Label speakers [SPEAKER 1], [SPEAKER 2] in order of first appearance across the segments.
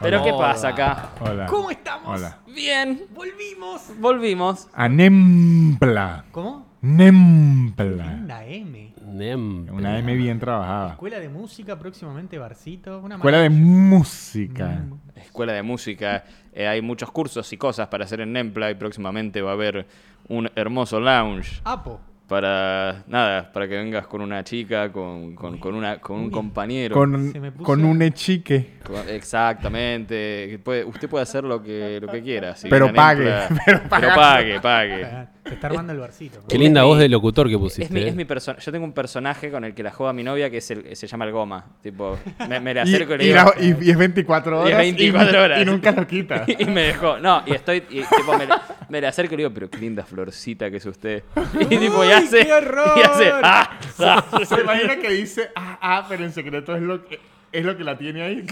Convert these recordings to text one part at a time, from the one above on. [SPEAKER 1] Pero ¿qué pasa acá?
[SPEAKER 2] Hola.
[SPEAKER 3] ¿Cómo estamos?
[SPEAKER 2] Hola.
[SPEAKER 1] Bien,
[SPEAKER 3] Volvimos.
[SPEAKER 1] volvimos.
[SPEAKER 2] Anempla.
[SPEAKER 3] ¿Cómo?
[SPEAKER 2] Nempla.
[SPEAKER 3] Una M.
[SPEAKER 4] Nem.
[SPEAKER 2] Una M bien trabajada.
[SPEAKER 3] Escuela de música, próximamente Barcito. Una
[SPEAKER 2] Escuela de música.
[SPEAKER 3] Mm.
[SPEAKER 1] Escuela de música. eh, hay muchos cursos y cosas para hacer en Nempla y próximamente va a haber un hermoso lounge
[SPEAKER 3] Apo.
[SPEAKER 1] para nada, para que vengas con una chica, con, con- con una, con un compañero.
[SPEAKER 3] Se me
[SPEAKER 2] Con,
[SPEAKER 3] puso-
[SPEAKER 2] con un echique.
[SPEAKER 1] Con- Exactamente. que puede- usted puede hacer lo que, lo que quiera. sí,
[SPEAKER 2] Pero
[SPEAKER 1] en Nempla.
[SPEAKER 2] pague,
[SPEAKER 1] Pero pague, pague.
[SPEAKER 3] Ah, Se está armando el barcito.
[SPEAKER 4] Qué linda
[SPEAKER 1] mi-
[SPEAKER 4] voz de locutor que pusiste.
[SPEAKER 1] Es mi,
[SPEAKER 4] eh.
[SPEAKER 1] es mi persona. Yo tengo un personaje con el que la joda mi novia que es el- se llama el goma. Tipo, me, me le
[SPEAKER 2] Y,
[SPEAKER 1] acerco y, le
[SPEAKER 2] y
[SPEAKER 1] digo.
[SPEAKER 2] la- y- y es 24
[SPEAKER 1] Y
[SPEAKER 2] horas.
[SPEAKER 1] es 24
[SPEAKER 2] y-
[SPEAKER 1] horas.
[SPEAKER 2] Y nunca lo quita.
[SPEAKER 1] Y me dejó. No, y estoy. y, tipo, me, le- me le acerco y le digo, pero qué linda florcita que es usted. Y tipo, y
[SPEAKER 3] ¡Uy,
[SPEAKER 1] hace.
[SPEAKER 3] qué horror!
[SPEAKER 1] Y hace. "Ah, ah".
[SPEAKER 2] Se imagina que dice, ah, ah, pero en secreto es lo que, es lo que la tiene ahí.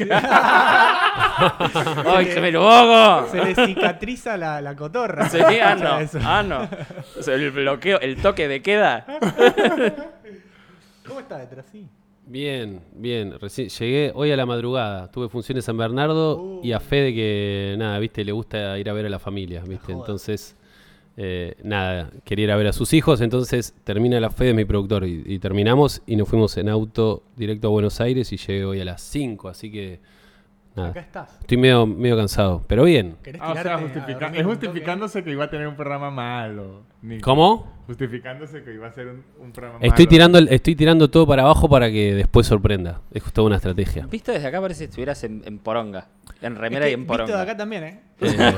[SPEAKER 1] ¡Ay, se me lo bogo!
[SPEAKER 3] Se le cicatriza la, la cotorra.
[SPEAKER 1] Sí, ah,
[SPEAKER 3] Escucha
[SPEAKER 1] no.
[SPEAKER 3] eso.
[SPEAKER 1] Ah, no. O sea, el bloqueo, el toque de queda.
[SPEAKER 3] ¿Cómo está detrás? Sí.
[SPEAKER 4] Bien, bien. Recién llegué hoy a la madrugada. Tuve funciones en San Bernardo y a Fede que, nada, viste, le gusta ir a ver a la familia, viste. Entonces, eh, nada, quería ir a ver a sus hijos. Entonces, termina la Fede, mi productor, y, y terminamos y nos fuimos en auto directo a Buenos Aires y llegué hoy a las 5. Así que,
[SPEAKER 3] Acá
[SPEAKER 4] nada,
[SPEAKER 3] estás.
[SPEAKER 4] estoy medio, medio cansado, pero bien.
[SPEAKER 3] ¿Querés
[SPEAKER 2] Ah, o
[SPEAKER 3] tirarte
[SPEAKER 2] sea,
[SPEAKER 3] a
[SPEAKER 2] justifica-
[SPEAKER 3] dormir
[SPEAKER 2] es
[SPEAKER 3] un toque?
[SPEAKER 2] justificándose que iba a tener un programa malo. Nico.
[SPEAKER 4] ¿Cómo?
[SPEAKER 2] Justificándose que iba a ser un, un programa malo.
[SPEAKER 4] Estoy tirando, el- estoy tirando todo para abajo para que después sorprenda. Es justo una estrategia.
[SPEAKER 1] Visto desde acá parece que estuvieras en, en poronga. En
[SPEAKER 3] Es
[SPEAKER 1] remera
[SPEAKER 3] que
[SPEAKER 1] y en
[SPEAKER 3] Visto de
[SPEAKER 1] poronga.
[SPEAKER 3] acá también, ¿eh?
[SPEAKER 4] Eh,
[SPEAKER 3] Me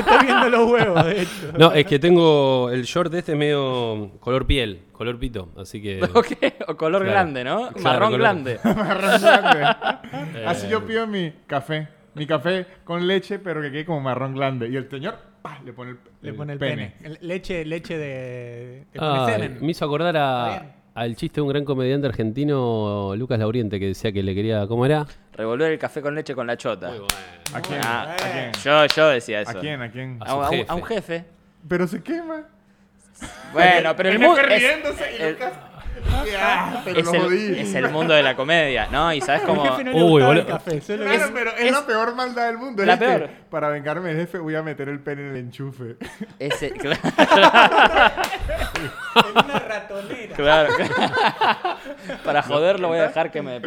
[SPEAKER 3] estoy viendo los huevos, de hecho.
[SPEAKER 4] No, es que tengo el short de este medio color piel, color pito, así que...
[SPEAKER 1] Ok, O color
[SPEAKER 4] Claro.
[SPEAKER 1] grande, ¿no?
[SPEAKER 4] Claro,
[SPEAKER 1] Marrón
[SPEAKER 4] color-
[SPEAKER 1] grande.
[SPEAKER 2] Marrón grande.
[SPEAKER 1] Eh.
[SPEAKER 2] Así yo pido mi café. Mi café con leche, pero que quede como marrón grande. Y el señor pa, le pone el,
[SPEAKER 3] Le pone el pene. El- Leche, leche de. le pone
[SPEAKER 4] Ah,
[SPEAKER 3] semen.
[SPEAKER 4] me hizo acordar
[SPEAKER 3] Está bien.
[SPEAKER 4] a, al chiste de un gran comediante argentino, Lucas Lauriente, que decía que le quería... ¿Cómo era?
[SPEAKER 1] Revolver el café con leche con la chota.
[SPEAKER 2] ¿A quién?
[SPEAKER 1] Ah,
[SPEAKER 2] ¿A quién?
[SPEAKER 1] Yo, yo decía eso. Ah.
[SPEAKER 2] ¿A quién? ¿A quién?
[SPEAKER 1] A, un-
[SPEAKER 4] A
[SPEAKER 1] a
[SPEAKER 4] su
[SPEAKER 1] un, a un jefe.
[SPEAKER 2] Pero se quema.
[SPEAKER 1] Bueno, Ah, pero el
[SPEAKER 2] Viene
[SPEAKER 1] mundo. Es,
[SPEAKER 2] riéndose y
[SPEAKER 1] el-
[SPEAKER 2] Lucas- Ah, pero
[SPEAKER 1] es
[SPEAKER 2] lo
[SPEAKER 1] el,
[SPEAKER 2] jodí.
[SPEAKER 1] es el mundo de la comedia, ¿no? Y sabes
[SPEAKER 3] El
[SPEAKER 1] cómo.
[SPEAKER 3] jefe no le
[SPEAKER 4] Uy,
[SPEAKER 3] gustaba el
[SPEAKER 4] boludo.
[SPEAKER 3] café. Solo
[SPEAKER 2] Claro,
[SPEAKER 3] que-
[SPEAKER 2] pero es, la peor maldad del mundo.
[SPEAKER 1] La
[SPEAKER 2] es que
[SPEAKER 1] peor.
[SPEAKER 2] para vengarme del jefe voy a meter el pene en el enchufe.
[SPEAKER 1] es el-
[SPEAKER 3] en una ratonera.
[SPEAKER 1] claro, Para joderlo voy a dejar que me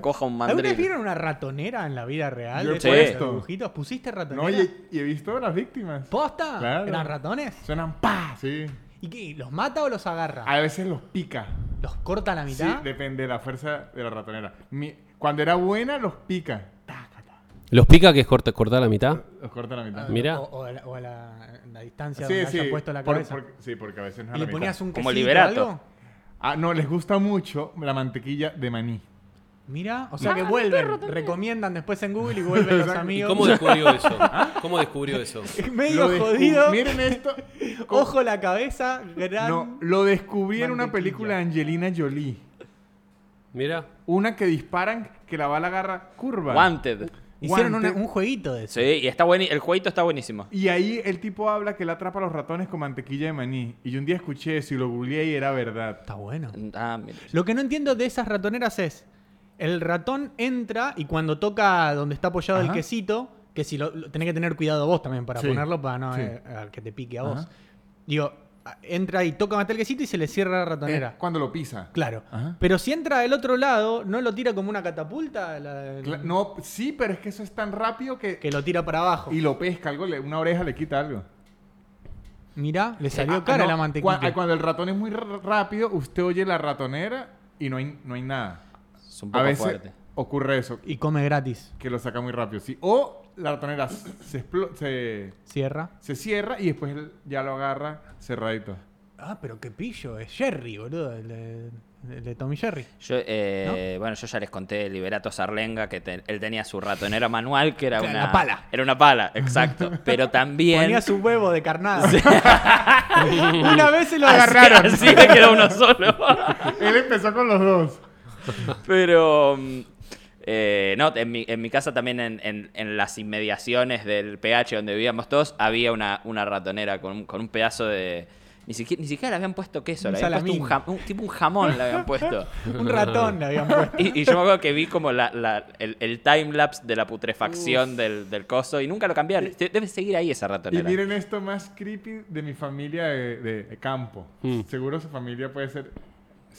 [SPEAKER 1] coja un
[SPEAKER 3] ¿Alguna vez
[SPEAKER 1] mandril.
[SPEAKER 3] vieron una ratonera en la vida real?
[SPEAKER 2] Yo he
[SPEAKER 3] Esos de los
[SPEAKER 1] puesto.
[SPEAKER 3] dibujitos? ¿Pusiste ratonera?
[SPEAKER 2] No, y, y he visto a las víctimas.
[SPEAKER 3] ¿Posta?
[SPEAKER 2] Claro.
[SPEAKER 3] ¿Eran ratones?
[SPEAKER 2] Suenan pa, sí.
[SPEAKER 3] ¿Y qué? ¿Los mata o los agarra?
[SPEAKER 2] A veces los pica.
[SPEAKER 3] ¿Los corta a la
[SPEAKER 2] Sí,
[SPEAKER 3] mitad?
[SPEAKER 2] depende de la fuerza de la ratonera. Mi- cuando era buena, los pica. Taca, taca.
[SPEAKER 4] ¿Los pica que es corta, cortar la mitad?
[SPEAKER 2] Los corta a la mitad.
[SPEAKER 4] Ah, Mirá.
[SPEAKER 3] O, o a la, o a la- la distancia donde hayan puesto la
[SPEAKER 2] por-
[SPEAKER 3] cabeza.
[SPEAKER 2] por- sí, porque a veces no a
[SPEAKER 3] ¿Y
[SPEAKER 2] la
[SPEAKER 3] le ponías
[SPEAKER 2] mitad.
[SPEAKER 3] un
[SPEAKER 1] Como
[SPEAKER 3] quesito o
[SPEAKER 1] Liberato.
[SPEAKER 3] algo?
[SPEAKER 2] Ah, no, les gusta mucho la mantequilla de maní.
[SPEAKER 3] Mira, o sea
[SPEAKER 2] Ah,
[SPEAKER 3] que vuelven. Recomiendan después en Google y vuelven los amigos.
[SPEAKER 4] descubrió eso?
[SPEAKER 1] ¿Ah?
[SPEAKER 4] ¿Cómo descubrió eso?
[SPEAKER 2] Lo
[SPEAKER 3] Medio
[SPEAKER 2] descu-
[SPEAKER 3] jodido.
[SPEAKER 2] Miren esto. Co-
[SPEAKER 3] Ojo la cabeza, gran.
[SPEAKER 2] No, lo descubrí en una
[SPEAKER 3] Mantequilla.
[SPEAKER 2] película de Angelina Jolie.
[SPEAKER 4] Mira.
[SPEAKER 2] Una que disparan que la bala agarra curva.
[SPEAKER 1] Wanted.
[SPEAKER 3] Hicieron una-
[SPEAKER 2] guante.
[SPEAKER 3] un jueguito de eso.
[SPEAKER 1] Sí, y está buen, el jueguito está buenísimo.
[SPEAKER 2] Y ahí el tipo habla que él atrapa a los ratones con mantequilla de maní. Y yo un día escuché eso y lo googleé y era verdad.
[SPEAKER 3] Está bueno.
[SPEAKER 1] Ah, mira.
[SPEAKER 3] Lo que no entiendo de esas ratoneras es, el ratón entra y cuando toca donde está apoyado el
[SPEAKER 2] Ajá.
[SPEAKER 3] quesito, que si lo, lo- tenés que tener cuidado vos también para
[SPEAKER 2] Sí,
[SPEAKER 3] ponerlo, para no
[SPEAKER 2] sí.
[SPEAKER 3] eh, a que te pique a
[SPEAKER 2] Ajá.
[SPEAKER 3] vos. Digo, a- entra y toca hasta el quesito y se le cierra la ratonera.
[SPEAKER 2] Eh, cuando lo pisa.
[SPEAKER 3] claro.
[SPEAKER 2] Ajá.
[SPEAKER 3] Pero si entra del otro lado, ¿no lo tira como una catapulta? La-
[SPEAKER 2] Cla- No, sí, pero es que eso es tan rápido que...
[SPEAKER 3] Que lo tira para abajo.
[SPEAKER 2] Y lo pesca, algo le- una oreja le quita algo.
[SPEAKER 3] Mirá, le
[SPEAKER 2] Ah,
[SPEAKER 3] salió
[SPEAKER 2] ah,
[SPEAKER 3] cara
[SPEAKER 2] no,
[SPEAKER 3] la mantequilla.
[SPEAKER 2] cua- ah, Cuando el ratón es muy r- rápido, usted oye la ratonera y no hay, no hay nada.
[SPEAKER 1] Es un
[SPEAKER 2] A
[SPEAKER 1] poco
[SPEAKER 2] veces
[SPEAKER 1] fuerte.
[SPEAKER 2] ocurre eso,
[SPEAKER 3] Y come gratis.
[SPEAKER 2] que lo saca muy rápido. Sí. O la ratonera s- se, explo- se,
[SPEAKER 3] Cierra.
[SPEAKER 2] se cierra y después él ya lo agarra cerradito.
[SPEAKER 3] Ah, pero qué pillo. Es Jerry, boludo. El de, el de Tommy Jerry.
[SPEAKER 1] Yo, eh, Bueno, yo ya les conté Liberato Sarlenga que te- él tenía su ratonera manual que era
[SPEAKER 3] Claro,
[SPEAKER 1] una.
[SPEAKER 3] la pala.
[SPEAKER 1] Era una pala, exacto. Pero también.
[SPEAKER 3] Ponía su huevo de carnada. Una vez se lo agarraron.
[SPEAKER 1] Así, así le quedó uno solo.
[SPEAKER 2] él empezó con los dos.
[SPEAKER 1] Pero. mm, eh, no, en mi, en mi casa también, en, en- en las inmediaciones del PH donde vivíamos todos, había una, una ratonera con un, con un pedazo de. Ni siquiera, ni siquiera le habían puesto queso,
[SPEAKER 3] Un
[SPEAKER 1] le habían puesto un,
[SPEAKER 3] salamín.
[SPEAKER 1] jam- un- tipo un jamón le habían puesto.
[SPEAKER 3] Un ratón le habían puesto.
[SPEAKER 1] Y, y yo me acuerdo que vi como la, la- el, el timelapse de la putrefacción del, del coso y nunca lo cambiaron. Te- Debe seguir ahí esa
[SPEAKER 2] Y
[SPEAKER 1] ratonera.
[SPEAKER 2] miren esto más creepy de mi familia de, de- de campo.
[SPEAKER 3] Hmm.
[SPEAKER 4] Mm.
[SPEAKER 2] Seguro su familia puede ser.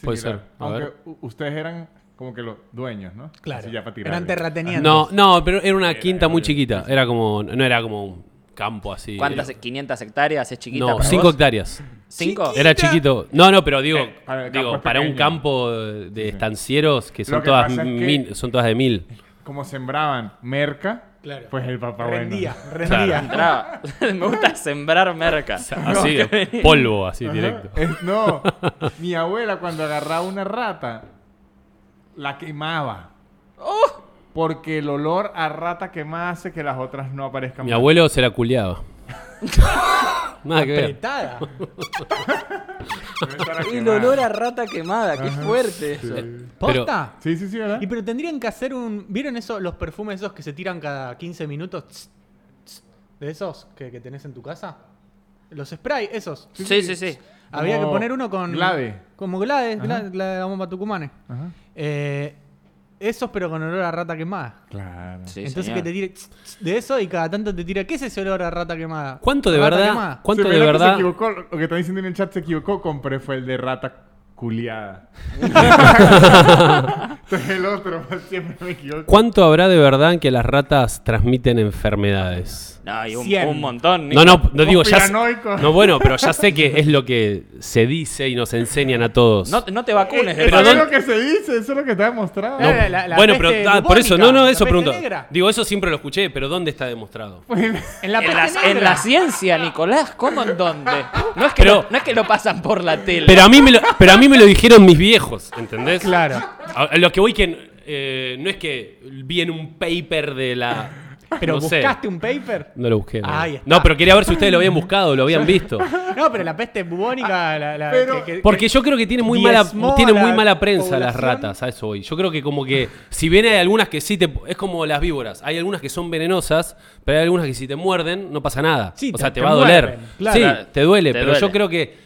[SPEAKER 4] Puede
[SPEAKER 2] similar.
[SPEAKER 4] ser, a
[SPEAKER 2] Aunque
[SPEAKER 4] ver.
[SPEAKER 2] u- ustedes eran como que los dueños, ¿no?
[SPEAKER 3] Claro.
[SPEAKER 2] Así ya para tirar.
[SPEAKER 3] Eran terratenientes.
[SPEAKER 4] No,
[SPEAKER 2] Ah,
[SPEAKER 4] no, pero era una quinta muy chiquita. Era como, no era como un campo así.
[SPEAKER 1] ¿Cuántas? ¿500 hectáreas? ¿Es chiquita
[SPEAKER 4] No,
[SPEAKER 1] para
[SPEAKER 4] 5
[SPEAKER 1] vos?
[SPEAKER 4] hectáreas.
[SPEAKER 1] ¿Cinco?
[SPEAKER 3] Chiqui-
[SPEAKER 4] Era chiquito. No, no, pero digo,
[SPEAKER 2] Eh, para-
[SPEAKER 4] digo,
[SPEAKER 2] campo es
[SPEAKER 4] para un
[SPEAKER 2] pequeño.
[SPEAKER 4] campo de estancieros que son
[SPEAKER 2] que
[SPEAKER 4] todas
[SPEAKER 2] pasa es que-
[SPEAKER 4] mil- son todas de mil.
[SPEAKER 2] Como sembraban merca,
[SPEAKER 3] Claro.
[SPEAKER 2] pues el papá bueno.
[SPEAKER 3] rendía,
[SPEAKER 4] Claro.
[SPEAKER 3] rendía.
[SPEAKER 1] Entraba. me gusta sembrar merca.
[SPEAKER 4] Así, polvo, así
[SPEAKER 2] Ajá.
[SPEAKER 4] directo.
[SPEAKER 2] Es- no, mi abuela cuando agarraba una rata, la quemaba.
[SPEAKER 1] Oh.
[SPEAKER 2] Porque el olor a rata quemada hace que las otras no aparezcan
[SPEAKER 4] Mi
[SPEAKER 2] más.
[SPEAKER 4] abuelo se la culeaba. Nada que ver.
[SPEAKER 3] Apretada.
[SPEAKER 2] Debe estar
[SPEAKER 1] El
[SPEAKER 2] quemada.
[SPEAKER 1] olor a rata quemada, qué fuerte eso.
[SPEAKER 3] ¿Posta?
[SPEAKER 2] Sí, sí, sí, ¿verdad?
[SPEAKER 3] Y pero tendrían que hacer un. ¿Vieron esos los perfumes esos que se tiran cada 15 minutos? Tss, tss, de esos que, que tenés en tu casa. Los spray, esos.
[SPEAKER 1] Sí, sí, sí.
[SPEAKER 3] Había que
[SPEAKER 2] Como
[SPEAKER 3] poner uno con.
[SPEAKER 2] Glade.
[SPEAKER 3] Como Glade, Glade, la bomba tucumane.
[SPEAKER 2] Ajá.
[SPEAKER 3] Eh, esos, pero con olor a rata quemada.
[SPEAKER 2] Claro.
[SPEAKER 1] Sí,
[SPEAKER 3] Entonces
[SPEAKER 1] señor.
[SPEAKER 3] que te tire tss, tss, de eso y cada tanto te tira. ¿Qué es ese olor a rata quemada?
[SPEAKER 4] ¿Cuánto de
[SPEAKER 3] Rata
[SPEAKER 4] verdad?
[SPEAKER 3] quemada.
[SPEAKER 4] ¿Cuánto
[SPEAKER 2] Se
[SPEAKER 4] de
[SPEAKER 2] ve la que Se
[SPEAKER 4] verdad?
[SPEAKER 2] equivocó, lo que está diciendo en el chat se equivocó, compré fue el de rata culiada. Este es el otro, siempre me equivoco.
[SPEAKER 4] ¿Cuánto habrá de verdad en que las ratas transmiten enfermedades?
[SPEAKER 1] No, y un,
[SPEAKER 3] Cien.
[SPEAKER 1] un montón.
[SPEAKER 4] No, no, no digo ya. sé-
[SPEAKER 2] Conspiranoico.
[SPEAKER 4] No, bueno, pero ya sé que es lo que se dice y nos enseñan a todos.
[SPEAKER 1] No, no te vacunes.
[SPEAKER 2] Eh, Eso
[SPEAKER 1] Defa.
[SPEAKER 2] es
[SPEAKER 4] don-
[SPEAKER 2] lo que se dice, eso es lo que está demostrado.
[SPEAKER 3] No. La- la- la
[SPEAKER 4] bueno,
[SPEAKER 3] peste
[SPEAKER 4] pero ah, por eso, no, no,
[SPEAKER 3] bubónica, la
[SPEAKER 4] eso
[SPEAKER 3] peste
[SPEAKER 4] pregunto.
[SPEAKER 3] negra.
[SPEAKER 4] Digo, eso siempre lo escuché, pero ¿dónde está demostrado?
[SPEAKER 3] En la,
[SPEAKER 1] en,
[SPEAKER 3] peste
[SPEAKER 1] la, en
[SPEAKER 3] negra.
[SPEAKER 1] la ciencia, Nicolás, ¿cómo en dónde? No es que,
[SPEAKER 4] Pero-
[SPEAKER 1] lo, no es que lo pasan por la tele.
[SPEAKER 4] Pero a mí me lo, pero a mí me lo dijeron mis viejos, ¿entendés?
[SPEAKER 3] Claro.
[SPEAKER 4] A, a lo que voy que eh, no es que vi en un paper de la.
[SPEAKER 3] Pero
[SPEAKER 4] no sé.
[SPEAKER 3] buscaste un paper.
[SPEAKER 4] No lo busqué. no.
[SPEAKER 3] Ahí está.
[SPEAKER 4] No, pero quería ver si ustedes lo habían buscado, lo habían visto.
[SPEAKER 3] No, pero la peste
[SPEAKER 1] Ah,
[SPEAKER 3] bubónica, la, la-
[SPEAKER 2] pero-
[SPEAKER 3] que- que-
[SPEAKER 4] Porque yo creo que tiene muy mala,
[SPEAKER 3] Diezmó
[SPEAKER 4] tiene
[SPEAKER 3] la
[SPEAKER 4] muy mala prensa las
[SPEAKER 3] población.
[SPEAKER 4] ratas, a eso voy. Yo creo que como que, si bien hay algunas que sí te... Es como las víboras, hay algunas que son venenosas, pero hay algunas que si te muerden no pasa nada.
[SPEAKER 3] Sí, te-
[SPEAKER 4] o sea,
[SPEAKER 3] te
[SPEAKER 4] te, va a
[SPEAKER 3] muerden,
[SPEAKER 4] doler.
[SPEAKER 3] claro.
[SPEAKER 4] Sí, te duele,
[SPEAKER 1] Te
[SPEAKER 4] pero yo
[SPEAKER 1] duele.
[SPEAKER 4] creo que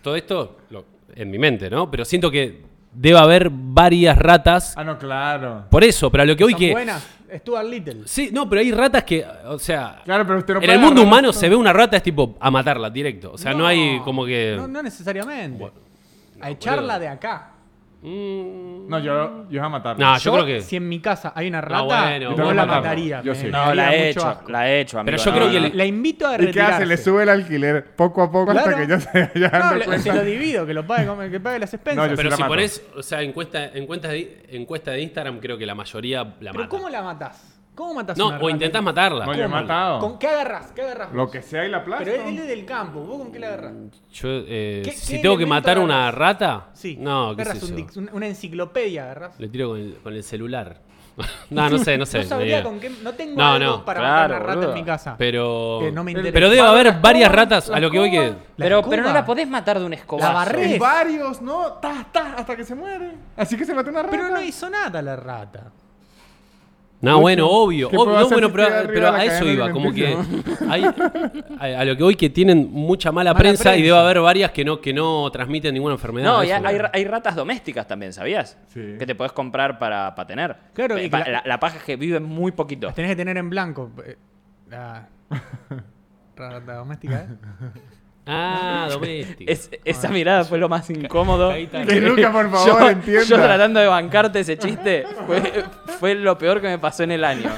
[SPEAKER 4] todo esto, lo- en mi mente, ¿no? Pero siento que debe haber varias ratas.
[SPEAKER 2] Ah, no, claro.
[SPEAKER 4] Por eso, pero a lo que voy
[SPEAKER 3] son
[SPEAKER 4] que...
[SPEAKER 3] buenas. Stuart Little.
[SPEAKER 4] Sí, no, pero hay ratas que, o sea...
[SPEAKER 2] Claro, pero usted no
[SPEAKER 4] en
[SPEAKER 2] puede
[SPEAKER 4] el mundo
[SPEAKER 2] agarrar-
[SPEAKER 4] humano se ve una rata, es tipo a matarla directo. O sea, no, hay como que...
[SPEAKER 3] No, no necesariamente. a echarla
[SPEAKER 4] boludo.
[SPEAKER 3] de acá.
[SPEAKER 4] Mm.
[SPEAKER 2] No, yo, yo iba a matarlo.
[SPEAKER 4] No, Ah, yo creo que-
[SPEAKER 3] Si en mi casa hay una rata,
[SPEAKER 4] No,
[SPEAKER 3] no,
[SPEAKER 4] bueno,
[SPEAKER 2] bueno.
[SPEAKER 3] la
[SPEAKER 2] Yo tampoco.
[SPEAKER 3] mataría.
[SPEAKER 2] Yo
[SPEAKER 3] me-
[SPEAKER 2] sí.
[SPEAKER 3] me
[SPEAKER 1] No, la
[SPEAKER 3] daría
[SPEAKER 1] he
[SPEAKER 3] mucho
[SPEAKER 1] hecho,
[SPEAKER 3] asco.
[SPEAKER 1] la he hecho, amigo.
[SPEAKER 4] Pero yo
[SPEAKER 1] no,
[SPEAKER 4] creo
[SPEAKER 1] no,
[SPEAKER 4] que
[SPEAKER 1] no.
[SPEAKER 4] el-
[SPEAKER 3] La invito a
[SPEAKER 2] ¿Y qué
[SPEAKER 3] retirarse.
[SPEAKER 2] hace? Le sube el alquiler poco a poco hasta
[SPEAKER 3] Claro.
[SPEAKER 2] que ya se vaya
[SPEAKER 3] No,
[SPEAKER 2] dando
[SPEAKER 3] le- se
[SPEAKER 2] cuenta.
[SPEAKER 3] lo divido, que lo pague, con- que pague las expensas.
[SPEAKER 2] No, yo-
[SPEAKER 4] Pero
[SPEAKER 2] la
[SPEAKER 4] si
[SPEAKER 2] mato.
[SPEAKER 4] pones, o sea, encuesta, encuesta, de, encuesta de Instagram, creo que la mayoría
[SPEAKER 3] Pero
[SPEAKER 4] la mata.
[SPEAKER 3] ¿cómo la matás? ¿Cómo matás
[SPEAKER 4] no,
[SPEAKER 3] una
[SPEAKER 4] o
[SPEAKER 3] rata?
[SPEAKER 4] intentás matarla.
[SPEAKER 2] No, yo he
[SPEAKER 4] ¿Cómo?
[SPEAKER 2] matado.
[SPEAKER 3] ¿Con qué agarrás? ¿Qué agarrás?
[SPEAKER 2] Lo que sea y la plaza.
[SPEAKER 3] Pero él, él es del campo, ¿vos con qué la agarrás?
[SPEAKER 4] Yo, eh,
[SPEAKER 3] ¿Qué-
[SPEAKER 4] si
[SPEAKER 3] qué
[SPEAKER 4] tengo que
[SPEAKER 3] elemento
[SPEAKER 4] matar una
[SPEAKER 3] agarras?
[SPEAKER 4] rata,
[SPEAKER 3] Sí.
[SPEAKER 4] no, qué
[SPEAKER 3] agarrás
[SPEAKER 4] sé
[SPEAKER 3] un
[SPEAKER 4] yo.
[SPEAKER 3] dic- un- una enciclopedia, agarrás.
[SPEAKER 4] Le tiro con el, con el celular. no, no sé, no sé.
[SPEAKER 3] No
[SPEAKER 4] ni
[SPEAKER 3] sabría
[SPEAKER 4] idea.
[SPEAKER 3] con qué. No tengo
[SPEAKER 4] No,
[SPEAKER 3] algo
[SPEAKER 4] no.
[SPEAKER 3] para matar
[SPEAKER 1] Claro,
[SPEAKER 3] una rata
[SPEAKER 1] boludo.
[SPEAKER 3] en mi casa.
[SPEAKER 4] Pero,
[SPEAKER 3] Que no me interesa.
[SPEAKER 4] pero debe haber
[SPEAKER 2] Las
[SPEAKER 4] varias
[SPEAKER 2] cobas,
[SPEAKER 4] ratas a
[SPEAKER 2] las
[SPEAKER 4] lo que voy que...
[SPEAKER 2] cobas.
[SPEAKER 3] La
[SPEAKER 1] Pero, pero no
[SPEAKER 3] escoba.
[SPEAKER 1] la podés matar de un escobazo.
[SPEAKER 3] La barré.
[SPEAKER 2] Y varios, ¿no? Ta, ta, hasta que se muere. Así que se mató una rata.
[SPEAKER 3] Pero no hizo nada la rata.
[SPEAKER 4] No, bueno, obvio.
[SPEAKER 2] ¿Qué
[SPEAKER 4] obvio,
[SPEAKER 2] puedo
[SPEAKER 4] no,
[SPEAKER 2] hacer
[SPEAKER 4] bueno,
[SPEAKER 2] si
[SPEAKER 4] pero,
[SPEAKER 2] estoy arriba
[SPEAKER 4] pero
[SPEAKER 2] de la
[SPEAKER 4] a eso
[SPEAKER 2] cadena
[SPEAKER 4] iba. Como que
[SPEAKER 2] alimenticia?
[SPEAKER 4] hay, a, a lo que voy que tienen mucha mala,
[SPEAKER 3] Mala
[SPEAKER 4] prensa, y
[SPEAKER 3] prensa.
[SPEAKER 4] debe haber varias que no, que no transmiten ninguna enfermedad.
[SPEAKER 1] No, y
[SPEAKER 4] eso
[SPEAKER 1] hay, hay
[SPEAKER 4] no.
[SPEAKER 1] ra- hay ratas domésticas también, ¿sabías?
[SPEAKER 2] Sí.
[SPEAKER 1] Que te podés comprar para, para tener.
[SPEAKER 3] Claro,
[SPEAKER 1] Eh,
[SPEAKER 3] y que
[SPEAKER 1] pa-
[SPEAKER 3] la-
[SPEAKER 1] la, la paja es que viven muy poquito.
[SPEAKER 3] Las tenés que tener en blanco. eh, La rata doméstica, ¿eh?
[SPEAKER 4] Ah, doméstico.
[SPEAKER 1] Es- esa mirada fue lo más incómodo.
[SPEAKER 2] Que Luca, por favor,
[SPEAKER 1] yo,
[SPEAKER 2] entienda. Ah,
[SPEAKER 1] yo tratando de bancarte ese chiste fue, fue lo peor que me pasó en el año.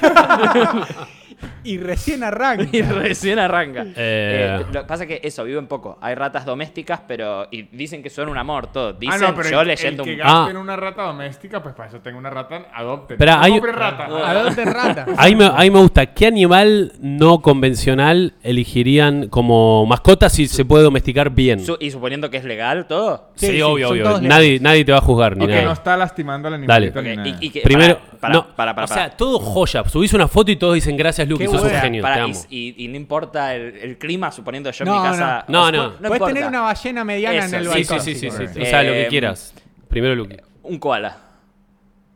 [SPEAKER 3] Y recién arranca.
[SPEAKER 1] Y recién arranca.
[SPEAKER 4] Eh.
[SPEAKER 1] Eh, lo que pasa es que eso, viven poco. Hay ratas domésticas, pero. Y dicen que son un amor, todo.
[SPEAKER 2] Ah,
[SPEAKER 1] Dicen
[SPEAKER 2] no, pero
[SPEAKER 1] yo
[SPEAKER 2] el,
[SPEAKER 1] leyendo
[SPEAKER 2] el que
[SPEAKER 1] un.
[SPEAKER 4] Ah.
[SPEAKER 2] gasten una rata doméstica, pues para eso tengo una rata, adopten.
[SPEAKER 4] Espera,
[SPEAKER 2] No
[SPEAKER 4] hay-
[SPEAKER 2] compren
[SPEAKER 1] Ah.
[SPEAKER 2] rata.
[SPEAKER 3] Adopten rata.
[SPEAKER 4] Ahí me, ahí me gusta. ¿Qué animal no convencional elegirían como mascota si se puede domesticar bien?
[SPEAKER 1] Su- y suponiendo que es legal todo.
[SPEAKER 4] sí,
[SPEAKER 3] Sí, sí,
[SPEAKER 4] obvio,
[SPEAKER 3] son
[SPEAKER 4] obvio.
[SPEAKER 3] todos
[SPEAKER 4] Nadie, nadie te va a juzgar ni
[SPEAKER 2] Y que
[SPEAKER 4] nada.
[SPEAKER 2] no está lastimando al animalito
[SPEAKER 4] Dale.
[SPEAKER 2] ni
[SPEAKER 1] Ok,
[SPEAKER 2] nada.
[SPEAKER 1] y, y que,
[SPEAKER 4] Primero,
[SPEAKER 1] para,
[SPEAKER 4] no,
[SPEAKER 1] para, para, para,
[SPEAKER 4] o sea, todo joya. Subís una foto y todos dicen gracias, Luke,
[SPEAKER 3] Qué
[SPEAKER 4] sos un
[SPEAKER 3] buena.
[SPEAKER 4] genio,
[SPEAKER 1] Para-
[SPEAKER 4] te
[SPEAKER 1] y,
[SPEAKER 4] amo.
[SPEAKER 1] y- y no importa el, el clima, suponiendo yo en
[SPEAKER 3] No,
[SPEAKER 1] mi casa.
[SPEAKER 4] no.
[SPEAKER 1] o sea,
[SPEAKER 4] No, no.
[SPEAKER 1] importa.
[SPEAKER 3] Podés tener una ballena mediana
[SPEAKER 1] Eso,
[SPEAKER 3] en el
[SPEAKER 1] sí,
[SPEAKER 4] Sí,
[SPEAKER 3] balcón.
[SPEAKER 4] sí, sí, sí, sí.
[SPEAKER 1] sí.
[SPEAKER 4] O sea, lo que
[SPEAKER 1] Eh,
[SPEAKER 4] quieras. Primero, Luke.
[SPEAKER 1] Un koala.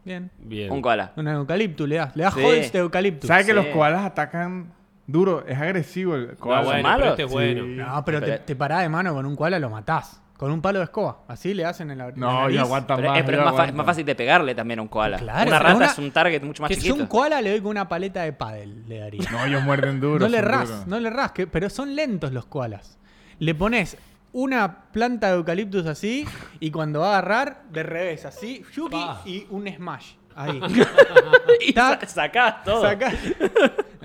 [SPEAKER 3] Bien.
[SPEAKER 4] Bien. Ah,
[SPEAKER 1] Un koala.
[SPEAKER 3] Un eucalipto, le das. Le das
[SPEAKER 1] Sí.
[SPEAKER 3] holz de eucalipto.
[SPEAKER 2] ¿Sabe que
[SPEAKER 1] Sí.
[SPEAKER 2] los koalas atacan Duro, es agresivo el koala.
[SPEAKER 1] bueno,
[SPEAKER 4] pero
[SPEAKER 1] malos?
[SPEAKER 4] este es bueno.
[SPEAKER 2] Sí.
[SPEAKER 3] No, pero te,
[SPEAKER 1] Pero-
[SPEAKER 3] te parás de mano con un koala, lo matás. Con un palo de escoba. Así le hacen en la en la
[SPEAKER 2] No,
[SPEAKER 3] nariz.
[SPEAKER 2] y aguanta
[SPEAKER 1] Pero,
[SPEAKER 2] más.
[SPEAKER 1] eh, pero
[SPEAKER 2] yo
[SPEAKER 1] es, más fa-
[SPEAKER 2] aguanto.
[SPEAKER 1] es más fácil de pegarle también a un koala.
[SPEAKER 3] Claro,
[SPEAKER 1] una
[SPEAKER 3] es
[SPEAKER 1] rata
[SPEAKER 3] una-
[SPEAKER 1] es un target mucho más
[SPEAKER 3] que si
[SPEAKER 1] chiquito.
[SPEAKER 3] un koala le doy con una paleta de pádel, le daría.
[SPEAKER 2] No, ellos muerden duro.
[SPEAKER 3] No le
[SPEAKER 2] son
[SPEAKER 3] ras,
[SPEAKER 2] duros.
[SPEAKER 3] no le ras, que- pero son lentos los koalas. Le pones una planta de eucaliptus así y cuando va a agarrar, de revés, así, yuki,
[SPEAKER 4] Pa.
[SPEAKER 3] y un smash. Ahí.
[SPEAKER 1] y
[SPEAKER 3] Ta-
[SPEAKER 1] sa- sacás todo.
[SPEAKER 3] Saca.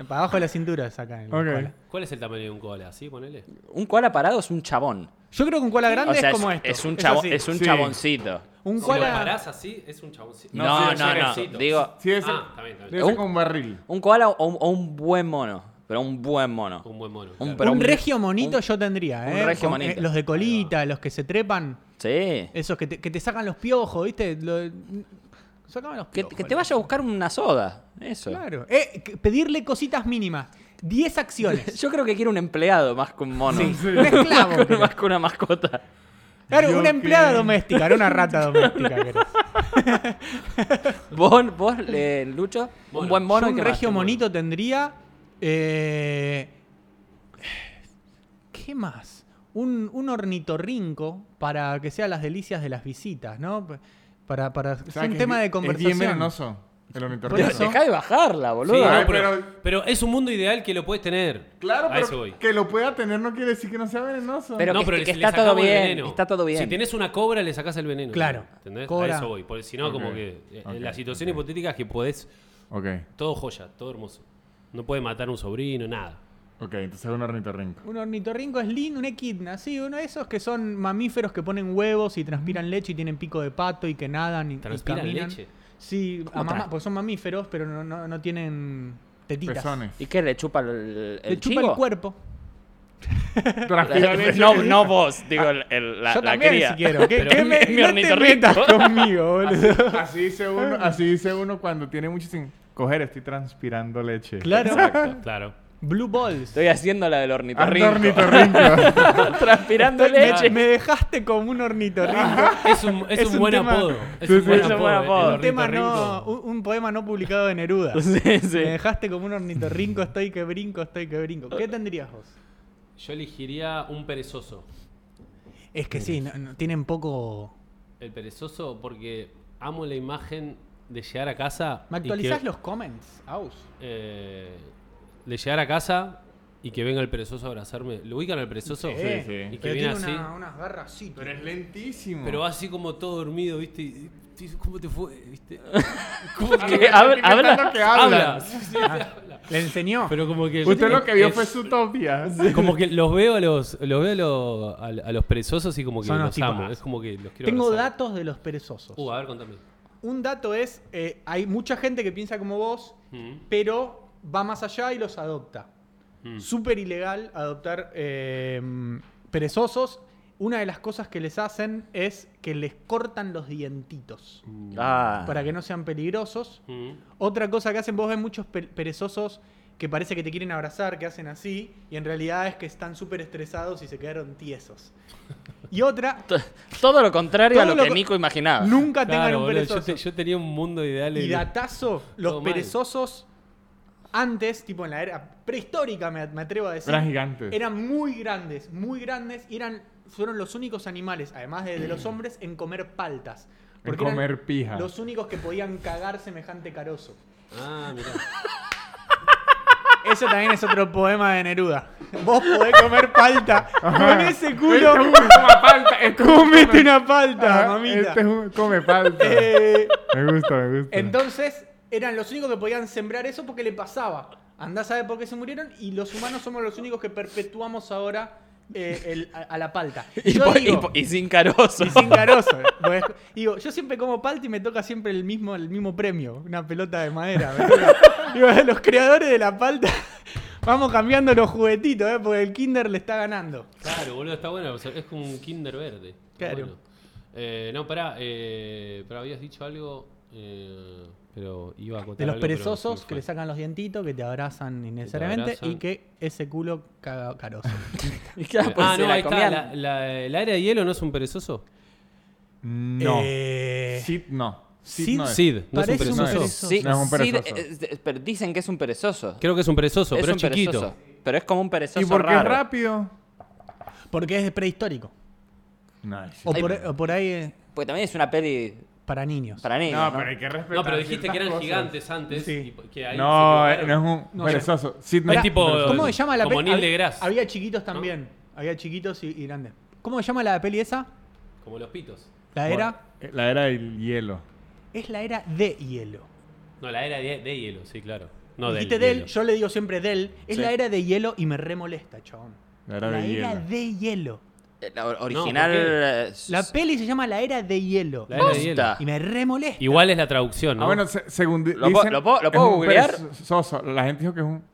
[SPEAKER 3] Para abajo de la cintura saca el
[SPEAKER 2] Ok.
[SPEAKER 3] koala.
[SPEAKER 4] ¿Cuál es el tamaño de un koala? ¿Así? Ponele.
[SPEAKER 1] Un koala parado es un chabón.
[SPEAKER 3] Yo creo que un koala grande
[SPEAKER 1] o sea,
[SPEAKER 3] es como esto.
[SPEAKER 1] un, chabón,
[SPEAKER 3] así.
[SPEAKER 1] es un
[SPEAKER 2] Sí.
[SPEAKER 1] chaboncito.
[SPEAKER 3] Un
[SPEAKER 4] Si lo
[SPEAKER 3] koala.
[SPEAKER 4] parás así, es un chaboncito.
[SPEAKER 1] No,
[SPEAKER 2] sí,
[SPEAKER 1] no,
[SPEAKER 2] es
[SPEAKER 1] no.
[SPEAKER 4] chaboncito.
[SPEAKER 1] Digo,
[SPEAKER 2] Sí, es
[SPEAKER 4] Ah, está bien, está bien.
[SPEAKER 2] debe ser
[SPEAKER 3] ¿Eh?
[SPEAKER 1] Un-
[SPEAKER 2] con barril.
[SPEAKER 1] un koala o un, o un buen mono. Pero un buen mono.
[SPEAKER 4] Un buen mono.
[SPEAKER 1] Un
[SPEAKER 4] claro.
[SPEAKER 1] pe- pero
[SPEAKER 3] un
[SPEAKER 1] un-
[SPEAKER 3] regio monito
[SPEAKER 1] un-
[SPEAKER 3] yo tendría,
[SPEAKER 1] un
[SPEAKER 3] ¿eh?
[SPEAKER 1] regio
[SPEAKER 3] Con- eh,
[SPEAKER 1] monito.
[SPEAKER 3] los de colita, los que se trepan,
[SPEAKER 1] Sí.
[SPEAKER 3] esos que te, que te sacan los piojos, ¿viste? Lo- Sácame los
[SPEAKER 1] Que,
[SPEAKER 3] piojos.
[SPEAKER 1] que te vaya a buscar una soda. Eso.
[SPEAKER 3] Claro. Eh, que- pedirle cositas mínimas. 10 acciones.
[SPEAKER 1] Yo creo que quiero un empleado más que un mono.
[SPEAKER 3] Un esclavo.
[SPEAKER 1] Más que-
[SPEAKER 3] querés.
[SPEAKER 1] más que una mascota.
[SPEAKER 3] Claro,
[SPEAKER 2] Yo
[SPEAKER 3] una empleada
[SPEAKER 2] que-
[SPEAKER 3] doméstica, no una rata doméstica. querés.
[SPEAKER 1] Vos, vos eh, Lucho, un
[SPEAKER 4] Mono.
[SPEAKER 1] buen mono.
[SPEAKER 3] Yo un
[SPEAKER 1] ¿qué más?
[SPEAKER 3] regio monito tendría. eh, ¿Qué más? Un, un ornitorrinco para que sea las delicias de las visitas, ¿no? Para, para es
[SPEAKER 2] ¿Sabes
[SPEAKER 3] un
[SPEAKER 2] que
[SPEAKER 3] tema
[SPEAKER 2] es-
[SPEAKER 3] de
[SPEAKER 2] Es bien
[SPEAKER 3] conversación.
[SPEAKER 2] venenoso el
[SPEAKER 1] Pero
[SPEAKER 2] ornitorrinco.
[SPEAKER 3] Por eso.
[SPEAKER 1] Dejá de bajarla,
[SPEAKER 4] Sí,
[SPEAKER 1] boludo.
[SPEAKER 2] Ay,
[SPEAKER 4] no, pero,
[SPEAKER 2] pero-
[SPEAKER 4] pero es un mundo ideal que lo puedes tener.
[SPEAKER 2] Claro,
[SPEAKER 4] A eso voy.
[SPEAKER 2] pero que lo pueda tener no quiere decir que no sea venenoso.
[SPEAKER 1] Pero-
[SPEAKER 4] no,
[SPEAKER 1] que-
[SPEAKER 4] pero
[SPEAKER 1] que
[SPEAKER 4] le-
[SPEAKER 1] está
[SPEAKER 4] le sacamos
[SPEAKER 1] todo
[SPEAKER 4] el
[SPEAKER 1] bien,
[SPEAKER 4] veneno.
[SPEAKER 1] está todo bien.
[SPEAKER 4] Si tenés una cobra, le sacás el veneno.
[SPEAKER 3] Claro.
[SPEAKER 4] ¿Entendés?
[SPEAKER 3] Cobra.
[SPEAKER 4] A eso voy. Porque si no,
[SPEAKER 2] Ok.
[SPEAKER 4] como que. eh,
[SPEAKER 2] Ok,
[SPEAKER 4] En la situación
[SPEAKER 2] ok.
[SPEAKER 4] hipotética es que podés.
[SPEAKER 2] Ok,
[SPEAKER 4] Todo joya, todo hermoso. No puede matar a un sobrino, nada.
[SPEAKER 2] ok, entonces un ornitorrinco.
[SPEAKER 3] Un ornitorrinco es lindo, un equidna, sí, uno de esos que son mamíferos que ponen huevos y transpiran leche y tienen pico de pato y que nadan y, y
[SPEAKER 4] ¿Transpiran
[SPEAKER 3] caminan.
[SPEAKER 4] leche?
[SPEAKER 3] Sí, a
[SPEAKER 1] ¿Cómo
[SPEAKER 3] mamá-
[SPEAKER 1] tra-
[SPEAKER 3] porque son mamíferos, pero no, no- no tienen tetitas.
[SPEAKER 2] Pezones.
[SPEAKER 1] ¿Y qué? ¿Le chupa el, el
[SPEAKER 3] Le chupa
[SPEAKER 1] chivo?
[SPEAKER 3] el cuerpo.
[SPEAKER 2] Transpira leche.
[SPEAKER 1] no, no vos, digo, el- el- la,
[SPEAKER 3] Yo
[SPEAKER 1] la
[SPEAKER 3] también,
[SPEAKER 1] cría.
[SPEAKER 3] si quiero. ¿Qué,
[SPEAKER 1] Pero
[SPEAKER 3] qué
[SPEAKER 1] es mi-
[SPEAKER 3] me,
[SPEAKER 1] es mi
[SPEAKER 3] no te
[SPEAKER 1] ornitorrinco.
[SPEAKER 3] metas conmigo, boludo.
[SPEAKER 2] Así dice uno, así dice uno cuando tiene mucho sin coger, estoy transpirando leche.
[SPEAKER 3] Claro.
[SPEAKER 4] Exacto, claro.
[SPEAKER 3] Blue balls.
[SPEAKER 1] Estoy haciendo la del
[SPEAKER 2] Ando
[SPEAKER 1] ornitorrinco.
[SPEAKER 2] ornitorrinco.
[SPEAKER 1] Transpirando
[SPEAKER 3] Me,
[SPEAKER 1] leche.
[SPEAKER 3] me dejaste como un ornitorrinco.
[SPEAKER 4] Es un, es
[SPEAKER 3] Es
[SPEAKER 4] un
[SPEAKER 3] un
[SPEAKER 4] buen
[SPEAKER 3] tema-
[SPEAKER 4] apodo. Es
[SPEAKER 2] Sí,
[SPEAKER 4] un
[SPEAKER 2] sí,
[SPEAKER 4] buen
[SPEAKER 2] es un
[SPEAKER 4] apodo.
[SPEAKER 1] buen
[SPEAKER 4] eh,
[SPEAKER 1] apodo.
[SPEAKER 4] el
[SPEAKER 3] un, tema no,
[SPEAKER 4] ornitorrinco.
[SPEAKER 3] un, un poema no publicado de Neruda.
[SPEAKER 1] Sí, sí.
[SPEAKER 3] Me dejaste como un ornitorrinco, estoy que brinco, estoy que brinco. ¿Qué tendrías vos?
[SPEAKER 4] Yo elegiría un perezoso.
[SPEAKER 3] Es que sí, no- no, tienen poco...
[SPEAKER 4] El perezoso porque amo la imagen de llegar a casa.
[SPEAKER 3] ¿Me
[SPEAKER 4] y que-
[SPEAKER 3] actualizás los comments, Aus?
[SPEAKER 4] eh, de llegar a casa y que venga el perezoso a abrazarme. ¿Lo ubican al perezoso?
[SPEAKER 2] Sí, sí.
[SPEAKER 4] Y que
[SPEAKER 3] Pero
[SPEAKER 4] viene
[SPEAKER 3] tiene
[SPEAKER 4] así.
[SPEAKER 3] una- unas garras así.
[SPEAKER 2] Pero es lentísimo.
[SPEAKER 4] Pero va así como todo dormido, ¿viste? Y- y- ¿Cómo te fue? ¿Viste?
[SPEAKER 1] Que habla- habla-
[SPEAKER 2] que habla.
[SPEAKER 4] Habla. Sí, sí, habla.
[SPEAKER 3] Le enseñó.
[SPEAKER 4] Pero como que.
[SPEAKER 2] Usted lo que vio
[SPEAKER 4] es-
[SPEAKER 2] fue su topia.
[SPEAKER 4] Como que los veo a los, los veo a los, a, a los perezosos y como que
[SPEAKER 3] Son los
[SPEAKER 4] los amo.
[SPEAKER 3] tipazos.
[SPEAKER 4] Es como que los quiero
[SPEAKER 3] Tengo
[SPEAKER 4] abrazar.
[SPEAKER 3] datos de los perezosos.
[SPEAKER 4] Uh, a ver, contame.
[SPEAKER 3] Un dato es, eh, hay mucha gente que piensa como vos,
[SPEAKER 4] Mm.
[SPEAKER 3] pero va más allá y los adopta.
[SPEAKER 4] Mm.
[SPEAKER 3] Súper ilegal adoptar eh, perezosos. Una de las cosas que les hacen es que les cortan los dientitos
[SPEAKER 1] Ah.
[SPEAKER 3] para que no sean peligrosos.
[SPEAKER 4] Mm.
[SPEAKER 3] Otra cosa que hacen, vos ves muchos pe- perezosos que parece que te quieren abrazar, que hacen así, y en realidad es que están súper estresados y se quedaron tiesos. Y otra,
[SPEAKER 1] T- Todo lo contrario
[SPEAKER 3] Todo
[SPEAKER 1] a lo,
[SPEAKER 3] lo
[SPEAKER 1] que
[SPEAKER 3] co-
[SPEAKER 1] Nico imaginaba.
[SPEAKER 3] nunca tengan
[SPEAKER 4] Claro,
[SPEAKER 3] un
[SPEAKER 4] boludo,
[SPEAKER 3] perezoso.
[SPEAKER 4] yo, te- yo tenía un mundo ideal.
[SPEAKER 3] Y
[SPEAKER 4] en-
[SPEAKER 3] datazo,
[SPEAKER 4] Todo
[SPEAKER 3] los
[SPEAKER 4] mal.
[SPEAKER 3] perezosos antes, tipo en la era prehistórica, me, me atrevo a decir,
[SPEAKER 2] Eran gigantes.
[SPEAKER 3] eran muy grandes, muy grandes, y eran, fueron los únicos animales, además de, de los hombres, en comer paltas.
[SPEAKER 2] En
[SPEAKER 3] Porque eran
[SPEAKER 2] comer pija.
[SPEAKER 3] los únicos que podían cagar semejante carozo.
[SPEAKER 4] Ah, mirá.
[SPEAKER 3] Eso también es otro poema de Neruda. Vos podés comer palta con ese culo.
[SPEAKER 2] Este es un toma palta. Este es un-
[SPEAKER 3] Comete una palta,
[SPEAKER 2] Ajá,
[SPEAKER 3] mamita.
[SPEAKER 2] Este es un come palta.
[SPEAKER 3] Eh,
[SPEAKER 2] Me gusta, me gusta.
[SPEAKER 3] Entonces, eran los únicos que podían sembrar eso porque le pasaba. Andá a saber por qué se murieron y los humanos somos los únicos que perpetuamos ahora eh, el- a, a la palta.
[SPEAKER 1] Y,
[SPEAKER 3] Yo
[SPEAKER 1] po- y
[SPEAKER 3] digo-
[SPEAKER 1] po- y sin carozo.
[SPEAKER 3] y sin carozo. Porque, digo, yo siempre como palta y me toca siempre el mismo, el mismo premio, una pelota de madera. me toca. Digo, los creadores de la palta, vamos cambiando los juguetitos, eh, porque el Kinder le está ganando.
[SPEAKER 4] Claro, boludo, está bueno. o sea, es como un Kinder verde. Está
[SPEAKER 3] Claro.
[SPEAKER 4] bueno. Eh, no, pará, eh, pero habías dicho algo. eh, pero iba a contar.
[SPEAKER 3] De los
[SPEAKER 4] algo, pero se me
[SPEAKER 3] perezosos que
[SPEAKER 4] fue.
[SPEAKER 3] le sacan los dientitos, que te abrazan innecesariamente
[SPEAKER 4] abrazan.
[SPEAKER 3] y que ese culo caga carozo.
[SPEAKER 1] Y claro, pues
[SPEAKER 4] Ah,
[SPEAKER 1] se
[SPEAKER 4] no,
[SPEAKER 1] la
[SPEAKER 4] ahí está.
[SPEAKER 1] comían.
[SPEAKER 4] La, la- ¿el área de hielo no es un perezoso?
[SPEAKER 2] No.
[SPEAKER 3] Eh,
[SPEAKER 2] Sí, no. Sid
[SPEAKER 3] Sid-
[SPEAKER 2] no es.
[SPEAKER 4] Sid, no es un
[SPEAKER 3] Parece un
[SPEAKER 4] perezoso.
[SPEAKER 3] perezoso.
[SPEAKER 1] Sí,
[SPEAKER 2] No es un
[SPEAKER 1] sí,
[SPEAKER 2] perezoso.
[SPEAKER 1] eh, eh, pero dicen que es un perezoso.
[SPEAKER 4] Creo que es un perezoso, pero
[SPEAKER 1] un
[SPEAKER 4] es chiquito.
[SPEAKER 1] perezoso, pero es como un perezoso
[SPEAKER 2] ¿Y por qué es
[SPEAKER 1] raro.
[SPEAKER 2] rápido?
[SPEAKER 3] Porque es prehistórico.
[SPEAKER 2] No, es-
[SPEAKER 3] O
[SPEAKER 1] Ahí-
[SPEAKER 3] por, o por ahí eh,
[SPEAKER 1] Porque también es una peli
[SPEAKER 3] para niños.
[SPEAKER 1] para niños.
[SPEAKER 2] no,
[SPEAKER 1] ¿no?
[SPEAKER 2] pero hay que respetar.
[SPEAKER 4] No, pero dijiste
[SPEAKER 2] ciertas
[SPEAKER 4] que eran
[SPEAKER 2] cosas.
[SPEAKER 4] gigantes antes.
[SPEAKER 3] Sí.
[SPEAKER 4] y que ahí
[SPEAKER 2] No,
[SPEAKER 4] se
[SPEAKER 2] eh,
[SPEAKER 4] equivocaron.
[SPEAKER 2] no es un
[SPEAKER 3] No,
[SPEAKER 2] perezoso. Sid no
[SPEAKER 4] Es
[SPEAKER 2] un
[SPEAKER 4] tipo-
[SPEAKER 2] perezoso.
[SPEAKER 4] Como
[SPEAKER 3] ¿Cómo se llama la
[SPEAKER 4] como
[SPEAKER 3] peli?
[SPEAKER 4] Neil
[SPEAKER 3] Había-
[SPEAKER 4] deGrasse.
[SPEAKER 3] Había chiquitos también. Había chiquitos y, y grandes. ¿Cómo se llama la peli esa?
[SPEAKER 4] Como los pitos.
[SPEAKER 3] La era.
[SPEAKER 2] Eh, La era del hielo.
[SPEAKER 3] Es la era de hielo.
[SPEAKER 4] No, la era de, de hielo, sí, claro. No, del
[SPEAKER 3] Dijiste del,
[SPEAKER 4] hielo.
[SPEAKER 3] yo le digo siempre del. Es
[SPEAKER 2] Sí.
[SPEAKER 3] la era de hielo y me remolesta, chabón.
[SPEAKER 2] La era
[SPEAKER 3] la
[SPEAKER 2] del
[SPEAKER 3] era
[SPEAKER 2] hielo.
[SPEAKER 3] de hielo.
[SPEAKER 1] Eh, La or-
[SPEAKER 4] ¿por qué?
[SPEAKER 1] original. eh,
[SPEAKER 3] La
[SPEAKER 1] s-
[SPEAKER 3] peli se llama La era de hielo.
[SPEAKER 4] La era de hielo.
[SPEAKER 1] Posta.
[SPEAKER 3] Y me remolesta.
[SPEAKER 4] Igual es la traducción, ¿no?
[SPEAKER 2] Ah, bueno, se- según di-
[SPEAKER 1] ¿Lo puedo-
[SPEAKER 2] dicen,
[SPEAKER 1] lo puedo- lo
[SPEAKER 2] es
[SPEAKER 1] puedo
[SPEAKER 2] un
[SPEAKER 1] googlear?
[SPEAKER 2] perezoso. La gente dijo que es un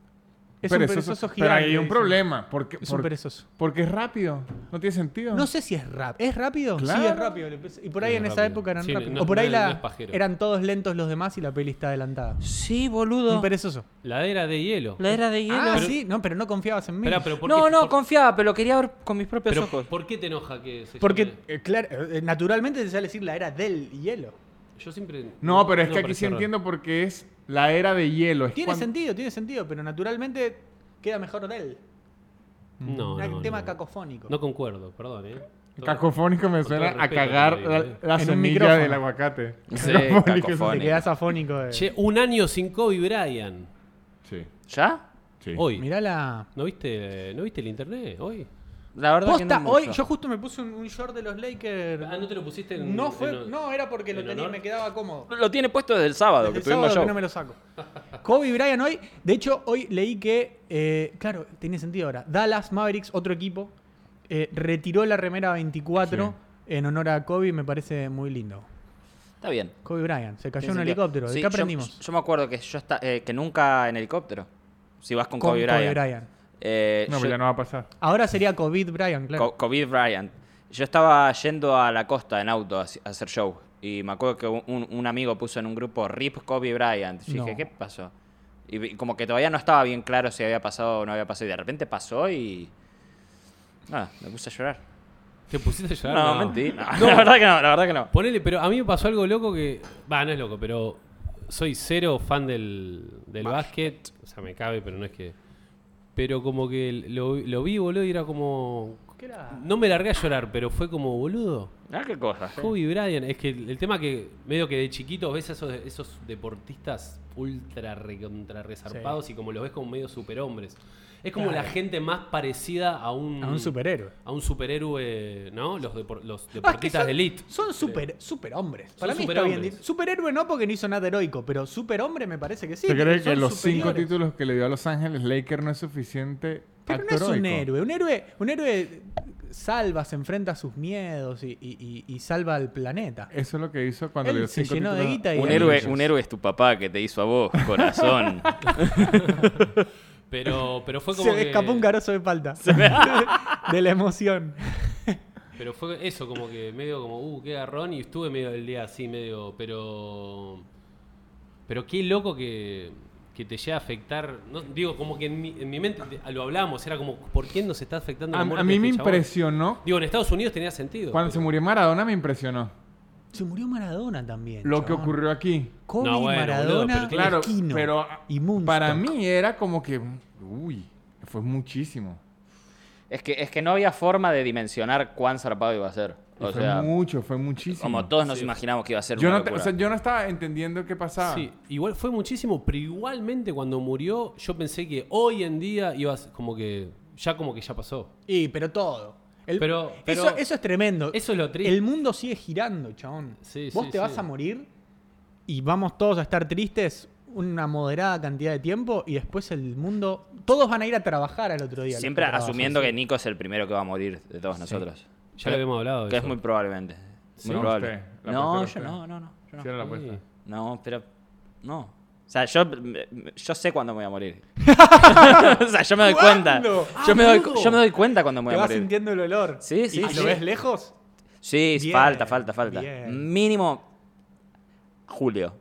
[SPEAKER 3] Es un perezoso
[SPEAKER 2] Pero ahí
[SPEAKER 3] gigante,
[SPEAKER 2] hay un
[SPEAKER 3] dicen.
[SPEAKER 2] problema. Porque,
[SPEAKER 3] Es un
[SPEAKER 2] por-
[SPEAKER 3] perezoso.
[SPEAKER 2] porque es rápido. No tiene sentido.
[SPEAKER 3] No sé si es rap. ¿Es rápido?
[SPEAKER 2] Claro.
[SPEAKER 3] Sí, es rápido. Le puse- Y por ahí
[SPEAKER 4] Es
[SPEAKER 3] en esa
[SPEAKER 4] rápido.
[SPEAKER 3] época eran
[SPEAKER 4] Sí,
[SPEAKER 3] rápidos.
[SPEAKER 4] no-
[SPEAKER 3] o por
[SPEAKER 4] no
[SPEAKER 3] ahí
[SPEAKER 4] es-
[SPEAKER 3] la-
[SPEAKER 4] no es pajero.
[SPEAKER 3] eran todos lentos los demás y la peli está adelantada.
[SPEAKER 1] Sí,
[SPEAKER 3] Un
[SPEAKER 1] boludo.
[SPEAKER 3] perezoso.
[SPEAKER 4] La era de hielo.
[SPEAKER 1] La era de hielo.
[SPEAKER 3] Ah,
[SPEAKER 4] Pero-
[SPEAKER 3] sí, no, pero no confiabas en mí.
[SPEAKER 4] Esperá, pero ¿por
[SPEAKER 1] no,
[SPEAKER 4] qué-
[SPEAKER 1] no,
[SPEAKER 4] por-
[SPEAKER 1] confiaba, pero lo quería ver con mis propios
[SPEAKER 4] pero
[SPEAKER 1] ojos.
[SPEAKER 4] ¿Por qué te enoja que se
[SPEAKER 3] Porque,
[SPEAKER 4] llame?
[SPEAKER 3] eh, claro, eh, naturalmente te sale decir la era del hielo.
[SPEAKER 4] Yo siempre.
[SPEAKER 2] No, pero es que aquí
[SPEAKER 4] parece
[SPEAKER 2] sí
[SPEAKER 4] raro.
[SPEAKER 2] entiendo porque es la era de hielo. Es
[SPEAKER 3] Tiene
[SPEAKER 2] cuando-
[SPEAKER 3] sentido, tiene sentido, pero naturalmente queda mejor del.
[SPEAKER 4] No,
[SPEAKER 3] Un
[SPEAKER 4] no,
[SPEAKER 3] tema
[SPEAKER 4] no.
[SPEAKER 3] cacofónico.
[SPEAKER 4] No concuerdo, perdón, ¿eh?
[SPEAKER 2] Cacofónico me
[SPEAKER 4] Con todo
[SPEAKER 2] suena a
[SPEAKER 4] respeto,
[SPEAKER 2] cagar
[SPEAKER 4] te digo,
[SPEAKER 2] la,
[SPEAKER 4] eh.
[SPEAKER 2] la
[SPEAKER 3] En un
[SPEAKER 2] semilla
[SPEAKER 3] micrófono.
[SPEAKER 2] del aguacate.
[SPEAKER 1] Sí,
[SPEAKER 2] Cacofónico,
[SPEAKER 1] cacofónico.
[SPEAKER 3] te quedas afónico. De...
[SPEAKER 4] Che, un año sin Kobe Bryant.
[SPEAKER 2] Sí,
[SPEAKER 1] ¿Ya?
[SPEAKER 2] sí.
[SPEAKER 4] Hoy.
[SPEAKER 3] Mirá la.
[SPEAKER 4] ¿No viste, ¿No viste el internet? Hoy.
[SPEAKER 1] La verdad que
[SPEAKER 3] Posta,
[SPEAKER 1] no
[SPEAKER 3] hoy
[SPEAKER 1] mucho.
[SPEAKER 3] yo justo me puse un, un short de los Lakers.
[SPEAKER 4] Ah, ¿no te lo pusiste en.?
[SPEAKER 3] No fue,
[SPEAKER 4] en-
[SPEAKER 3] no, era porque lo
[SPEAKER 4] en
[SPEAKER 3] tenía y
[SPEAKER 4] honor?
[SPEAKER 3] me quedaba cómodo.
[SPEAKER 1] Lo tiene puesto desde el sábado,
[SPEAKER 3] Desde
[SPEAKER 1] que
[SPEAKER 3] el sábado
[SPEAKER 1] tuvimos
[SPEAKER 3] que
[SPEAKER 1] show.
[SPEAKER 3] no me lo saco. Kobe Bryant hoy, de hecho, hoy leí que, eh, claro, tiene sentido ahora. Dallas Mavericks, otro equipo, eh, retiró la remera 24 en honor a Kobe, me parece muy lindo.
[SPEAKER 1] Está bien.
[SPEAKER 3] Kobe Bryant, se cayó
[SPEAKER 1] Tiene
[SPEAKER 3] en un
[SPEAKER 1] sentido.
[SPEAKER 3] helicóptero. ¿De
[SPEAKER 1] Sí,
[SPEAKER 3] qué
[SPEAKER 1] yo-
[SPEAKER 3] aprendimos?
[SPEAKER 1] Yo, me acuerdo que yo está, eh, que nunca en helicóptero. Si vas con, Kobe Bryant. Eh,
[SPEAKER 2] No,
[SPEAKER 1] yo-
[SPEAKER 2] pero ya no va a pasar.
[SPEAKER 3] Ahora sería COVID Bryant, claro.
[SPEAKER 1] Co- COVID Bryant. Yo estaba yendo a la costa en auto a hac- a hacer show. Y me acuerdo que un, un amigo puso en un grupo RIP Kobe Bryant. Yo dije,
[SPEAKER 3] No.
[SPEAKER 1] ¿qué pasó? Y vi- como que todavía no estaba bien claro si había pasado o no había pasado. Y de repente pasó y. Nada, me puse a llorar.
[SPEAKER 4] ¿Te pusiste a llorar?
[SPEAKER 1] No, mentí. No, La verdad que no, la verdad que no.
[SPEAKER 4] Ponele, pero a mí me pasó algo loco que. Va, no es loco, pero soy cero fan del, del básquet. O sea, me cabe, pero no es que. Pero como que lo, lo vi, boludo, y era como.
[SPEAKER 3] ¿Qué era?
[SPEAKER 4] No me largué a llorar, pero fue como, boludo.
[SPEAKER 1] Ah, qué cosa.
[SPEAKER 4] Kobe Bryant, es que el, el tema que medio que de chiquitos ves a esos, esos deportistas ultra recontra resarpados y como los ves como medio superhombres. Es como
[SPEAKER 3] Claro.
[SPEAKER 4] la gente más parecida a un,
[SPEAKER 1] Mm.
[SPEAKER 3] A un superhéroe.
[SPEAKER 4] a un superhéroe, ¿no? Los, depor- los
[SPEAKER 3] Ah, es que
[SPEAKER 4] deportistas
[SPEAKER 3] son-
[SPEAKER 4] de elite.
[SPEAKER 3] Son super, superhombres. Para mí está bien.
[SPEAKER 4] superhombres.
[SPEAKER 3] di- Superhéroe no porque no hizo nada heroico, pero superhombre me parece que sí.
[SPEAKER 2] ¿Te
[SPEAKER 3] porque
[SPEAKER 2] crees
[SPEAKER 3] son
[SPEAKER 2] que los cinco
[SPEAKER 3] superiores.
[SPEAKER 2] títulos que le dio a Los Ángeles Lakers no es suficiente?
[SPEAKER 3] Pero no
[SPEAKER 2] acto
[SPEAKER 3] es un
[SPEAKER 2] heroico?
[SPEAKER 3] héroe. Un héroe, un héroe salva, se enfrenta a sus miedos y, y- y- y salva al planeta.
[SPEAKER 4] Eh,
[SPEAKER 2] Eso es lo que hizo cuando
[SPEAKER 3] Él
[SPEAKER 2] le dio
[SPEAKER 3] se
[SPEAKER 2] cinco
[SPEAKER 3] llenó de
[SPEAKER 2] títulos.
[SPEAKER 3] guita y-
[SPEAKER 1] Un héroe, un héroe es tu papá que te hizo a vos, corazón.
[SPEAKER 4] Pero, pero fue como
[SPEAKER 3] Se me
[SPEAKER 4] que-
[SPEAKER 3] escapó un carozo de palta. de la emoción.
[SPEAKER 4] Pero fue eso, como que medio como, uh, qué garrón, y estuve medio el día así, medio, pero... Pero qué loco que, que te llega a afectar, no, digo, como que en mi, en mi mente te- lo hablamos, era como, ¿por qué nos está afectando
[SPEAKER 2] A,
[SPEAKER 4] la
[SPEAKER 2] a
[SPEAKER 4] muerte
[SPEAKER 2] mí
[SPEAKER 4] de
[SPEAKER 2] me
[SPEAKER 4] este chabón?
[SPEAKER 2] impresionó.
[SPEAKER 4] Digo, en Estados Unidos tenía sentido.
[SPEAKER 2] Cuando se
[SPEAKER 4] pero-
[SPEAKER 2] murió Maradona me impresionó
[SPEAKER 3] Se murió Maradona también.
[SPEAKER 2] lo que
[SPEAKER 3] chabón.
[SPEAKER 2] ocurrió aquí.
[SPEAKER 3] Kobe,
[SPEAKER 4] No, bueno, boludo,
[SPEAKER 3] Maradona,
[SPEAKER 4] pero tiene-
[SPEAKER 2] Claro,
[SPEAKER 3] Esquino
[SPEAKER 2] pero
[SPEAKER 3] y Moonstock.
[SPEAKER 2] para mí era como que, uy, fue muchísimo.
[SPEAKER 1] es, que, es que no había forma de dimensionar cuán zarpado iba a ser. O
[SPEAKER 2] fue
[SPEAKER 1] sea,
[SPEAKER 2] mucho, fue muchísimo.
[SPEAKER 1] como todos nos imaginamos que iba a ser.
[SPEAKER 2] yo
[SPEAKER 1] una
[SPEAKER 2] no, te- o
[SPEAKER 1] locura.
[SPEAKER 2] sea, yo no estaba entendiendo qué pasaba.
[SPEAKER 4] Sí, igual fue muchísimo, pero igualmente cuando murió, yo pensé que hoy en día ibas como que, ya como que ya pasó.
[SPEAKER 3] Y, pero todo. El-
[SPEAKER 4] Pero-
[SPEAKER 3] eso-
[SPEAKER 4] pero-
[SPEAKER 3] eso, es tremendo.
[SPEAKER 4] Eso es lo triste.
[SPEAKER 3] El mundo sigue girando, chabón.
[SPEAKER 4] Sí,
[SPEAKER 3] Vos
[SPEAKER 4] sí,
[SPEAKER 3] te
[SPEAKER 4] sí.
[SPEAKER 3] vas a morir y vamos todos a estar tristes una moderada cantidad de tiempo y después el mundo. Todos van a ir a trabajar al otro día.
[SPEAKER 1] Siempre
[SPEAKER 3] los que trabajan.
[SPEAKER 1] asumiendo que Nico es el primero que va a morir de todos nosotros.
[SPEAKER 4] Ya lo habíamos hablado de
[SPEAKER 1] Que es
[SPEAKER 4] eso.
[SPEAKER 1] muy probablemente. Muy
[SPEAKER 2] No,
[SPEAKER 1] probable.
[SPEAKER 2] usted, la
[SPEAKER 1] no,
[SPEAKER 2] apuesta
[SPEAKER 1] yo
[SPEAKER 2] de
[SPEAKER 1] no,
[SPEAKER 2] usted.
[SPEAKER 1] no, no. yo no.
[SPEAKER 2] Cierra la apuesta.
[SPEAKER 4] Sí.
[SPEAKER 1] No, pero. No. O sea, yo, yo sé cuándo me voy a morir. o sea, yo me doy cuenta.
[SPEAKER 3] ¿Cuándo?
[SPEAKER 1] Yo,
[SPEAKER 3] Ah,
[SPEAKER 1] me doy,
[SPEAKER 3] boludo.
[SPEAKER 1] yo me doy cuenta cuando me
[SPEAKER 3] Te
[SPEAKER 1] voy a
[SPEAKER 3] vas
[SPEAKER 1] morir.
[SPEAKER 3] sintiendo el olor.
[SPEAKER 1] Sí, sí,
[SPEAKER 3] ¿Y
[SPEAKER 1] sí.
[SPEAKER 3] lo ves lejos?
[SPEAKER 1] Sí,
[SPEAKER 3] Bien,
[SPEAKER 1] falta, falta, falta.
[SPEAKER 3] bien.
[SPEAKER 1] Mínimo. Julio.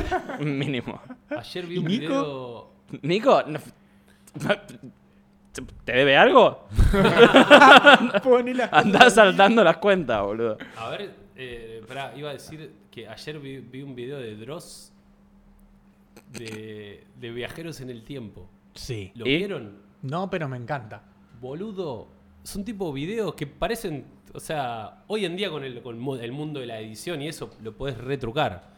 [SPEAKER 1] Mínimo.
[SPEAKER 4] Ayer vi un
[SPEAKER 3] Nico?
[SPEAKER 4] video...
[SPEAKER 1] Nico, no- ¿te debe algo?
[SPEAKER 3] Pone la-
[SPEAKER 1] Ah. Andás saltando las cuentas, boludo.
[SPEAKER 4] A ver, Eh, pará, iba a decir que ayer vi, vi un video de Dross de, de viajeros en el tiempo.
[SPEAKER 3] Sí.
[SPEAKER 4] ¿Lo
[SPEAKER 1] ¿Y?
[SPEAKER 4] vieron?
[SPEAKER 3] No, pero me encanta.
[SPEAKER 4] Boludo. Son tipo videos que parecen. O sea, hoy en día con el, con mo- el mundo de la edición y eso lo podés retrucar.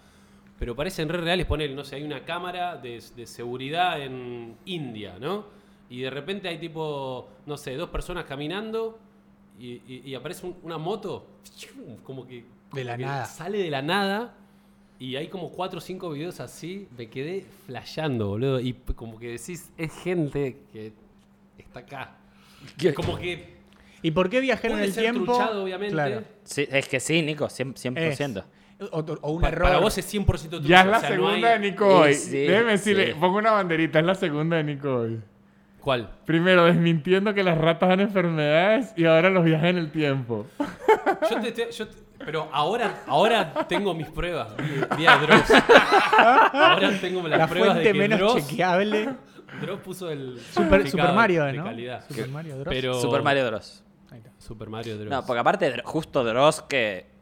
[SPEAKER 4] Pero parecen re reales. Poner, no sé, hay una cámara de, de seguridad en India, ¿no? Y de repente hay tipo, no sé, dos personas caminando y, y- y aparece un- una moto. Como que. como
[SPEAKER 3] la
[SPEAKER 4] que
[SPEAKER 3] nada.
[SPEAKER 4] Sale de la nada. Y hay como cuatro o cinco videos así, me quedé flasheando, boludo. Y p- como que decís, es gente que está acá. Como que
[SPEAKER 3] ¿Y por qué viajaron en
[SPEAKER 4] puede
[SPEAKER 3] el
[SPEAKER 4] ser
[SPEAKER 3] tiempo?
[SPEAKER 4] truchado, obviamente.
[SPEAKER 3] Claro.
[SPEAKER 1] Sí, es que sí, Nico, 100%.
[SPEAKER 3] Es. O, o un
[SPEAKER 4] Pa-
[SPEAKER 3] error.
[SPEAKER 4] Para vos es 100% truchado.
[SPEAKER 2] Ya es la
[SPEAKER 4] o sea, no
[SPEAKER 2] segunda
[SPEAKER 4] hay-
[SPEAKER 2] de Nico hoy.
[SPEAKER 1] Sí, sí,
[SPEAKER 2] Déjeme decirle,
[SPEAKER 1] sí.
[SPEAKER 2] pongo una banderita, es la segunda de Nico hoy.
[SPEAKER 4] ¿Cuál?
[SPEAKER 2] Primero, desmintiendo que las ratas dan enfermedades y ahora los viajes en el tiempo.
[SPEAKER 4] Yo te, te- yo te- pero ahora, ahora tengo mis pruebas. Vi, vi a Dross. Ahora tengo las
[SPEAKER 3] la
[SPEAKER 4] pruebas
[SPEAKER 3] fuente
[SPEAKER 4] de que
[SPEAKER 3] menos
[SPEAKER 4] Dross,
[SPEAKER 3] chequeable.
[SPEAKER 4] Dross puso el
[SPEAKER 3] Super,
[SPEAKER 4] certificado
[SPEAKER 3] Super Mario,
[SPEAKER 4] de
[SPEAKER 3] ¿no?
[SPEAKER 4] calidad.
[SPEAKER 3] Super Mario Bros.
[SPEAKER 4] Pero
[SPEAKER 1] Super Mario Bros.
[SPEAKER 3] Ahí está.
[SPEAKER 4] Super Mario Dross.
[SPEAKER 1] No, porque aparte, Dro- justo Dross, que.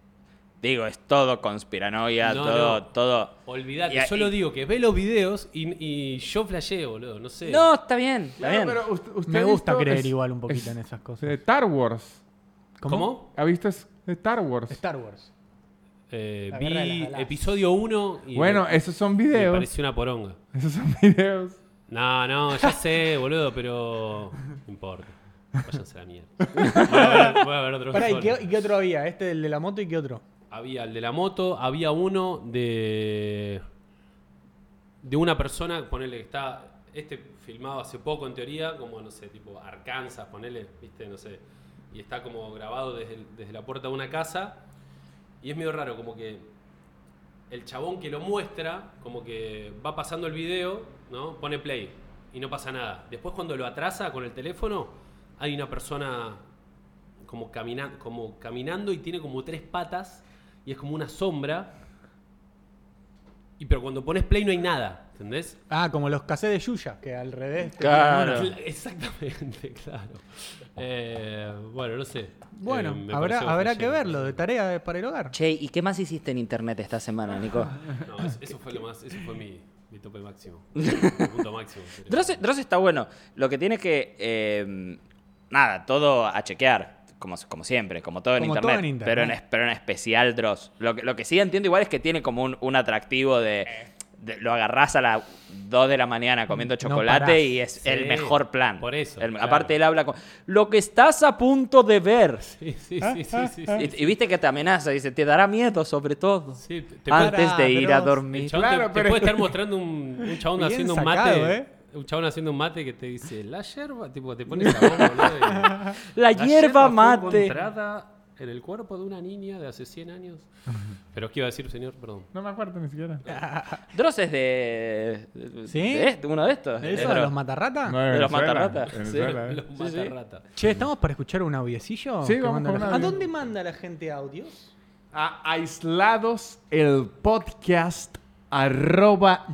[SPEAKER 1] Digo, es todo conspiranoia,
[SPEAKER 4] No,
[SPEAKER 1] todo.
[SPEAKER 4] no.
[SPEAKER 1] todo...
[SPEAKER 4] Olvidate,
[SPEAKER 1] Y a-
[SPEAKER 4] solo
[SPEAKER 1] y-
[SPEAKER 4] digo que ve los videos y, y yo flasheo, boludo, no sé.
[SPEAKER 1] No, está bien, está
[SPEAKER 2] Claro,
[SPEAKER 1] bien.
[SPEAKER 2] pero usted, usted
[SPEAKER 3] Me
[SPEAKER 2] ha
[SPEAKER 3] gusta
[SPEAKER 2] visto
[SPEAKER 3] creer
[SPEAKER 2] es-
[SPEAKER 3] igual un poquito
[SPEAKER 2] es-
[SPEAKER 3] en esas cosas.
[SPEAKER 2] Star Wars.
[SPEAKER 4] ¿Cómo?
[SPEAKER 2] ¿Ha visto es- Star Wars?
[SPEAKER 3] Star Wars.
[SPEAKER 4] Eh,
[SPEAKER 3] La guerra de las
[SPEAKER 4] vi
[SPEAKER 3] galaxias.
[SPEAKER 4] episodio 1 y
[SPEAKER 2] Bueno,
[SPEAKER 3] eh,
[SPEAKER 4] me,
[SPEAKER 2] esos son
[SPEAKER 4] me
[SPEAKER 2] videos.
[SPEAKER 4] pareció una poronga.
[SPEAKER 2] Esos son videos.
[SPEAKER 4] No, no, ya sé, boludo, pero no importa. Váyanse a la mierda. Voy a ver, voy a ver otro
[SPEAKER 3] Pará, ¿y
[SPEAKER 4] solo.
[SPEAKER 3] qué, y qué otro había? Este del de la moto y qué otro.
[SPEAKER 4] Había el de la moto, había uno de. de una persona, ponele que está. Este filmado hace poco en teoría, como no sé, tipo Arkansas, ponele, viste, no sé. Y está como grabado desde, el- desde la puerta de una casa. Y es medio raro, como que el chabón que lo muestra, como que va pasando el video, ¿no? Pone play y no pasa nada. Después cuando lo atrasa con el teléfono, hay una persona como, camina- como caminando y tiene como tres patas y es como una sombra. Y pero cuando pones play no hay nada, ¿entendés?
[SPEAKER 3] Ah, como los casés de Yuya, que al revés.
[SPEAKER 1] Claro.
[SPEAKER 4] Cla- Exactamente, claro. Eh, bueno, no sé. Eh,
[SPEAKER 3] Bueno,
[SPEAKER 4] me
[SPEAKER 3] habrá,
[SPEAKER 4] pareció
[SPEAKER 3] habrá que
[SPEAKER 4] flashero.
[SPEAKER 3] verlo, de tarea para el hogar.
[SPEAKER 1] Che, ¿y qué más hiciste en internet esta semana, Nico?
[SPEAKER 4] No, es- eso fue lo más, eso fue mi, mi tope máximo. mi punto máximo. pero-
[SPEAKER 1] Dross, Dross está bueno. Lo que tiene es que. eh, nada, todo a chequear. Como, como siempre, como todo en,
[SPEAKER 3] Como
[SPEAKER 1] internet,
[SPEAKER 3] todo en internet.
[SPEAKER 1] Pero en, es- pero en especial Dross. Lo que, lo que sí entiendo igual es que tiene como un, un atractivo de, de- Lo agarrás a las 2 de la mañana comiendo chocolate
[SPEAKER 3] parás.
[SPEAKER 1] y es el
[SPEAKER 4] Sí,
[SPEAKER 1] mejor plan.
[SPEAKER 4] por eso,
[SPEAKER 1] El-
[SPEAKER 4] claro.
[SPEAKER 1] Aparte, él habla con. Lo que estás a punto de ver.
[SPEAKER 4] Sí, sí,
[SPEAKER 3] Ah,
[SPEAKER 4] sí, sí, sí, sí.
[SPEAKER 1] Y, y viste que te amenaza, dice, te dará miedo sobre todo.
[SPEAKER 4] Sí, te- te puede-
[SPEAKER 1] antes de ir a
[SPEAKER 3] Dross.
[SPEAKER 4] el
[SPEAKER 1] dormir.
[SPEAKER 4] chabón
[SPEAKER 2] Claro,
[SPEAKER 4] te- te,
[SPEAKER 2] pero-
[SPEAKER 4] puede estar mostrando un, un chabón
[SPEAKER 3] Bien
[SPEAKER 4] haciendo un
[SPEAKER 3] sacado,
[SPEAKER 4] mate.
[SPEAKER 3] ¿eh?
[SPEAKER 4] Un chabón haciendo un mate que te dice, la yerba, tipo, te pone la bomba, boludo, y-
[SPEAKER 1] La
[SPEAKER 4] La
[SPEAKER 1] hierba
[SPEAKER 4] Fue
[SPEAKER 1] mate.
[SPEAKER 4] encontrada en el cuerpo de una niña de hace 100 años. Pero ¿qué iba a decir, señor? Perdón.
[SPEAKER 2] No me acuerdo ni siquiera.
[SPEAKER 3] Ah,
[SPEAKER 1] Dross es de. de-
[SPEAKER 3] ¿Sí?
[SPEAKER 1] de este, uno de estos.
[SPEAKER 4] eh,
[SPEAKER 3] ¿De
[SPEAKER 1] Es
[SPEAKER 3] eso de
[SPEAKER 1] Dross.
[SPEAKER 3] los matarratas?
[SPEAKER 2] No,
[SPEAKER 1] de los
[SPEAKER 2] Venezuela,
[SPEAKER 1] matarratas.
[SPEAKER 2] Venezuela, ¿eh?
[SPEAKER 4] Los
[SPEAKER 1] Sí, sí.
[SPEAKER 4] matarrata.
[SPEAKER 3] Che, ¿estamos para escuchar un audiecillo?
[SPEAKER 2] Sí,
[SPEAKER 3] que
[SPEAKER 2] vamos
[SPEAKER 3] manda
[SPEAKER 2] con
[SPEAKER 3] la
[SPEAKER 2] un
[SPEAKER 3] gente?
[SPEAKER 2] audio.
[SPEAKER 3] ¿A dónde manda la gente audios?
[SPEAKER 2] a aislados el podcast arroba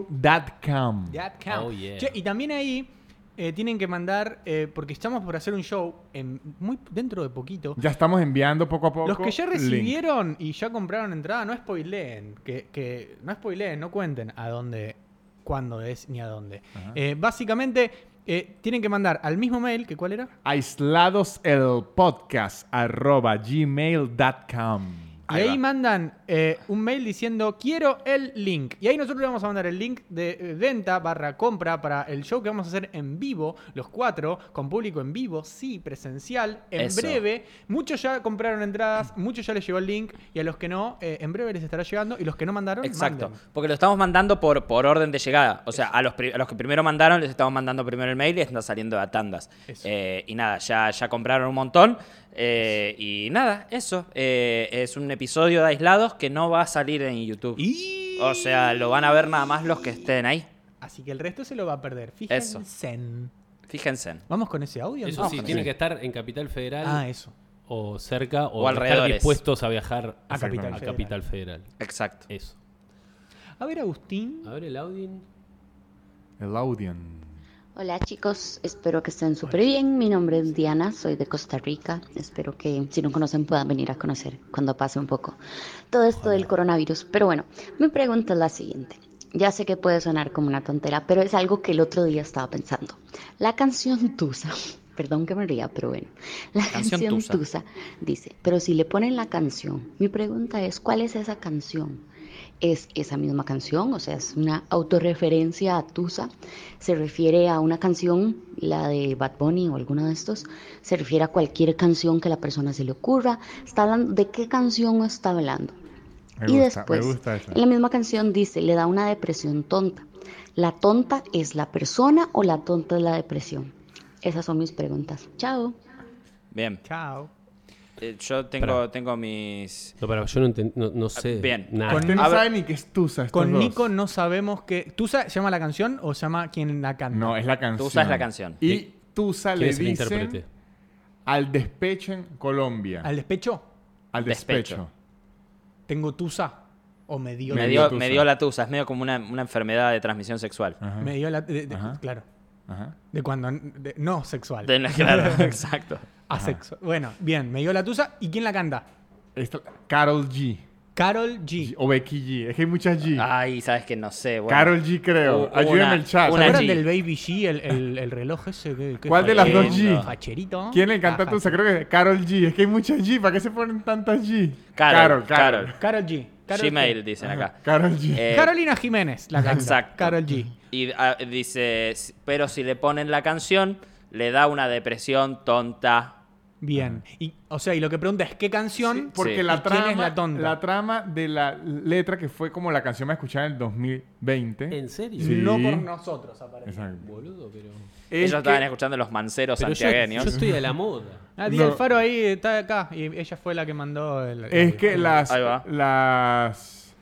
[SPEAKER 2] gmail.com
[SPEAKER 3] That
[SPEAKER 4] count. Oh, yeah.
[SPEAKER 3] Che, y también ahí eh, tienen que mandar, eh, porque estamos por hacer un show en, muy dentro de poquito.
[SPEAKER 2] ya estamos enviando poco a poco
[SPEAKER 3] Los que ya
[SPEAKER 2] link.
[SPEAKER 3] recibieron y ya compraron entrada, no spoileen. Que, que no spoileen, no cuenten a dónde, cuándo es ni a dónde. Eh, básicamente, eh, tienen que mandar al mismo mail, que cuál era?
[SPEAKER 2] aislados el podcast arroba gmail.com
[SPEAKER 3] Y ahí mandan eh, un mail diciendo quiero el link. Y ahí nosotros le vamos a mandar el link de eh, venta barra compra para el show que vamos a hacer en vivo, los cuatro, con público en vivo, sí, presencial, en
[SPEAKER 1] Eso.
[SPEAKER 3] breve. Muchos ya compraron entradas, muchos ya les llegó el link y a los que no, eh, en breve les estará llegando y los que no mandaron,
[SPEAKER 1] Exacto.
[SPEAKER 3] manden.
[SPEAKER 1] Porque lo estamos mandando por, por orden de llegada. O sea, a los, pri- a los que primero mandaron, les estamos mandando primero el mail y están saliendo a tandas.
[SPEAKER 3] Eso.
[SPEAKER 1] Eh, y nada, ya, ya compraron un montón. Eh, y nada, eso. Eh, es un episodio de Aislados que no va a salir en YouTube.
[SPEAKER 3] Y...
[SPEAKER 1] O sea, lo van a ver nada más los que estén ahí.
[SPEAKER 3] Así que el resto se lo va a perder. Fíjense.
[SPEAKER 1] Fíjense.
[SPEAKER 3] Vamos con ese audio.
[SPEAKER 4] Eso
[SPEAKER 3] entonces?
[SPEAKER 4] sí,
[SPEAKER 1] pero
[SPEAKER 4] tiene
[SPEAKER 1] sí.
[SPEAKER 4] que estar en Capital Federal
[SPEAKER 3] Ah, eso.
[SPEAKER 4] o cerca o,
[SPEAKER 1] O
[SPEAKER 4] estar
[SPEAKER 1] alrededores.
[SPEAKER 4] dispuestos a viajar
[SPEAKER 3] A Capital
[SPEAKER 4] a
[SPEAKER 3] Federal.
[SPEAKER 4] Capital Federal.
[SPEAKER 1] Exacto.
[SPEAKER 4] Eso.
[SPEAKER 3] A ver, Agustín.
[SPEAKER 4] A ver el Audin.
[SPEAKER 2] el audion
[SPEAKER 5] Hola chicos, espero que estén súper bien. Mi nombre es Diana, soy de Costa Rica. Espero que si no conocen puedan venir a conocer cuando pase un poco todo esto del coronavirus. Pero bueno, mi pregunta es la siguiente. Ya sé que puede sonar como una tontera, pero es algo que el otro día estaba pensando. La canción Tusa, perdón que me ría, pero bueno, la
[SPEAKER 1] Canción
[SPEAKER 5] canción,
[SPEAKER 1] Tusa.
[SPEAKER 5] Tusa dice, pero si le ponen la canción, mi pregunta es, ¿cuál es esa canción? es esa misma canción, o sea, es una autorreferencia a Tusa, se refiere a una canción, la de Bad Bunny o alguna de estos, se refiere a cualquier canción que a la persona se le ocurra, está hablando, ¿de qué canción está hablando?
[SPEAKER 2] Me
[SPEAKER 5] y
[SPEAKER 2] gusta,
[SPEAKER 5] después,
[SPEAKER 2] me gusta esa.
[SPEAKER 5] en la misma canción dice, le da una depresión tonta. ¿La tonta es la persona o la tonta es la depresión? Esas son mis preguntas. Chao.
[SPEAKER 1] Bien.
[SPEAKER 3] Chao.
[SPEAKER 1] Eh, yo tengo, tengo mis.
[SPEAKER 4] No, pero yo no, enten- no, no sé.
[SPEAKER 1] Ah, Bien.
[SPEAKER 4] Nada.
[SPEAKER 2] Con- Pues no
[SPEAKER 1] A ver-
[SPEAKER 2] saben ni qué es Tusa. estos
[SPEAKER 3] Con
[SPEAKER 2] dos.
[SPEAKER 3] Nico no sabemos qué. ¿Tusa llama la canción o llama quien la canta?
[SPEAKER 2] No, es la canción.
[SPEAKER 1] Tusa es la canción.
[SPEAKER 2] Y Tusa
[SPEAKER 4] ¿Quién
[SPEAKER 2] le
[SPEAKER 4] es el
[SPEAKER 2] dicen
[SPEAKER 4] intérprete?
[SPEAKER 2] al despecho en Colombia.
[SPEAKER 3] ¿Al
[SPEAKER 2] Al,
[SPEAKER 3] despecho?
[SPEAKER 2] despecho.
[SPEAKER 1] Despecho.
[SPEAKER 3] Tengo Tusa. O me dio
[SPEAKER 1] Me
[SPEAKER 2] Me
[SPEAKER 3] la.
[SPEAKER 1] dio,
[SPEAKER 2] dio
[SPEAKER 1] me
[SPEAKER 2] tusa.
[SPEAKER 1] dio la tusa, es medio como una, una enfermedad de transmisión sexual.
[SPEAKER 2] Ajá,
[SPEAKER 3] Me dio la. de- de-
[SPEAKER 2] Ajá.
[SPEAKER 3] claro.
[SPEAKER 2] ajá.
[SPEAKER 3] De cuando. de- no sexual.
[SPEAKER 1] De- claro, exacto.
[SPEAKER 3] Asexual. Bueno, bien, me dio la Tusa. ¿Y quién la canta?
[SPEAKER 2] Esta- Carol G.
[SPEAKER 3] Carol
[SPEAKER 2] G-
[SPEAKER 3] G.
[SPEAKER 2] O Becky G. Es que hay muchas G.
[SPEAKER 1] Ay, sabes que no sé, Ah, bueno.
[SPEAKER 2] Carol G, creo.
[SPEAKER 1] U-
[SPEAKER 2] Ayúdenme
[SPEAKER 1] una-
[SPEAKER 2] en el chat.
[SPEAKER 1] una
[SPEAKER 3] ¿Se acuerdan
[SPEAKER 1] G.
[SPEAKER 3] del Baby G, el, el- el reloj ese? que- que
[SPEAKER 2] ¿Cuál de las dos
[SPEAKER 3] facherito?
[SPEAKER 2] G?
[SPEAKER 3] Facherito.
[SPEAKER 2] ¿Quién le encanta
[SPEAKER 3] Ah,
[SPEAKER 2] Tusa? Creo que es Carol G. Es que hay muchas G. ¿Para qué se ponen tantas G?
[SPEAKER 1] Carol, Carol.
[SPEAKER 3] Carol G. Carol
[SPEAKER 1] Gmail,
[SPEAKER 3] G.
[SPEAKER 1] dicen acá.
[SPEAKER 2] Carol G.
[SPEAKER 1] Eh,
[SPEAKER 3] Carolina Jiménez la canta.
[SPEAKER 1] Exacto.
[SPEAKER 3] Carol G.
[SPEAKER 1] Y ah, dice, "S- pero si le ponen la canción, le da una depresión tonta.
[SPEAKER 3] Bien. Y, o sea, y lo que pregunta es qué
[SPEAKER 2] Sí,
[SPEAKER 3] canción.
[SPEAKER 2] porque
[SPEAKER 1] Sí.
[SPEAKER 3] ¿Y
[SPEAKER 2] la
[SPEAKER 3] quién es
[SPEAKER 2] trama,
[SPEAKER 3] la tonta?
[SPEAKER 2] trama de la letra que fue como la canción más escuchada en el 2020.
[SPEAKER 4] ¿En serio?
[SPEAKER 2] Sí.
[SPEAKER 3] No por nosotros aparece.
[SPEAKER 2] Exacto.
[SPEAKER 4] Boludo, pero.
[SPEAKER 2] Es
[SPEAKER 1] Ellos estaban escuchando los manceros
[SPEAKER 4] pero yo,
[SPEAKER 1] santiagueños.
[SPEAKER 4] yo estoy a la moda.
[SPEAKER 3] Ah, Di
[SPEAKER 2] No.
[SPEAKER 3] Alfaro ahí está acá. Y ella fue la que mandó el.
[SPEAKER 2] que, es
[SPEAKER 3] el-
[SPEAKER 2] que las,
[SPEAKER 1] Ahí va.
[SPEAKER 2] las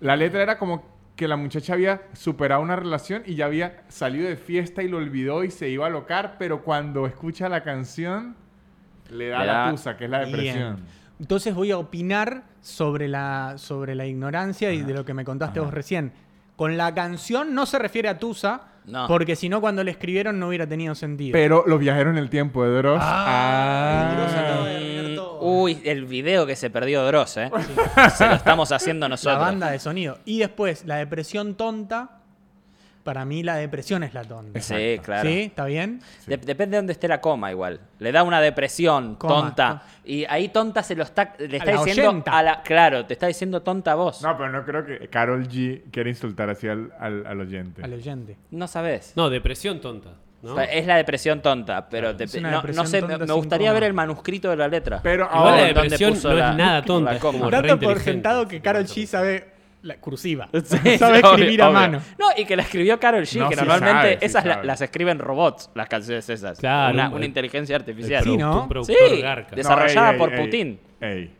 [SPEAKER 2] la letra era como que la muchacha había superado una relación y ya había salido de fiesta y lo olvidó y se iba a locar, pero cuando escucha la canción le da
[SPEAKER 1] Le
[SPEAKER 2] la
[SPEAKER 1] da-
[SPEAKER 2] tusa, que es la
[SPEAKER 3] Bien.
[SPEAKER 2] depresión.
[SPEAKER 3] Entonces voy a opinar sobre la, sobre la ignorancia y de lo que me contaste vos recién. Con la canción no se refiere a Tusa,
[SPEAKER 1] No.
[SPEAKER 3] porque si no, cuando le escribieron no hubiera tenido sentido.
[SPEAKER 2] Pero los viajeros en el tiempo de Dross. Ah.
[SPEAKER 3] Dross acaba de-
[SPEAKER 1] Mm,
[SPEAKER 3] todo.
[SPEAKER 1] Uy, el video que se perdió Dross, ¿eh? Se lo estamos haciendo
[SPEAKER 3] la
[SPEAKER 1] nosotros.
[SPEAKER 3] banda de sonido. Y después, la depresión tonta. Para mí, la depresión es la tonta.
[SPEAKER 1] Sí, claro.
[SPEAKER 3] ¿Sí? ¿Está bien?
[SPEAKER 1] De- depende de dónde esté la coma igual. Le da una depresión
[SPEAKER 3] Coma,
[SPEAKER 1] tonta.
[SPEAKER 3] coma.
[SPEAKER 1] Y ahí tonta se lo está, le está
[SPEAKER 3] la
[SPEAKER 1] diciendo
[SPEAKER 3] oyenta.
[SPEAKER 1] a la... Claro, te está diciendo tonta a vos. No,
[SPEAKER 2] No, pero no creo que Carol G quiera insultar así al, al- al oyente.
[SPEAKER 3] Al oyente.
[SPEAKER 1] sabes.
[SPEAKER 4] No, depresión tonta. ¿no?
[SPEAKER 1] Es la depresión tonta, pero te-
[SPEAKER 3] es una
[SPEAKER 1] no- no,
[SPEAKER 3] depresión
[SPEAKER 1] sé, me,
[SPEAKER 3] tonta
[SPEAKER 1] me
[SPEAKER 3] sin
[SPEAKER 1] gustaría
[SPEAKER 3] coma.
[SPEAKER 1] ver el manuscrito de la letra.
[SPEAKER 2] Pero
[SPEAKER 1] ¿Dónde-
[SPEAKER 2] ahora-
[SPEAKER 4] Igual la
[SPEAKER 1] dónde
[SPEAKER 4] depresión
[SPEAKER 1] puso
[SPEAKER 4] no
[SPEAKER 1] la-
[SPEAKER 4] es nada tonta.
[SPEAKER 1] la
[SPEAKER 4] Es como
[SPEAKER 1] coma?
[SPEAKER 4] re
[SPEAKER 3] Dato por
[SPEAKER 4] inteligente.
[SPEAKER 3] sentado que Carol G sabe la cursiva.
[SPEAKER 1] Sí,
[SPEAKER 3] sabe
[SPEAKER 1] obvio,
[SPEAKER 3] escribir a
[SPEAKER 1] obvio.
[SPEAKER 3] mano.
[SPEAKER 1] No, y que la escribió Carol G,
[SPEAKER 2] No,
[SPEAKER 1] que
[SPEAKER 2] sí
[SPEAKER 1] normalmente
[SPEAKER 2] sabe, sí
[SPEAKER 1] esas la-
[SPEAKER 2] sabe.
[SPEAKER 1] las escriben robots, las canciones esas.
[SPEAKER 4] Claro,
[SPEAKER 1] Una,
[SPEAKER 4] un-
[SPEAKER 1] una inteligencia artificial.
[SPEAKER 4] El
[SPEAKER 3] Sí,
[SPEAKER 4] producto-
[SPEAKER 3] ¿no?
[SPEAKER 4] un productor
[SPEAKER 1] Sí.
[SPEAKER 4] garca.
[SPEAKER 1] De- desarrollada por
[SPEAKER 2] ey,
[SPEAKER 1] Putin.
[SPEAKER 2] ey.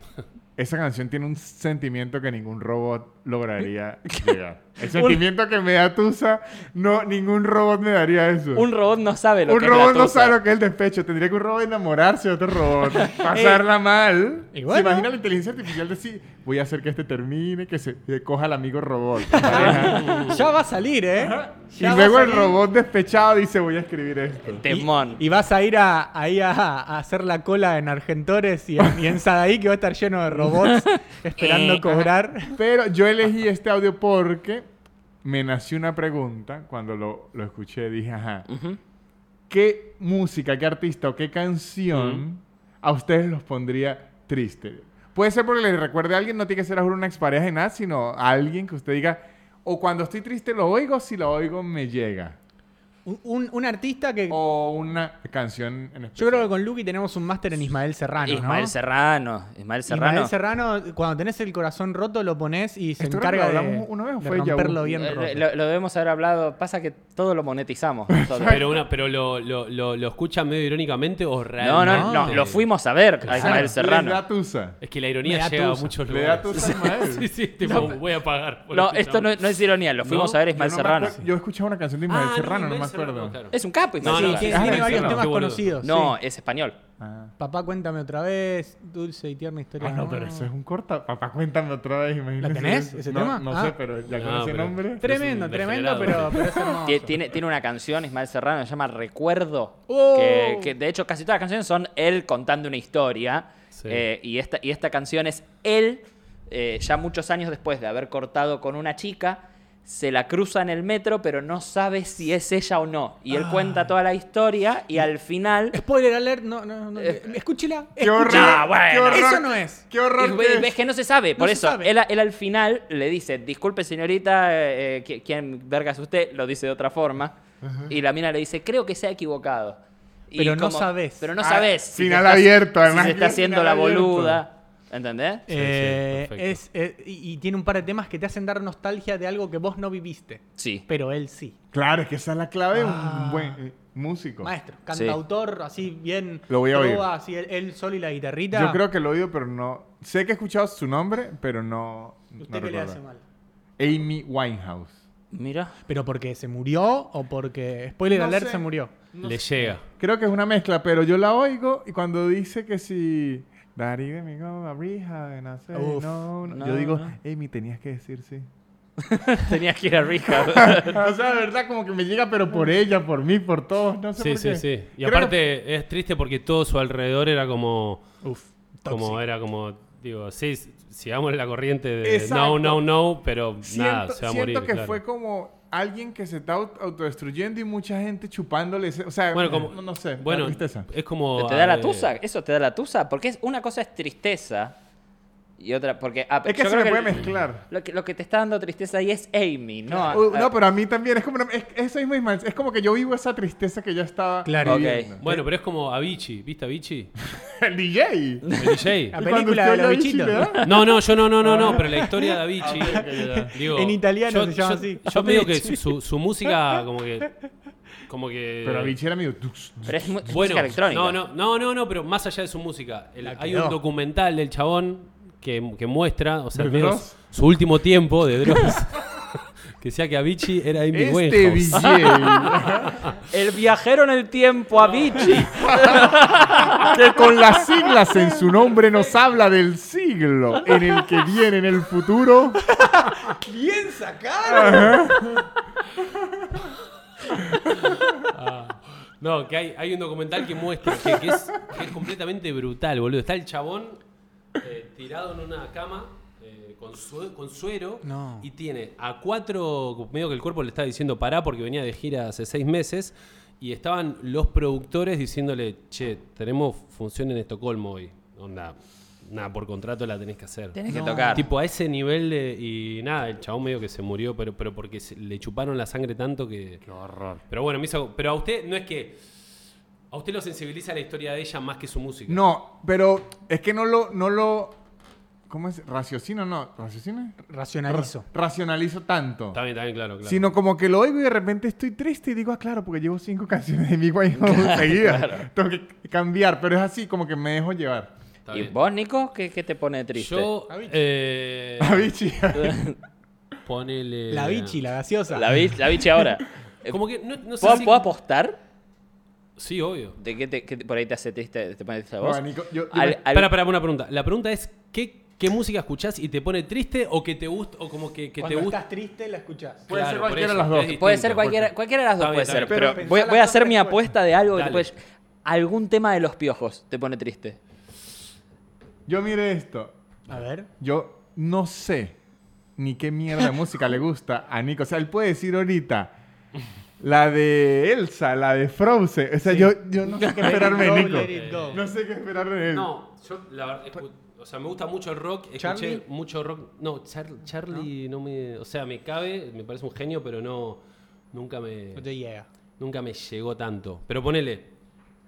[SPEAKER 2] Esa canción tiene un sentimiento que ningún robot lograría llegar. El sentimiento que me da Tusa, no, ningún robot me daría eso.
[SPEAKER 1] Un robot no sabe lo
[SPEAKER 2] Un
[SPEAKER 1] que es la
[SPEAKER 2] robot no
[SPEAKER 1] tusa. Eh,
[SPEAKER 2] sabe lo que es el despecho. Tendría que un robot enamorarse de otro robot, pasarla mal.
[SPEAKER 3] Y bueno.
[SPEAKER 2] ¿Se imagina la inteligencia artificial decir, voy a hacer que este termine, que se que coja al amigo robot? pareja"?
[SPEAKER 3] Ya va a salir, ¿eh?
[SPEAKER 2] y
[SPEAKER 3] Ya va a
[SPEAKER 2] luego el
[SPEAKER 3] salir.
[SPEAKER 2] robot despechado dice, voy a escribir esto.
[SPEAKER 1] Temón.
[SPEAKER 3] Y vas a ir a, ahí a, a hacer la cola en Argentores y en, y en Sadaí, que va a estar lleno de robots esperando
[SPEAKER 1] Eh,
[SPEAKER 3] cobrar.
[SPEAKER 2] Pero yo elegí este audio porque me nació una pregunta cuando lo, lo escuché. Dije, ajá,
[SPEAKER 1] Ujú.
[SPEAKER 2] ¿qué música, qué artista o qué canción a ustedes los pondría triste? Puede ser porque les recuerde a alguien, no tiene que ser a juro, una expareja ni nada, sino a alguien que usted diga, o cuando estoy triste lo oigo, si lo oigo me llega.
[SPEAKER 3] Un, un- un artista que.
[SPEAKER 1] Oh.
[SPEAKER 2] O una canción en
[SPEAKER 3] Yo
[SPEAKER 2] especial.
[SPEAKER 3] creo que con Lucky tenemos un máster en Ismael Serrano. ¿no?
[SPEAKER 1] Ismael Serrano. Ismael Serrano.
[SPEAKER 3] Ismael Serrano, cuando tenés el corazón roto, lo pones y se
[SPEAKER 2] Esto creo que
[SPEAKER 3] encarga
[SPEAKER 2] lo
[SPEAKER 3] de,
[SPEAKER 2] hablamos una vez, ¿o
[SPEAKER 3] de
[SPEAKER 2] fue Yahoo?
[SPEAKER 3] romperlo bien
[SPEAKER 1] Eh,
[SPEAKER 3] roto.
[SPEAKER 1] Lo, lo debemos haber hablado. Pasa que todo lo monetizamos. todo.
[SPEAKER 4] Pero, una, pero lo, lo, lo, lo escucha medio irónicamente o
[SPEAKER 1] No,
[SPEAKER 4] realmente.
[SPEAKER 1] no, no, lo fuimos a ver a Ismael
[SPEAKER 2] Le da
[SPEAKER 1] Serrano.
[SPEAKER 2] tusa.
[SPEAKER 4] Es que la
[SPEAKER 3] Le da
[SPEAKER 4] ironía llega a
[SPEAKER 3] tusa.
[SPEAKER 4] muchos
[SPEAKER 2] Le da
[SPEAKER 4] lugares.
[SPEAKER 2] tusa a Ismael.
[SPEAKER 4] sí, sí, tipo, voy a pagar. por este
[SPEAKER 1] No,
[SPEAKER 4] escuchar.
[SPEAKER 1] esto no, no es ironía, lo fuimos
[SPEAKER 4] No,
[SPEAKER 1] a ver a
[SPEAKER 2] Yo
[SPEAKER 1] Ismael
[SPEAKER 2] no me
[SPEAKER 1] Serrano.
[SPEAKER 2] acuerdo- Yo escuchaba una canción de
[SPEAKER 4] Ah,
[SPEAKER 2] Ismael Serrano, no me
[SPEAKER 4] Ismael
[SPEAKER 2] acuerdo.
[SPEAKER 4] claro.
[SPEAKER 1] Es un capo, Ismael
[SPEAKER 4] No, no,
[SPEAKER 3] Sí,
[SPEAKER 1] Serrano.
[SPEAKER 3] tiene,
[SPEAKER 2] Ah,
[SPEAKER 3] tiene
[SPEAKER 2] sí,
[SPEAKER 3] varios
[SPEAKER 2] no,
[SPEAKER 3] temas
[SPEAKER 4] qué boludo.
[SPEAKER 3] conocidos.
[SPEAKER 1] No,
[SPEAKER 3] sí.
[SPEAKER 1] es español.
[SPEAKER 2] Ah.
[SPEAKER 3] Papá, cuéntame otra vez. Dulce y tierna historia.
[SPEAKER 2] Ah,
[SPEAKER 3] de
[SPEAKER 2] no,
[SPEAKER 3] amor.
[SPEAKER 2] pero eso es un corta. Papá, cuéntame otra vez,
[SPEAKER 3] ¿La
[SPEAKER 2] imagínate.
[SPEAKER 3] tenés, ese
[SPEAKER 2] no,
[SPEAKER 3] tema?
[SPEAKER 2] No
[SPEAKER 3] Ah.
[SPEAKER 2] sé, pero ya
[SPEAKER 4] No,
[SPEAKER 2] con ese
[SPEAKER 4] pero-
[SPEAKER 2] nombre.
[SPEAKER 3] Tremendo,
[SPEAKER 4] Es un
[SPEAKER 3] tremendo, pero,
[SPEAKER 4] degenerado.
[SPEAKER 3] pero es hermoso.
[SPEAKER 1] Tie- Tiene, tiene una canción, Ismael Serrano, se llama Recuerdo.
[SPEAKER 3] Oh.
[SPEAKER 1] Que, que, de hecho casi todas las canciones son él contando una historia.
[SPEAKER 4] Sí.
[SPEAKER 1] eh, y, esta, y esta canción es él, eh, ya muchos años después de haber cortado con una chica, se la cruza en el metro, pero no sabe si es ella o no. Y él cuenta toda la historia y al final...
[SPEAKER 3] Spoiler alert, no, no, no.
[SPEAKER 1] Eh,
[SPEAKER 3] Escúchela.
[SPEAKER 2] ¡Qué horror!
[SPEAKER 1] No, bueno.
[SPEAKER 2] ¡Qué horror!
[SPEAKER 3] Eso no es.
[SPEAKER 2] ¡Qué
[SPEAKER 1] Y
[SPEAKER 2] horror!
[SPEAKER 1] ve-
[SPEAKER 2] que es.
[SPEAKER 1] ves que no se sabe, por
[SPEAKER 3] se
[SPEAKER 1] eso.
[SPEAKER 3] sabe.
[SPEAKER 1] Él, él al final le dice, disculpe señorita, eh, eh, qui- ¿quién verga es usted? Lo dice de otra forma. Y la mina le dice, creo que se ha equivocado. Y
[SPEAKER 3] Pero no sabés.
[SPEAKER 1] Pero no
[SPEAKER 2] Ah,
[SPEAKER 1] sabes.
[SPEAKER 2] final abierto, además
[SPEAKER 1] Si se
[SPEAKER 2] que
[SPEAKER 1] está
[SPEAKER 2] es
[SPEAKER 1] haciendo la
[SPEAKER 2] final abierto.
[SPEAKER 1] boluda. ¿Entendés?
[SPEAKER 3] Eh,
[SPEAKER 4] perfecto.
[SPEAKER 3] es, eh, y, y tiene un par de temas que te hacen dar nostalgia de algo que vos no viviste,
[SPEAKER 1] Sí.
[SPEAKER 3] pero él sí.
[SPEAKER 2] Claro, es que esa es la clave de
[SPEAKER 3] Ah.
[SPEAKER 2] un buen eh, músico.
[SPEAKER 3] Maestro, cantautor, así bien.
[SPEAKER 2] Lo voy a oír.
[SPEAKER 3] trova, así él, él solo y la guitarrita.
[SPEAKER 2] Yo creo que lo he oído, pero no. Sé que he escuchado su nombre, pero no. no
[SPEAKER 3] ¿Usted qué le
[SPEAKER 2] recuerdo.
[SPEAKER 3] hace mal?
[SPEAKER 2] Amy Winehouse.
[SPEAKER 1] Mira.
[SPEAKER 3] ¿Pero porque se murió o porque. Spoiler
[SPEAKER 2] No
[SPEAKER 3] alert,
[SPEAKER 2] sé.
[SPEAKER 3] se murió?
[SPEAKER 4] Le llega.
[SPEAKER 2] Creo que es una mezcla, pero yo la oigo y cuando dice que si. Daddy de mi goma, brija, de no sé,
[SPEAKER 3] Uf,
[SPEAKER 2] no, no.
[SPEAKER 1] no,
[SPEAKER 2] Yo digo,
[SPEAKER 1] no.
[SPEAKER 2] Amy, tenías que decir sí.
[SPEAKER 1] Tenías que ir a Rija.
[SPEAKER 2] o sea, de verdad, como que me llega, pero por ella, por mí, por todos, no sé
[SPEAKER 4] Sí,
[SPEAKER 2] por
[SPEAKER 4] sí,
[SPEAKER 2] qué.
[SPEAKER 4] sí. Y
[SPEAKER 2] Creo
[SPEAKER 4] aparte es triste porque todo su alrededor era como.
[SPEAKER 3] Uf.
[SPEAKER 4] Como era como. Digo, sí, sigamos la corriente de
[SPEAKER 2] Exacto.
[SPEAKER 4] no, no, no, pero
[SPEAKER 2] Siento,
[SPEAKER 4] nada, se va a
[SPEAKER 2] siento
[SPEAKER 4] morir.
[SPEAKER 2] que
[SPEAKER 4] claro.
[SPEAKER 2] fue como alguien que se está au- autodestruyendo y mucha gente chupándole. ese- O sea, eh,
[SPEAKER 4] Bueno, como-
[SPEAKER 2] no, no sé.
[SPEAKER 4] Bueno,
[SPEAKER 2] la tristeza.
[SPEAKER 4] es como.
[SPEAKER 1] ¿Te da
[SPEAKER 4] eh,
[SPEAKER 1] la tusa? ¿Eso te da la tusa? Porque es, una cosa es tristeza y otra... Porque, ah,
[SPEAKER 2] Es que
[SPEAKER 1] yo
[SPEAKER 2] se
[SPEAKER 1] creo
[SPEAKER 2] me puede
[SPEAKER 1] el-
[SPEAKER 2] mezclar.
[SPEAKER 1] Lo que, lo que te está dando tristeza ahí es Amy, ¿no? eh,
[SPEAKER 2] Uh, No, pero a mí también es como una- es, es esa misma Ismael, es como que yo vivo esa tristeza que ya estaba
[SPEAKER 3] Claro.
[SPEAKER 2] viviendo.
[SPEAKER 4] Bueno, pero es como Avicii, ¿viste Avicii?
[SPEAKER 2] el DJ. Y
[SPEAKER 4] El DJ.
[SPEAKER 3] La
[SPEAKER 2] cuando
[SPEAKER 3] película
[SPEAKER 2] usted
[SPEAKER 3] de los
[SPEAKER 2] oye
[SPEAKER 3] bichitos.
[SPEAKER 2] Avicii, le da-
[SPEAKER 4] No, no, yo no, no, no,
[SPEAKER 3] Ah.
[SPEAKER 4] no, pero la historia de Avicii. digo,
[SPEAKER 3] En italiano
[SPEAKER 4] yo-
[SPEAKER 3] se llama
[SPEAKER 4] yo-
[SPEAKER 3] así.
[SPEAKER 4] Yo medio que su, su- su música, como que. Como que.
[SPEAKER 2] Pero Avicii era medio tux, tux.
[SPEAKER 1] Pero es, mu- es
[SPEAKER 4] Bueno,
[SPEAKER 1] música electrónica.
[SPEAKER 4] No, no, no, no, no, pero más allá de su música, el-
[SPEAKER 3] La
[SPEAKER 4] hay
[SPEAKER 3] quedó.
[SPEAKER 4] un documental del chabón que, que muestra, o sea,
[SPEAKER 2] ¿De
[SPEAKER 4] medio
[SPEAKER 2] Dross?
[SPEAKER 4] su último tiempo de Dross, que decía que Avicii era Amy
[SPEAKER 2] Este
[SPEAKER 4] Winehouse.
[SPEAKER 2] DJ
[SPEAKER 1] El viajero en el tiempo, Avicii.
[SPEAKER 2] que con las siglas en su nombre nos habla del siglo en el que viene en el futuro.
[SPEAKER 3] ¡Bien sacado!
[SPEAKER 4] No, que hay, hay un documental que muestra que, que es, que es completamente brutal, boludo. Está el chabón eh, tirado en una cama eh, con, sue- con suero
[SPEAKER 3] No.
[SPEAKER 4] y tiene a cuatro, medio que el cuerpo le está diciendo pará porque venía de gira hace seis meses y estaban los productores diciéndole, che, tenemos función en Estocolmo hoy. Onda, nada, por contrato la tenés que hacer.
[SPEAKER 1] Tienes
[SPEAKER 3] No.
[SPEAKER 1] que tocar.
[SPEAKER 4] Tipo a ese nivel de, y nada, el chabón medio que se murió, pero, pero porque se- le chuparon la sangre tanto que... Qué horror. Pero bueno, me hizo- pero a usted no es que... A usted lo sensibiliza la historia de ella más que su música.
[SPEAKER 2] No, pero es que no lo no lo ¿cómo es? Raciocino no, raciocino.
[SPEAKER 3] Racionalizo.
[SPEAKER 2] Racionalizo tanto.
[SPEAKER 4] Está bien, está bien, claro, claro.
[SPEAKER 2] Sino como que lo oigo y de repente estoy triste y digo, ah, claro, porque llevo cinco canciones de mi Winehouse seguidas. Tengo que cambiar, pero es así como que me dejo llevar.
[SPEAKER 4] Está
[SPEAKER 1] ¿Y
[SPEAKER 4] bien.
[SPEAKER 1] vos, Nico? ¿Qué, qué te pone triste?
[SPEAKER 4] Yo... Eh,
[SPEAKER 2] Avicii.
[SPEAKER 4] ponele...
[SPEAKER 3] La bichi, la gaseosa.
[SPEAKER 1] La, vi, la biche ahora. Eh,
[SPEAKER 4] Como que no, no sé
[SPEAKER 1] ¿Puedo,
[SPEAKER 4] si-
[SPEAKER 1] puedo apostar?
[SPEAKER 4] Sí, obvio.
[SPEAKER 1] ¿De qué te, qué te- por ahí te hace triste, te pone triste a vos?
[SPEAKER 2] No, Nico, yo- yo
[SPEAKER 1] Al-
[SPEAKER 2] me-
[SPEAKER 1] al-
[SPEAKER 4] Para, para, una pregunta. La pregunta es, ¿qué, qué música escuchás y te pone triste o que te gusta o como que, que te
[SPEAKER 3] Cuando
[SPEAKER 4] gusta?
[SPEAKER 3] estás triste, la escuchás.
[SPEAKER 2] Puede ser
[SPEAKER 4] por
[SPEAKER 2] cualquiera
[SPEAKER 4] eso,
[SPEAKER 2] de las dos.
[SPEAKER 4] es distinto,
[SPEAKER 1] puede ser cualquiera,
[SPEAKER 4] porque-
[SPEAKER 1] cualquiera de las dos
[SPEAKER 4] Está bien,
[SPEAKER 1] puede
[SPEAKER 4] está
[SPEAKER 1] ser,
[SPEAKER 4] bien.
[SPEAKER 1] pero
[SPEAKER 3] Pero
[SPEAKER 1] voy,
[SPEAKER 3] pensá
[SPEAKER 1] voy a
[SPEAKER 3] las
[SPEAKER 1] hacer
[SPEAKER 3] dos
[SPEAKER 1] mi
[SPEAKER 3] respuestas.
[SPEAKER 1] apuesta de algo que
[SPEAKER 4] Dale.
[SPEAKER 1] después... Algún tema de los piojos te pone triste.
[SPEAKER 2] Yo mire esto.
[SPEAKER 3] A ver.
[SPEAKER 2] Yo no sé ni qué mierda de música le gusta a Nico. O sea, él puede decir ahorita la de Elsa, la de Frozen. O sea, yo, yo no sé qué esperarme
[SPEAKER 3] Let
[SPEAKER 2] de
[SPEAKER 3] it go, let it
[SPEAKER 2] Nico.
[SPEAKER 3] go.
[SPEAKER 2] No sé qué esperarme de él.
[SPEAKER 4] No, yo la verdad, escu- o sea, me gusta mucho el rock, escuché
[SPEAKER 3] ¿Charlie?
[SPEAKER 4] mucho rock. No, Char- Charlie ¿No? me, o sea, me cabe, me parece un genio, pero no nunca me
[SPEAKER 3] No te llega.
[SPEAKER 4] nunca me llegó tanto. Pero ponele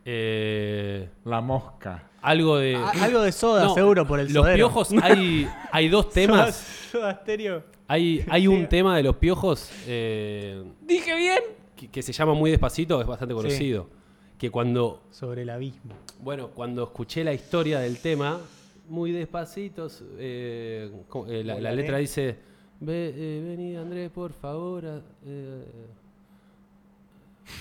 [SPEAKER 4] eh,
[SPEAKER 2] La mosca.
[SPEAKER 4] algo de
[SPEAKER 3] A- Ah, algo de soda,
[SPEAKER 4] No,
[SPEAKER 3] seguro, por el
[SPEAKER 4] Los
[SPEAKER 3] sodero.
[SPEAKER 4] piojos hay hay dos temas.
[SPEAKER 3] Soda, soda estéreo.
[SPEAKER 4] Hay, hay un tema de los piojos eh,
[SPEAKER 1] ¿Dije bien?
[SPEAKER 4] que, que se llama muy despacito, es bastante conocido. Que cuando
[SPEAKER 3] Sobre el abismo.
[SPEAKER 4] Bueno, cuando escuché la historia del tema, muy despacitos, eh, co- eh, la, la
[SPEAKER 3] Hola,
[SPEAKER 4] letra
[SPEAKER 3] ¿eh?
[SPEAKER 4] dice, "Ve- eh, vení Andrés, por favor, a, eh,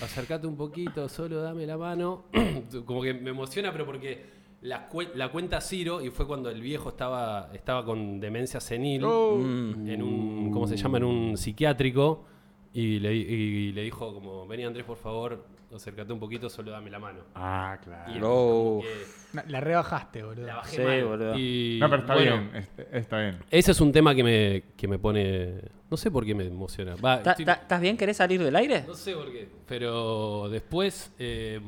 [SPEAKER 4] acércate un poquito, solo dame la mano. Como que me emociona, pero porque la, cue- la cuenta Ciro, y fue cuando el viejo estaba, estaba con demencia senil,
[SPEAKER 2] Oh.
[SPEAKER 4] en un, ¿cómo se llama? En un psiquiátrico, y le, y le dijo como, vení Andrés, por favor, acércate un poquito, solo dame la mano.
[SPEAKER 2] Ah, claro.
[SPEAKER 4] Y él
[SPEAKER 1] Oh.
[SPEAKER 4] como que
[SPEAKER 3] No, La rebajaste, boludo.
[SPEAKER 4] la bajé
[SPEAKER 1] Sí,
[SPEAKER 4] mal.
[SPEAKER 1] boludo.
[SPEAKER 4] Y,
[SPEAKER 2] No, pero está
[SPEAKER 4] bueno,
[SPEAKER 2] bien. este- Está bien.
[SPEAKER 4] Ese es un tema que me, que me pone. No sé por qué me emociona. Va,
[SPEAKER 1] ¿Ta-
[SPEAKER 4] estoy-
[SPEAKER 1] ta- ¿Estás bien? ¿Querés salir del aire?
[SPEAKER 4] No sé por qué. Pero después. eh,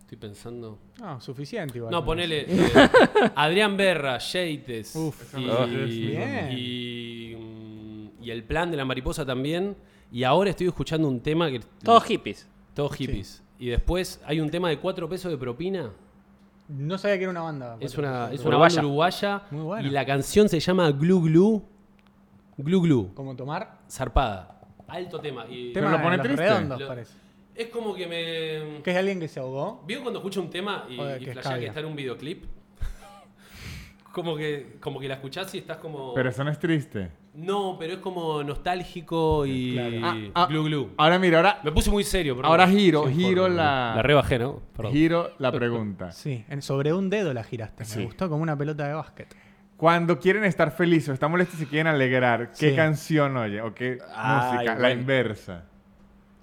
[SPEAKER 4] estoy pensando.
[SPEAKER 3] No, suficiente igual.
[SPEAKER 4] No, ponele. eh, Adrián Berra, Yates.
[SPEAKER 3] Uf,
[SPEAKER 4] y,
[SPEAKER 2] esa me-
[SPEAKER 4] y,
[SPEAKER 3] Bien.
[SPEAKER 4] mm, y el plan de la mariposa también. Y ahora estoy escuchando un tema que.
[SPEAKER 1] Todos hippies.
[SPEAKER 4] Todos hippies. Y después hay un tema de cuatro pesos de propina.
[SPEAKER 3] No sabía que era una banda.
[SPEAKER 4] Es una, es una
[SPEAKER 1] Uruguaya.
[SPEAKER 4] banda uruguaya.
[SPEAKER 3] Muy buena.
[SPEAKER 4] Y la canción se llama Glu Glu. Glu Glu.
[SPEAKER 3] Como tomar.
[SPEAKER 4] Zarpada. Alto tema. Y
[SPEAKER 3] Tema
[SPEAKER 2] lo pone
[SPEAKER 3] de los
[SPEAKER 2] triste.
[SPEAKER 3] redondos,
[SPEAKER 4] Lo-
[SPEAKER 3] parece.
[SPEAKER 4] Es como que me.
[SPEAKER 3] Que es alguien que se ahogó.
[SPEAKER 4] ¿Vio cuando escucho un tema y,
[SPEAKER 3] Joder,
[SPEAKER 4] y
[SPEAKER 3] que
[SPEAKER 4] flashea
[SPEAKER 3] escabia.
[SPEAKER 4] que está en un videoclip? como, que, como que la escuchás y estás como.
[SPEAKER 2] Pero eso no es triste.
[SPEAKER 4] No, pero es como nostálgico y.
[SPEAKER 2] Ah, ah,
[SPEAKER 4] glu glu.
[SPEAKER 2] Ahora mira, ahora,
[SPEAKER 4] Me puse muy serio, perdón.
[SPEAKER 2] ahora giro,
[SPEAKER 4] Sí,
[SPEAKER 2] giro
[SPEAKER 4] por-
[SPEAKER 2] la,
[SPEAKER 4] La rebajé, ¿no? Perdón.
[SPEAKER 2] giro la pregunta.
[SPEAKER 3] Sí, en- sobre un dedo la giraste.
[SPEAKER 2] Sí.
[SPEAKER 3] Me gustó como una pelota de básquet.
[SPEAKER 2] Cuando quieren estar felices o están molestos y quieren alegrar, ¿qué
[SPEAKER 3] Sí.
[SPEAKER 2] canción oye? ¿O qué
[SPEAKER 1] Ay,
[SPEAKER 2] música? La
[SPEAKER 1] bueno.
[SPEAKER 2] inversa.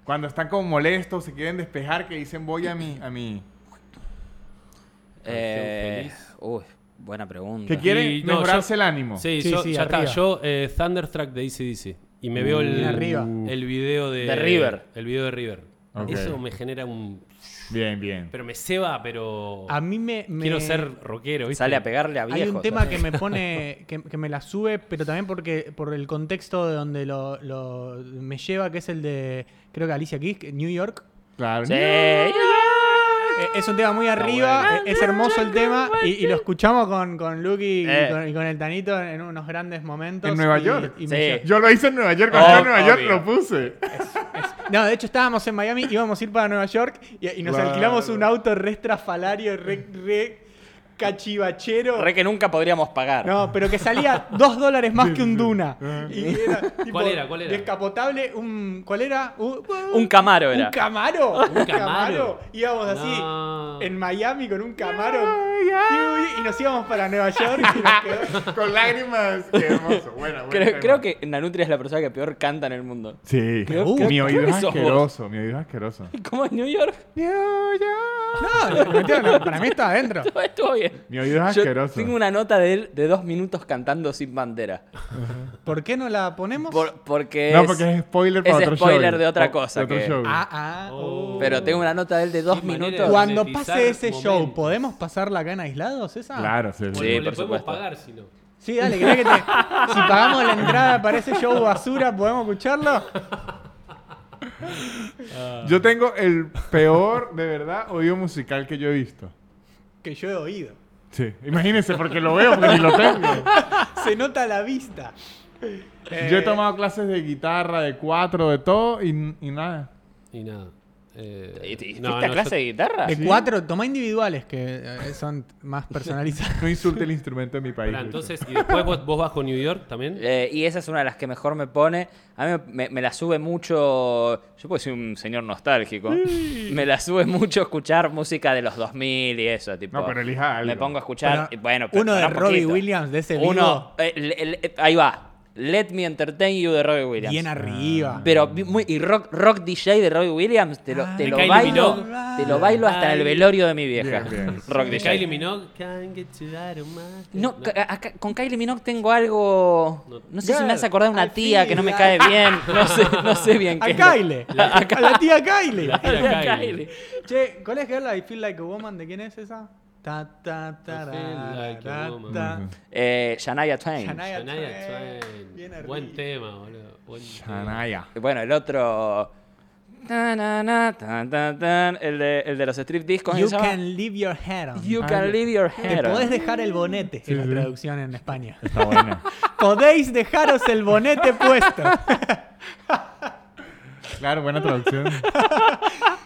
[SPEAKER 2] Cuando están como molestos, se quieren despejar, que dicen voy a mi... A mi...
[SPEAKER 1] Eh,
[SPEAKER 4] feliz.
[SPEAKER 1] uy, buena pregunta.
[SPEAKER 2] Que quieren
[SPEAKER 4] Y no,
[SPEAKER 2] mejorarse
[SPEAKER 4] yo-
[SPEAKER 2] el ánimo.
[SPEAKER 4] Sí,
[SPEAKER 3] Sí,
[SPEAKER 4] yo,
[SPEAKER 3] sí,
[SPEAKER 4] ya
[SPEAKER 3] arriba.
[SPEAKER 4] está. Yo, eh, Thunderstruck de ACDC. Y me veo el,
[SPEAKER 3] Bien arriba.
[SPEAKER 4] el video de.
[SPEAKER 1] De River.
[SPEAKER 4] El video de River.
[SPEAKER 2] Ok.
[SPEAKER 4] Eso me genera un.
[SPEAKER 2] Bien, bien.
[SPEAKER 4] Pero me ceba, pero.
[SPEAKER 3] A mí me. me-
[SPEAKER 4] Oh. Quiero ser rockero, ¿viste?
[SPEAKER 1] Sale a pegarle a viejos.
[SPEAKER 3] Hay un tema que me pone, que, que me la sube, pero también porque por el contexto de donde lo, lo- me lleva, que es el de, creo que Alicia Keys, que- New York.
[SPEAKER 2] Claro.
[SPEAKER 1] Sí.
[SPEAKER 3] Eh, es un tema muy arriba,
[SPEAKER 4] bueno.
[SPEAKER 3] eh, es hermoso el tema y, y lo escuchamos con, con Luke y, y
[SPEAKER 1] Eh.
[SPEAKER 3] con, y con el Tanito en unos grandes momentos.
[SPEAKER 2] En Nueva
[SPEAKER 3] y-
[SPEAKER 2] York.
[SPEAKER 3] y me
[SPEAKER 1] Sí.
[SPEAKER 3] lleva.
[SPEAKER 2] Yo lo hice en Nueva York, cuando estaba en Nueva York
[SPEAKER 1] Obvio.
[SPEAKER 2] lo puse.
[SPEAKER 3] No, de hecho estábamos en Miami, íbamos a ir para Nueva York y, y nos
[SPEAKER 2] Claro.
[SPEAKER 3] alquilamos un auto re estrafalario, re, re cachivachero.
[SPEAKER 1] Re que nunca podríamos pagar.
[SPEAKER 3] No, pero que salía dos dólares más que un Duna. Y era, tipo,
[SPEAKER 4] ¿Cuál era? ¿Cuál era?
[SPEAKER 3] Descapotable, un. ¿Cuál era? Un,
[SPEAKER 1] Un Camaro era.
[SPEAKER 3] Un Camaro.
[SPEAKER 4] Camaro.
[SPEAKER 3] Íbamos así
[SPEAKER 4] No.
[SPEAKER 3] en Miami con un Camaro. Y, y nos íbamos para Nueva York. y nos quedó-
[SPEAKER 2] Con lágrimas. Qué hermoso. Bueno, buen tema.
[SPEAKER 1] creo, creo que Nanutria es la persona que peor canta en el mundo.
[SPEAKER 2] Sí.
[SPEAKER 1] Creo-
[SPEAKER 2] Uh,
[SPEAKER 1] creo-
[SPEAKER 2] mi
[SPEAKER 1] creo
[SPEAKER 2] oído
[SPEAKER 1] que
[SPEAKER 2] es
[SPEAKER 1] sos vos.
[SPEAKER 2] asqueroso. Mi oído es asqueroso.
[SPEAKER 1] ¿Cómo es New York? Oh,
[SPEAKER 2] New York.
[SPEAKER 3] No, lo que metieron, no, para mí está adentro.
[SPEAKER 1] Todo estuvo bien.
[SPEAKER 2] Mi oído es
[SPEAKER 1] Yo
[SPEAKER 2] asqueroso.
[SPEAKER 1] tengo una nota de él de dos minutos cantando sin bandera.
[SPEAKER 3] ¿Por qué no la ponemos?
[SPEAKER 1] Por- porque
[SPEAKER 2] No,
[SPEAKER 1] es-
[SPEAKER 2] porque es spoiler para
[SPEAKER 1] es
[SPEAKER 2] otro show.
[SPEAKER 1] spoiler de otra
[SPEAKER 2] O-
[SPEAKER 1] cosa
[SPEAKER 2] de otro
[SPEAKER 1] que-
[SPEAKER 2] show.
[SPEAKER 3] Ah, ah.
[SPEAKER 4] Oh.
[SPEAKER 3] oh.
[SPEAKER 1] Pero tengo una nota de él de dos
[SPEAKER 4] Qué manera
[SPEAKER 1] minutos.
[SPEAKER 4] de-
[SPEAKER 3] Cuando
[SPEAKER 4] monetizar
[SPEAKER 3] pase ese show,
[SPEAKER 4] momentos.
[SPEAKER 3] ¿podemos pasarla acá en aislados esa?
[SPEAKER 2] Claro, sí.
[SPEAKER 4] Bueno,
[SPEAKER 1] Sí,
[SPEAKER 4] le
[SPEAKER 1] por
[SPEAKER 4] podemos
[SPEAKER 1] supuesto.
[SPEAKER 4] pagar si no.
[SPEAKER 3] Sí, dale, ¿querés que te... Si pagamos la entrada para ese show basura, ¿podemos escucharlo?
[SPEAKER 2] Yo tengo el peor, de verdad, oído musical que yo he visto.
[SPEAKER 3] Que yo he oído.
[SPEAKER 2] Sí. Imagínense, porque lo veo, porque ni lo tengo.
[SPEAKER 3] Se nota a la vista.
[SPEAKER 4] Eh,
[SPEAKER 2] Yo he tomado clases de guitarra, de cuatro, de todo y, y nada.
[SPEAKER 4] Y nada. Eh,
[SPEAKER 1] ¿Y- y- ¿Hiciste
[SPEAKER 4] no, no, yo-
[SPEAKER 1] clase de guitarra?
[SPEAKER 3] De cuatro, toma individuales que eh, son más personalizadas.
[SPEAKER 2] No insulte el instrumento de mi país.
[SPEAKER 4] Pará,
[SPEAKER 2] Lucho.
[SPEAKER 4] entonces, y después vos, vos bajo New York también.
[SPEAKER 1] Eh, y esa es una de las que mejor me pone. A mí me, me la sube mucho. Yo pues soy un señor nostálgico. Me la sube mucho escuchar música de los 2000 y eso, tipo.
[SPEAKER 2] No, pero elija algo.
[SPEAKER 1] Me pongo a
[SPEAKER 3] Pero
[SPEAKER 1] escuchar. y eh, bueno,
[SPEAKER 3] uno de
[SPEAKER 1] pará un
[SPEAKER 3] Robbie
[SPEAKER 1] poquito.
[SPEAKER 3] Williams, de ese
[SPEAKER 1] Uno. eh, le- le- ahí va. Let Me Entertain You de Robbie Williams. Ah.
[SPEAKER 3] Bien arriba.
[SPEAKER 1] Pero vi- muy, y rock, rock DJ de Robbie Williams, te lo,
[SPEAKER 3] Ah,
[SPEAKER 1] te
[SPEAKER 4] de
[SPEAKER 1] lo
[SPEAKER 4] Kylie
[SPEAKER 1] bailo,
[SPEAKER 3] Minogue.
[SPEAKER 1] te lo bailo hasta en el
[SPEAKER 4] Ay.
[SPEAKER 1] velorio de mi vieja.
[SPEAKER 2] Bien, bien.
[SPEAKER 1] Rock
[SPEAKER 4] De
[SPEAKER 1] DJ.
[SPEAKER 4] Kylie Minogue. Can't get you out of my-
[SPEAKER 1] No, ca- acá- con Kylie Minogue tengo algo. No sé si
[SPEAKER 3] Girl,
[SPEAKER 1] me hace acordar a
[SPEAKER 3] I
[SPEAKER 1] una tía que no me cae bien. No sé, no sé bien
[SPEAKER 3] A
[SPEAKER 1] qué.
[SPEAKER 3] Kyle.
[SPEAKER 1] A- a
[SPEAKER 3] A la tía Kyle.
[SPEAKER 4] Era
[SPEAKER 1] Kylie.
[SPEAKER 4] Kylie.
[SPEAKER 3] Che, ¿cuál es Girl I Feel Like a Woman? ¿De quién es esa? Ta, ta, ta,
[SPEAKER 4] I feel like a woman.
[SPEAKER 3] ta.
[SPEAKER 1] Eh, Shania Twain.
[SPEAKER 3] Shania
[SPEAKER 4] Shania
[SPEAKER 3] Twain.
[SPEAKER 4] Twain.
[SPEAKER 3] Bien
[SPEAKER 4] Buen
[SPEAKER 3] arriba.
[SPEAKER 4] tema, boludo. Buen tema.
[SPEAKER 2] Shania.
[SPEAKER 1] Bueno, el otro. Ta, na, na, tan, tan, tan, el, de, el de los strip discos.
[SPEAKER 3] You
[SPEAKER 1] se llama? Ah,
[SPEAKER 3] can leave your head on.
[SPEAKER 1] you can leave your
[SPEAKER 3] Te
[SPEAKER 1] hair. on.
[SPEAKER 3] podés dejar el bonete, es la
[SPEAKER 2] sí.
[SPEAKER 3] traducción en España.
[SPEAKER 2] Está buena.
[SPEAKER 3] Podéis dejaros el bonete puesto.
[SPEAKER 2] Claro, buena traducción.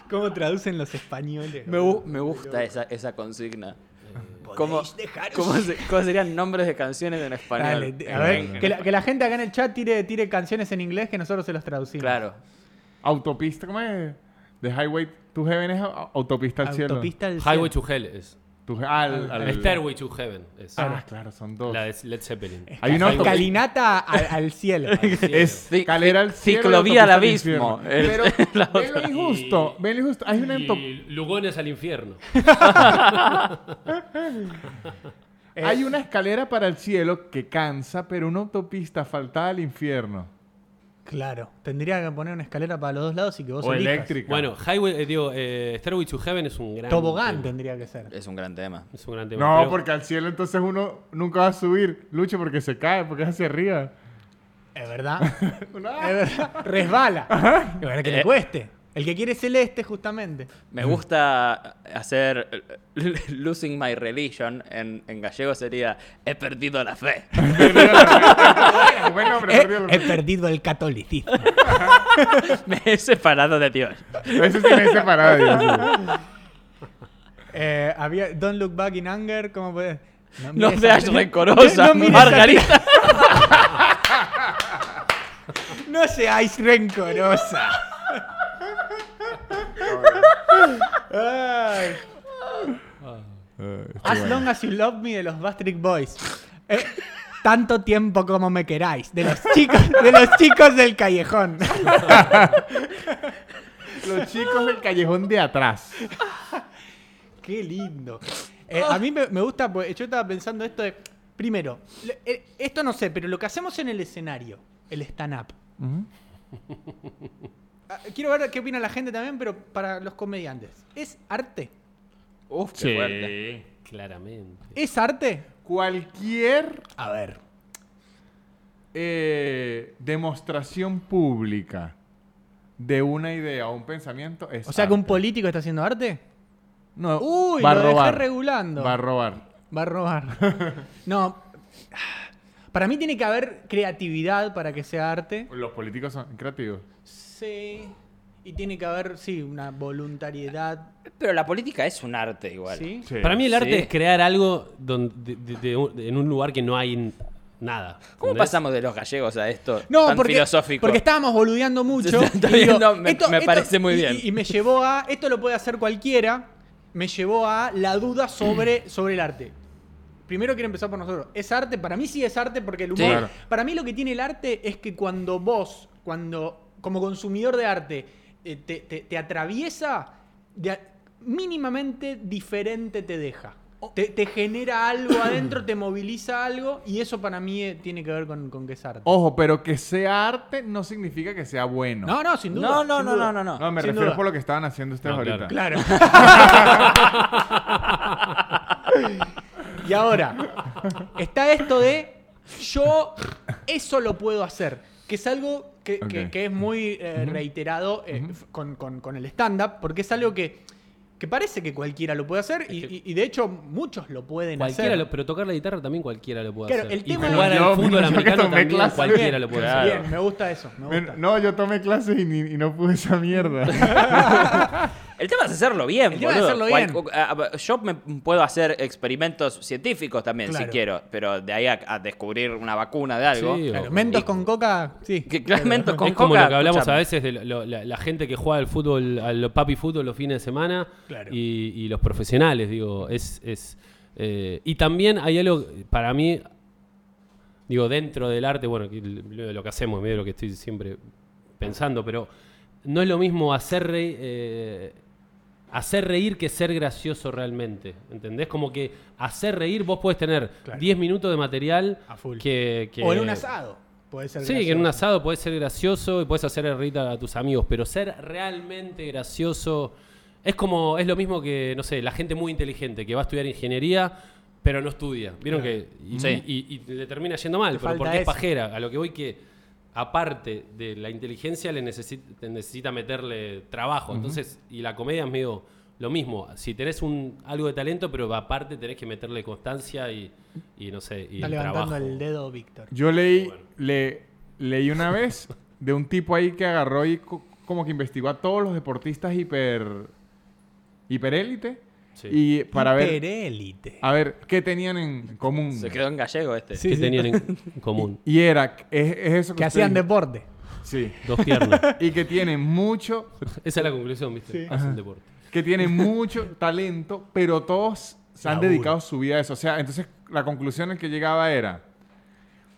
[SPEAKER 3] ¿Cómo traducen los españoles?
[SPEAKER 1] Me, gu- me gusta esa, esa consigna. ¿Cómo,
[SPEAKER 3] dejaros-
[SPEAKER 1] cómo se- cómo serían nombres de canciones en
[SPEAKER 3] Dale,
[SPEAKER 1] español?
[SPEAKER 3] te- a ver, que la, que la gente acá en el chat tire, tire canciones en inglés que nosotros se los traducimos.
[SPEAKER 1] Claro.
[SPEAKER 2] Autopista, ¿cómo es? The Highway to Heaven es au- autopista al cielo.
[SPEAKER 3] Autopista del
[SPEAKER 4] Highway
[SPEAKER 3] cielo.
[SPEAKER 4] to Hell es.
[SPEAKER 2] To he- al, al-
[SPEAKER 4] Stairway to Heaven es.
[SPEAKER 2] Ah, claro, son dos.
[SPEAKER 4] La de Led Zeppelin.
[SPEAKER 2] Hay una
[SPEAKER 4] Highway-
[SPEAKER 3] Escalinata al, al cielo.
[SPEAKER 2] Es
[SPEAKER 1] Sí,
[SPEAKER 2] escalera al cielo. y
[SPEAKER 1] ciclovía al
[SPEAKER 2] autopista
[SPEAKER 1] abismo.
[SPEAKER 2] infierno.
[SPEAKER 1] Es-
[SPEAKER 2] Pero
[SPEAKER 1] la
[SPEAKER 2] ve lo
[SPEAKER 1] otra.
[SPEAKER 2] injusto, ve lo injusto. Hay una auto-
[SPEAKER 4] Y Lugones al infierno.
[SPEAKER 3] Eh,
[SPEAKER 2] Hay una escalera para el cielo que cansa, pero una autopista faltada al infierno.
[SPEAKER 3] Claro. Tendría que poner una escalera para los dos lados y que vos
[SPEAKER 2] O
[SPEAKER 3] elijas.
[SPEAKER 2] eléctrica.
[SPEAKER 4] Bueno, Highway, eh, digo, eh, Stairway to Heaven es un gran.
[SPEAKER 3] Tobogán
[SPEAKER 4] tema.
[SPEAKER 3] tendría que ser.
[SPEAKER 1] Es un gran tema.
[SPEAKER 4] Es un gran tema.
[SPEAKER 2] No,
[SPEAKER 4] pero-
[SPEAKER 2] porque al cielo entonces uno nunca va a subir, Lucho, porque se cae, porque es hacia arriba.
[SPEAKER 3] Es verdad. es verdad. Resbala. Y bueno, que le
[SPEAKER 1] Eh.
[SPEAKER 3] cueste. El que quiere celeste, justamente.
[SPEAKER 1] Me gusta hacer eh, Losing My Religion. En, en gallego sería He perdido la fe.
[SPEAKER 2] Buen nombre,
[SPEAKER 3] Eh,
[SPEAKER 2] perdido el-
[SPEAKER 3] he perdido el catolicismo.
[SPEAKER 1] Me he separado de Dios.
[SPEAKER 3] Ah,
[SPEAKER 2] Ese sí me hice parar, Dios.
[SPEAKER 3] Eh, había Don't Look Back in Anger, ¿cómo puedes?
[SPEAKER 1] No
[SPEAKER 3] mires
[SPEAKER 1] seas
[SPEAKER 3] a-
[SPEAKER 1] rencorosa,
[SPEAKER 3] no mires a-
[SPEAKER 1] Margarita.
[SPEAKER 3] No seáis rencorosa. Ay. As long as you love me de los Bastric Boys. Eh, tanto tiempo como me queráis. De los chicos, de los chicos del callejón.
[SPEAKER 2] Los chicos del callejón de atrás.
[SPEAKER 3] Qué lindo. Eh, a mí me, me gusta, pues, yo estaba pensando esto de. Primero, le- eh, esto no sé, pero lo que hacemos en el escenario, el stand-up. Ah, Quiero ver qué opina la gente también, pero para los comediantes. ¿Es arte?
[SPEAKER 1] Uf, qué
[SPEAKER 2] Sí.
[SPEAKER 1] fuerte.
[SPEAKER 4] Claramente.
[SPEAKER 3] ¿Es arte?
[SPEAKER 2] Cualquier
[SPEAKER 3] A ver.
[SPEAKER 2] eh, demostración pública de una idea o un pensamiento es
[SPEAKER 3] O sea que un
[SPEAKER 2] arte.
[SPEAKER 3] político está haciendo arte.
[SPEAKER 2] No,
[SPEAKER 3] Uy,
[SPEAKER 2] va a
[SPEAKER 3] lo dejé
[SPEAKER 2] robar.
[SPEAKER 3] regulando.
[SPEAKER 2] Va a robar.
[SPEAKER 3] Va a robar. no. Para mí tiene que haber creatividad para que sea arte.
[SPEAKER 2] Los políticos son creativos.
[SPEAKER 3] Sí. Y tiene que haber, sí, una voluntariedad.
[SPEAKER 1] Pero la política es un arte igual.
[SPEAKER 3] ¿sí?
[SPEAKER 2] Sí.
[SPEAKER 4] Para mí el arte
[SPEAKER 1] Sí.
[SPEAKER 4] es crear algo donde, de- de- de un- en un lugar que no hay n- nada.
[SPEAKER 1] ¿Cómo
[SPEAKER 4] ¿entendés?
[SPEAKER 1] pasamos de los gallegos a esto
[SPEAKER 3] No,
[SPEAKER 1] tan
[SPEAKER 3] porque,
[SPEAKER 1] filosófico?
[SPEAKER 3] porque estábamos boludeando mucho.
[SPEAKER 1] Está
[SPEAKER 3] y
[SPEAKER 1] bien, no, me- me parece muy
[SPEAKER 3] y-
[SPEAKER 1] bien.
[SPEAKER 3] Y, y me llevó a, esto lo puede hacer cualquiera, me llevó a la duda sobre, sobre el arte. Primero quiero empezar por nosotros. ¿Es arte? Para mí sí es arte porque el humor...
[SPEAKER 1] Sí.
[SPEAKER 2] Claro.
[SPEAKER 3] Para mí lo que tiene el arte es que cuando vos, cuando como consumidor de arte, eh, te, te- te atraviesa, de a- mínimamente diferente te deja. Te, te genera algo adentro, te moviliza algo y eso para mí eh, tiene que ver con, con que es arte.
[SPEAKER 2] Ojo, pero que sea arte no significa que sea bueno.
[SPEAKER 3] No, no, sin duda.
[SPEAKER 1] no, no,
[SPEAKER 3] sin
[SPEAKER 1] no,
[SPEAKER 3] duda.
[SPEAKER 1] no, no, no.
[SPEAKER 2] No, me
[SPEAKER 3] sin
[SPEAKER 2] refiero
[SPEAKER 3] duda.
[SPEAKER 2] por lo que estaban haciendo ustedes
[SPEAKER 4] No,
[SPEAKER 2] ahorita.
[SPEAKER 3] Claro. y ahora, está esto de yo eso lo puedo hacer, que es algo que, que-
[SPEAKER 2] Ok.
[SPEAKER 3] que es muy eh, reiterado eh, f- con, con- con el stand-up, porque es algo que, que parece que cualquiera lo puede hacer y, y- y de hecho muchos lo pueden
[SPEAKER 4] Cualquiera
[SPEAKER 3] hacer.
[SPEAKER 4] lo- pero tocar la guitarra también cualquiera lo puede
[SPEAKER 3] Claro,
[SPEAKER 4] hacer.
[SPEAKER 3] el tema
[SPEAKER 4] y jugar
[SPEAKER 2] es-
[SPEAKER 4] al
[SPEAKER 2] Yo,
[SPEAKER 4] fútbol
[SPEAKER 2] menos yo que
[SPEAKER 4] americano
[SPEAKER 2] tomé
[SPEAKER 4] también
[SPEAKER 2] clase.
[SPEAKER 4] cualquiera lo puede
[SPEAKER 1] Claro.
[SPEAKER 4] hacer.
[SPEAKER 3] Bien, me gusta eso. me
[SPEAKER 2] Men-
[SPEAKER 3] gusta.
[SPEAKER 2] No, yo tomé clases y, ni- y no pude esa mierda.
[SPEAKER 1] El tema es hacerlo bien,
[SPEAKER 3] El tema es
[SPEAKER 1] boludo.
[SPEAKER 3] hacerlo bien.
[SPEAKER 1] Cual- a- a- Yo me puedo hacer experimentos científicos también, si
[SPEAKER 3] Claro.
[SPEAKER 1] quiero, pero de ahí a, a descubrir una vacuna de algo.
[SPEAKER 4] Sí,
[SPEAKER 3] Claro,
[SPEAKER 4] o-
[SPEAKER 3] Mentos con coca, sí.
[SPEAKER 1] Que claramente con
[SPEAKER 4] es como
[SPEAKER 1] coca,
[SPEAKER 4] lo que hablamos
[SPEAKER 1] escuchame.
[SPEAKER 4] a veces de lo- lo- la, la gente que juega al fútbol, al papi fútbol los fines de semana
[SPEAKER 3] Claro.
[SPEAKER 4] y, y los profesionales, digo, es... es eh, y también hay algo, para mí, digo, dentro del arte, bueno, que lo lo que hacemos, medio lo que estoy siempre pensando, pero no es lo mismo hacer, re- eh, hacer reír que ser gracioso realmente, ¿entendés? Como que hacer reír vos podés tener
[SPEAKER 3] Claro.
[SPEAKER 4] 10 minutos de material
[SPEAKER 3] A full.
[SPEAKER 4] que, que...
[SPEAKER 3] O en un asado. Puede ser
[SPEAKER 4] Sí, que en un
[SPEAKER 3] gracioso.
[SPEAKER 4] asado puede ser gracioso y puedes hacer reír a tus amigos, pero ser realmente gracioso es como es lo mismo que no sé, la gente muy inteligente que va a estudiar ingeniería pero no estudia. Vieron que y,
[SPEAKER 1] Sí.
[SPEAKER 4] y- y le termina yendo mal,
[SPEAKER 3] Te
[SPEAKER 4] pero
[SPEAKER 3] falta
[SPEAKER 4] porque es
[SPEAKER 3] eso.
[SPEAKER 4] pajera, a lo que voy que aparte de la inteligencia le necesi- te necesita, meterle trabajo, entonces y la comedia es medio lo mismo, si tenés un algo de talento, pero aparte tenés que meterle constancia y, y no sé, y
[SPEAKER 3] Está
[SPEAKER 4] el
[SPEAKER 3] levantando
[SPEAKER 4] trabajo.
[SPEAKER 3] el dedo, Víctor.
[SPEAKER 2] Yo leí, le, leí una vez de un tipo ahí que agarró y co- como que investigó a todos los deportistas hiper hiperélite
[SPEAKER 4] Sí.
[SPEAKER 2] y para ver Ah,
[SPEAKER 3] Hiperélite.
[SPEAKER 2] a ver qué tenían en común.
[SPEAKER 1] Se quedó en gallego este.
[SPEAKER 4] que tenían en común.
[SPEAKER 2] Y era es, es eso que
[SPEAKER 3] Que
[SPEAKER 2] usted
[SPEAKER 3] hacían
[SPEAKER 2] dijo.
[SPEAKER 3] deporte.
[SPEAKER 2] Sí.
[SPEAKER 4] Dos piernas.
[SPEAKER 2] Y que tiene mucho,
[SPEAKER 4] Esa es la conclusión, ¿viste?
[SPEAKER 3] Sí.
[SPEAKER 4] Hacen deporte.
[SPEAKER 2] que tiene mucho talento, pero todos se han
[SPEAKER 6] Laburo.
[SPEAKER 2] dedicado su vida a eso. O sea, entonces la conclusión en que llegaba era,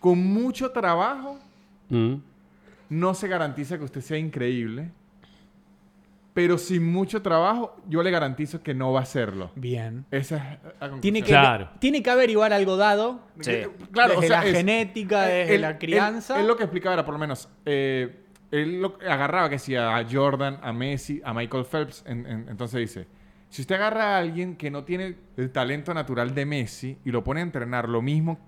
[SPEAKER 2] con mucho trabajo
[SPEAKER 4] Mm.
[SPEAKER 2] no se garantiza que usted sea increíble, pero sin mucho trabajo yo le garantizo que no va a serlo.
[SPEAKER 3] Bien.
[SPEAKER 2] Esa es la conclusión.
[SPEAKER 3] Tiene que,
[SPEAKER 4] Claro.
[SPEAKER 3] tiene que averiguar algo dado.
[SPEAKER 1] Sí.
[SPEAKER 2] Eh, Claro,
[SPEAKER 3] desde
[SPEAKER 2] o sea,
[SPEAKER 3] la
[SPEAKER 2] es-
[SPEAKER 3] genética, desde
[SPEAKER 2] él-
[SPEAKER 3] la
[SPEAKER 2] él-
[SPEAKER 3] crianza.
[SPEAKER 2] Él, lo que explicaba era, por lo menos, eh, él lo agarraba que si a Jordan, a Messi, a Michael Phelps. en- en- entonces dice, si usted agarra a alguien que no tiene el talento natural de Messi y lo pone a entrenar lo mismo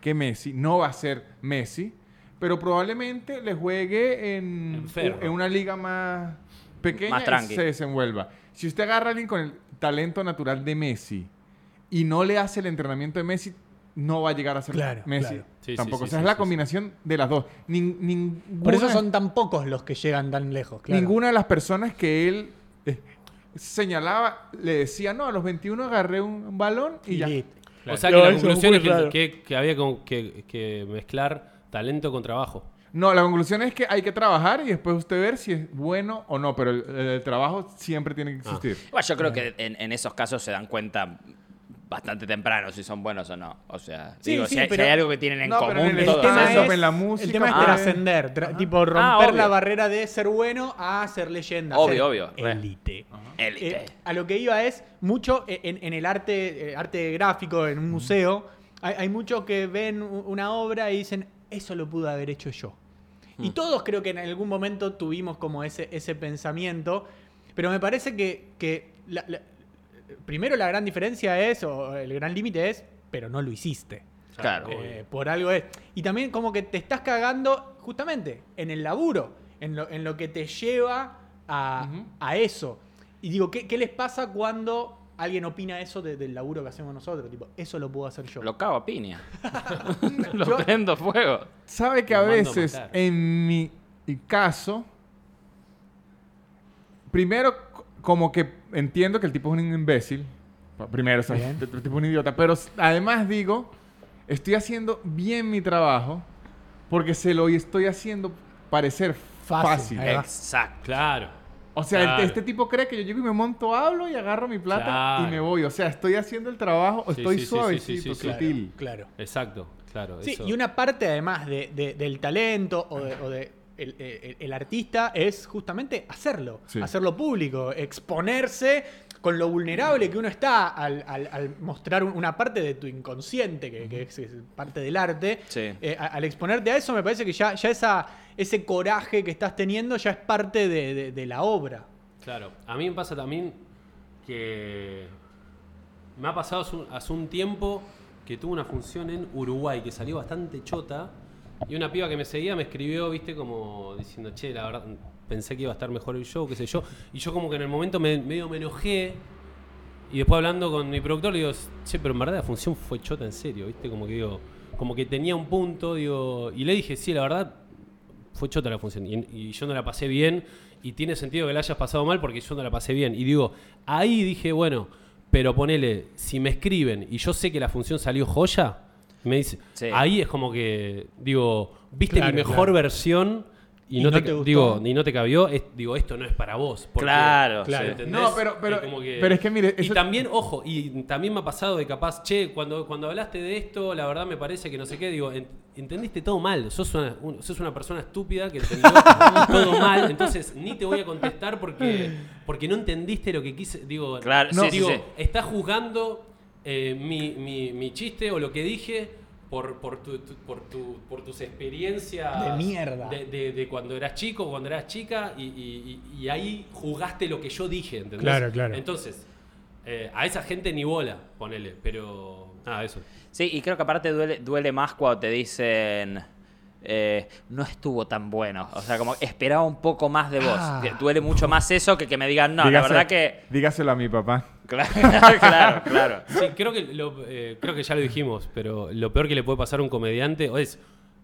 [SPEAKER 2] que Messi, no va a ser Messi, pero probablemente le juegue en,
[SPEAKER 4] En ferro.
[SPEAKER 2] en una liga más pequeña
[SPEAKER 1] Más tranqui.
[SPEAKER 2] y se desenvuelva. Si usted agarra a alguien con el talento natural de Messi y no le hace el entrenamiento de Messi, no va a llegar a ser
[SPEAKER 3] Claro,
[SPEAKER 2] Messi.
[SPEAKER 3] claro.
[SPEAKER 4] Sí, sí,
[SPEAKER 2] Tampoco.
[SPEAKER 4] sí,
[SPEAKER 2] o sea,
[SPEAKER 4] sí,
[SPEAKER 2] es la
[SPEAKER 4] sí,
[SPEAKER 2] combinación de las dos. Nin- ninguna,
[SPEAKER 3] Por eso son tan pocos los que llegan tan lejos. Claro.
[SPEAKER 2] ninguna de las personas que él eh, señalaba le decía, no, a los 21 agarré un balón y,
[SPEAKER 3] Y
[SPEAKER 2] ya.
[SPEAKER 3] listo.
[SPEAKER 4] O sea que
[SPEAKER 6] No,
[SPEAKER 4] la
[SPEAKER 6] eso es
[SPEAKER 4] conclusión
[SPEAKER 6] muy
[SPEAKER 4] es que,
[SPEAKER 6] raro.
[SPEAKER 4] que- que había con- que, que mezclar talento con trabajo.
[SPEAKER 2] No, la conclusión es que hay que trabajar y después usted ver si es bueno o no, pero el, el trabajo siempre tiene
[SPEAKER 4] Ah.
[SPEAKER 2] que existir.
[SPEAKER 1] Bueno, yo creo que en, en esos casos se dan cuenta bastante temprano si son buenos o no. O sea,
[SPEAKER 3] Sí,
[SPEAKER 1] digo,
[SPEAKER 3] sí,
[SPEAKER 1] si, hay, si
[SPEAKER 3] pero-
[SPEAKER 1] hay algo que tienen en
[SPEAKER 2] No, pero
[SPEAKER 1] común
[SPEAKER 2] en el
[SPEAKER 1] todos
[SPEAKER 2] tema
[SPEAKER 1] esos-
[SPEAKER 2] es- en la música,
[SPEAKER 3] el tema es
[SPEAKER 2] pues.
[SPEAKER 3] trascender, tra- tipo romper
[SPEAKER 1] Ah, obvio.
[SPEAKER 3] la barrera de ser bueno a ser leyenda.
[SPEAKER 1] Obvio,
[SPEAKER 3] ser
[SPEAKER 1] obvio, re.
[SPEAKER 3] Élite.
[SPEAKER 1] Élite.
[SPEAKER 3] Eh, a lo que iba es mucho e- en, en el arte, eh, arte gráfico, en un museo, hay, hay muchos que ven u- una obra y dicen, eso lo pude haber hecho yo. Y todos creo que en algún momento tuvimos como ese, ese pensamiento, pero me parece que, que la- la- primero la gran diferencia es, o el gran límite es, pero no lo hiciste.
[SPEAKER 1] Claro.
[SPEAKER 3] Eh, por algo es. Y también como que te estás cagando justamente en el laburo, en lo, en lo que te lleva a, a eso. Y digo, ¿qué, qué les pasa cuando alguien opina eso de- del laburo que hacemos nosotros? Tipo, eso lo puedo hacer yo.
[SPEAKER 1] Lo cago a piña. lo prendo fuego.
[SPEAKER 2] Sabe que a
[SPEAKER 4] Lo mando a
[SPEAKER 2] veces,
[SPEAKER 4] matar.
[SPEAKER 2] en mi caso, primero, c- como que entiendo que el tipo es un imbécil. Primero, o sea,
[SPEAKER 3] Bien.
[SPEAKER 2] el tipo es un idiota. Pero s- además digo, estoy haciendo bien mi trabajo porque se lo estoy haciendo parecer
[SPEAKER 3] Fácil.
[SPEAKER 2] fácil.
[SPEAKER 3] Ahí va.
[SPEAKER 1] Exacto.
[SPEAKER 4] Claro.
[SPEAKER 2] O sea,
[SPEAKER 4] Claro.
[SPEAKER 2] este tipo cree que yo llego y me monto, hablo y agarro mi plata
[SPEAKER 4] Claro.
[SPEAKER 2] y me voy. O sea, estoy haciendo el trabajo, o
[SPEAKER 4] Sí,
[SPEAKER 2] estoy
[SPEAKER 4] sí, sí, sí,
[SPEAKER 2] suavecito,
[SPEAKER 4] sí, sí, claro.
[SPEAKER 2] sutil.
[SPEAKER 3] Claro.
[SPEAKER 4] Exacto. Claro.
[SPEAKER 3] Sí,
[SPEAKER 4] eso.
[SPEAKER 3] y una parte además de- de- del talento o de... o de el, el- el artista es justamente hacerlo,
[SPEAKER 2] Sí.
[SPEAKER 3] hacerlo público, exponerse con lo vulnerable que uno está al, al- al mostrar un- una parte de tu inconsciente, que, que es, es parte del arte.
[SPEAKER 1] Sí.
[SPEAKER 3] Eh, a- al exponerte a eso me parece que ya, ya esa, ese coraje que estás teniendo ya es parte de, de- de la obra.
[SPEAKER 4] Claro, a mí me pasa también que me ha pasado hace un, hace un tiempo que tuve una función en Uruguay que salió bastante chota y una piba que me seguía me escribió, viste, como diciendo, che, la verdad, pensé que iba a estar mejor el show, qué sé yo, y yo como que en el momento me, medio me enojé y después hablando con mi productor le digo, che, pero en verdad la función fue chota en serio, viste, como que digo, como que tenía un punto, digo, y le dije, sí, la verdad, fue chota la función y, y yo no la pasé bien y tiene sentido que la hayas pasado mal porque yo no la pasé bien. Y digo, ahí dije, bueno, pero ponele, si me escriben y yo sé que la función salió joya, me dice,
[SPEAKER 1] Sí.
[SPEAKER 4] ahí es como que, digo, viste
[SPEAKER 3] Claro,
[SPEAKER 4] mi mejor
[SPEAKER 3] claro.
[SPEAKER 4] versión y,
[SPEAKER 3] Y
[SPEAKER 4] no,
[SPEAKER 3] no
[SPEAKER 4] te,
[SPEAKER 3] te gustó.
[SPEAKER 4] digo, y no te cabió, es- digo, esto no es para vos. porque-
[SPEAKER 1] Claro,
[SPEAKER 3] Claro.
[SPEAKER 1] sí.
[SPEAKER 4] ¿Entendés?
[SPEAKER 2] No, pero- pero-
[SPEAKER 4] Y como
[SPEAKER 2] pero es que mire,
[SPEAKER 4] Y
[SPEAKER 2] eso-
[SPEAKER 4] también, ojo, y también me ha pasado de capaz, che, cuando, cuando hablaste de esto, la verdad me parece que no sé qué, digo, en- entendiste todo mal. Sos una, un- sos una persona estúpida que entendió todo mal, entonces ni te voy a contestar porque, porque no entendiste lo que quise. Digo,
[SPEAKER 1] Claro,
[SPEAKER 2] No,
[SPEAKER 1] sí, sí,
[SPEAKER 4] digo,
[SPEAKER 1] sí.
[SPEAKER 4] estás juzgando eh, mi, mi- mi chiste o lo que dije por, por, tu- tu- por, tu- por tus experiencias.
[SPEAKER 3] De mierda.
[SPEAKER 4] De, de- de cuando eras chico, cuando eras chica, y, y- y- y ahí jugaste lo que yo dije, ¿entendés?
[SPEAKER 3] Claro, claro.
[SPEAKER 4] Entonces, eh, a esa gente ni bola, ponele, pero. Nada, eso.
[SPEAKER 1] Sí, y creo que aparte duele, duele más cuando te dicen. eh, no estuvo tan bueno. O sea, como esperaba un poco más de vos.
[SPEAKER 3] Ah.
[SPEAKER 1] Duele mucho más eso que que me digan, no, la
[SPEAKER 2] Dígase-
[SPEAKER 1] verdad que.
[SPEAKER 2] Dígaselo a mi papá.
[SPEAKER 1] Claro, claro, claro.
[SPEAKER 4] Sí, creo que, lo- eh, creo que ya lo dijimos, pero lo peor que le puede pasar a un comediante o es.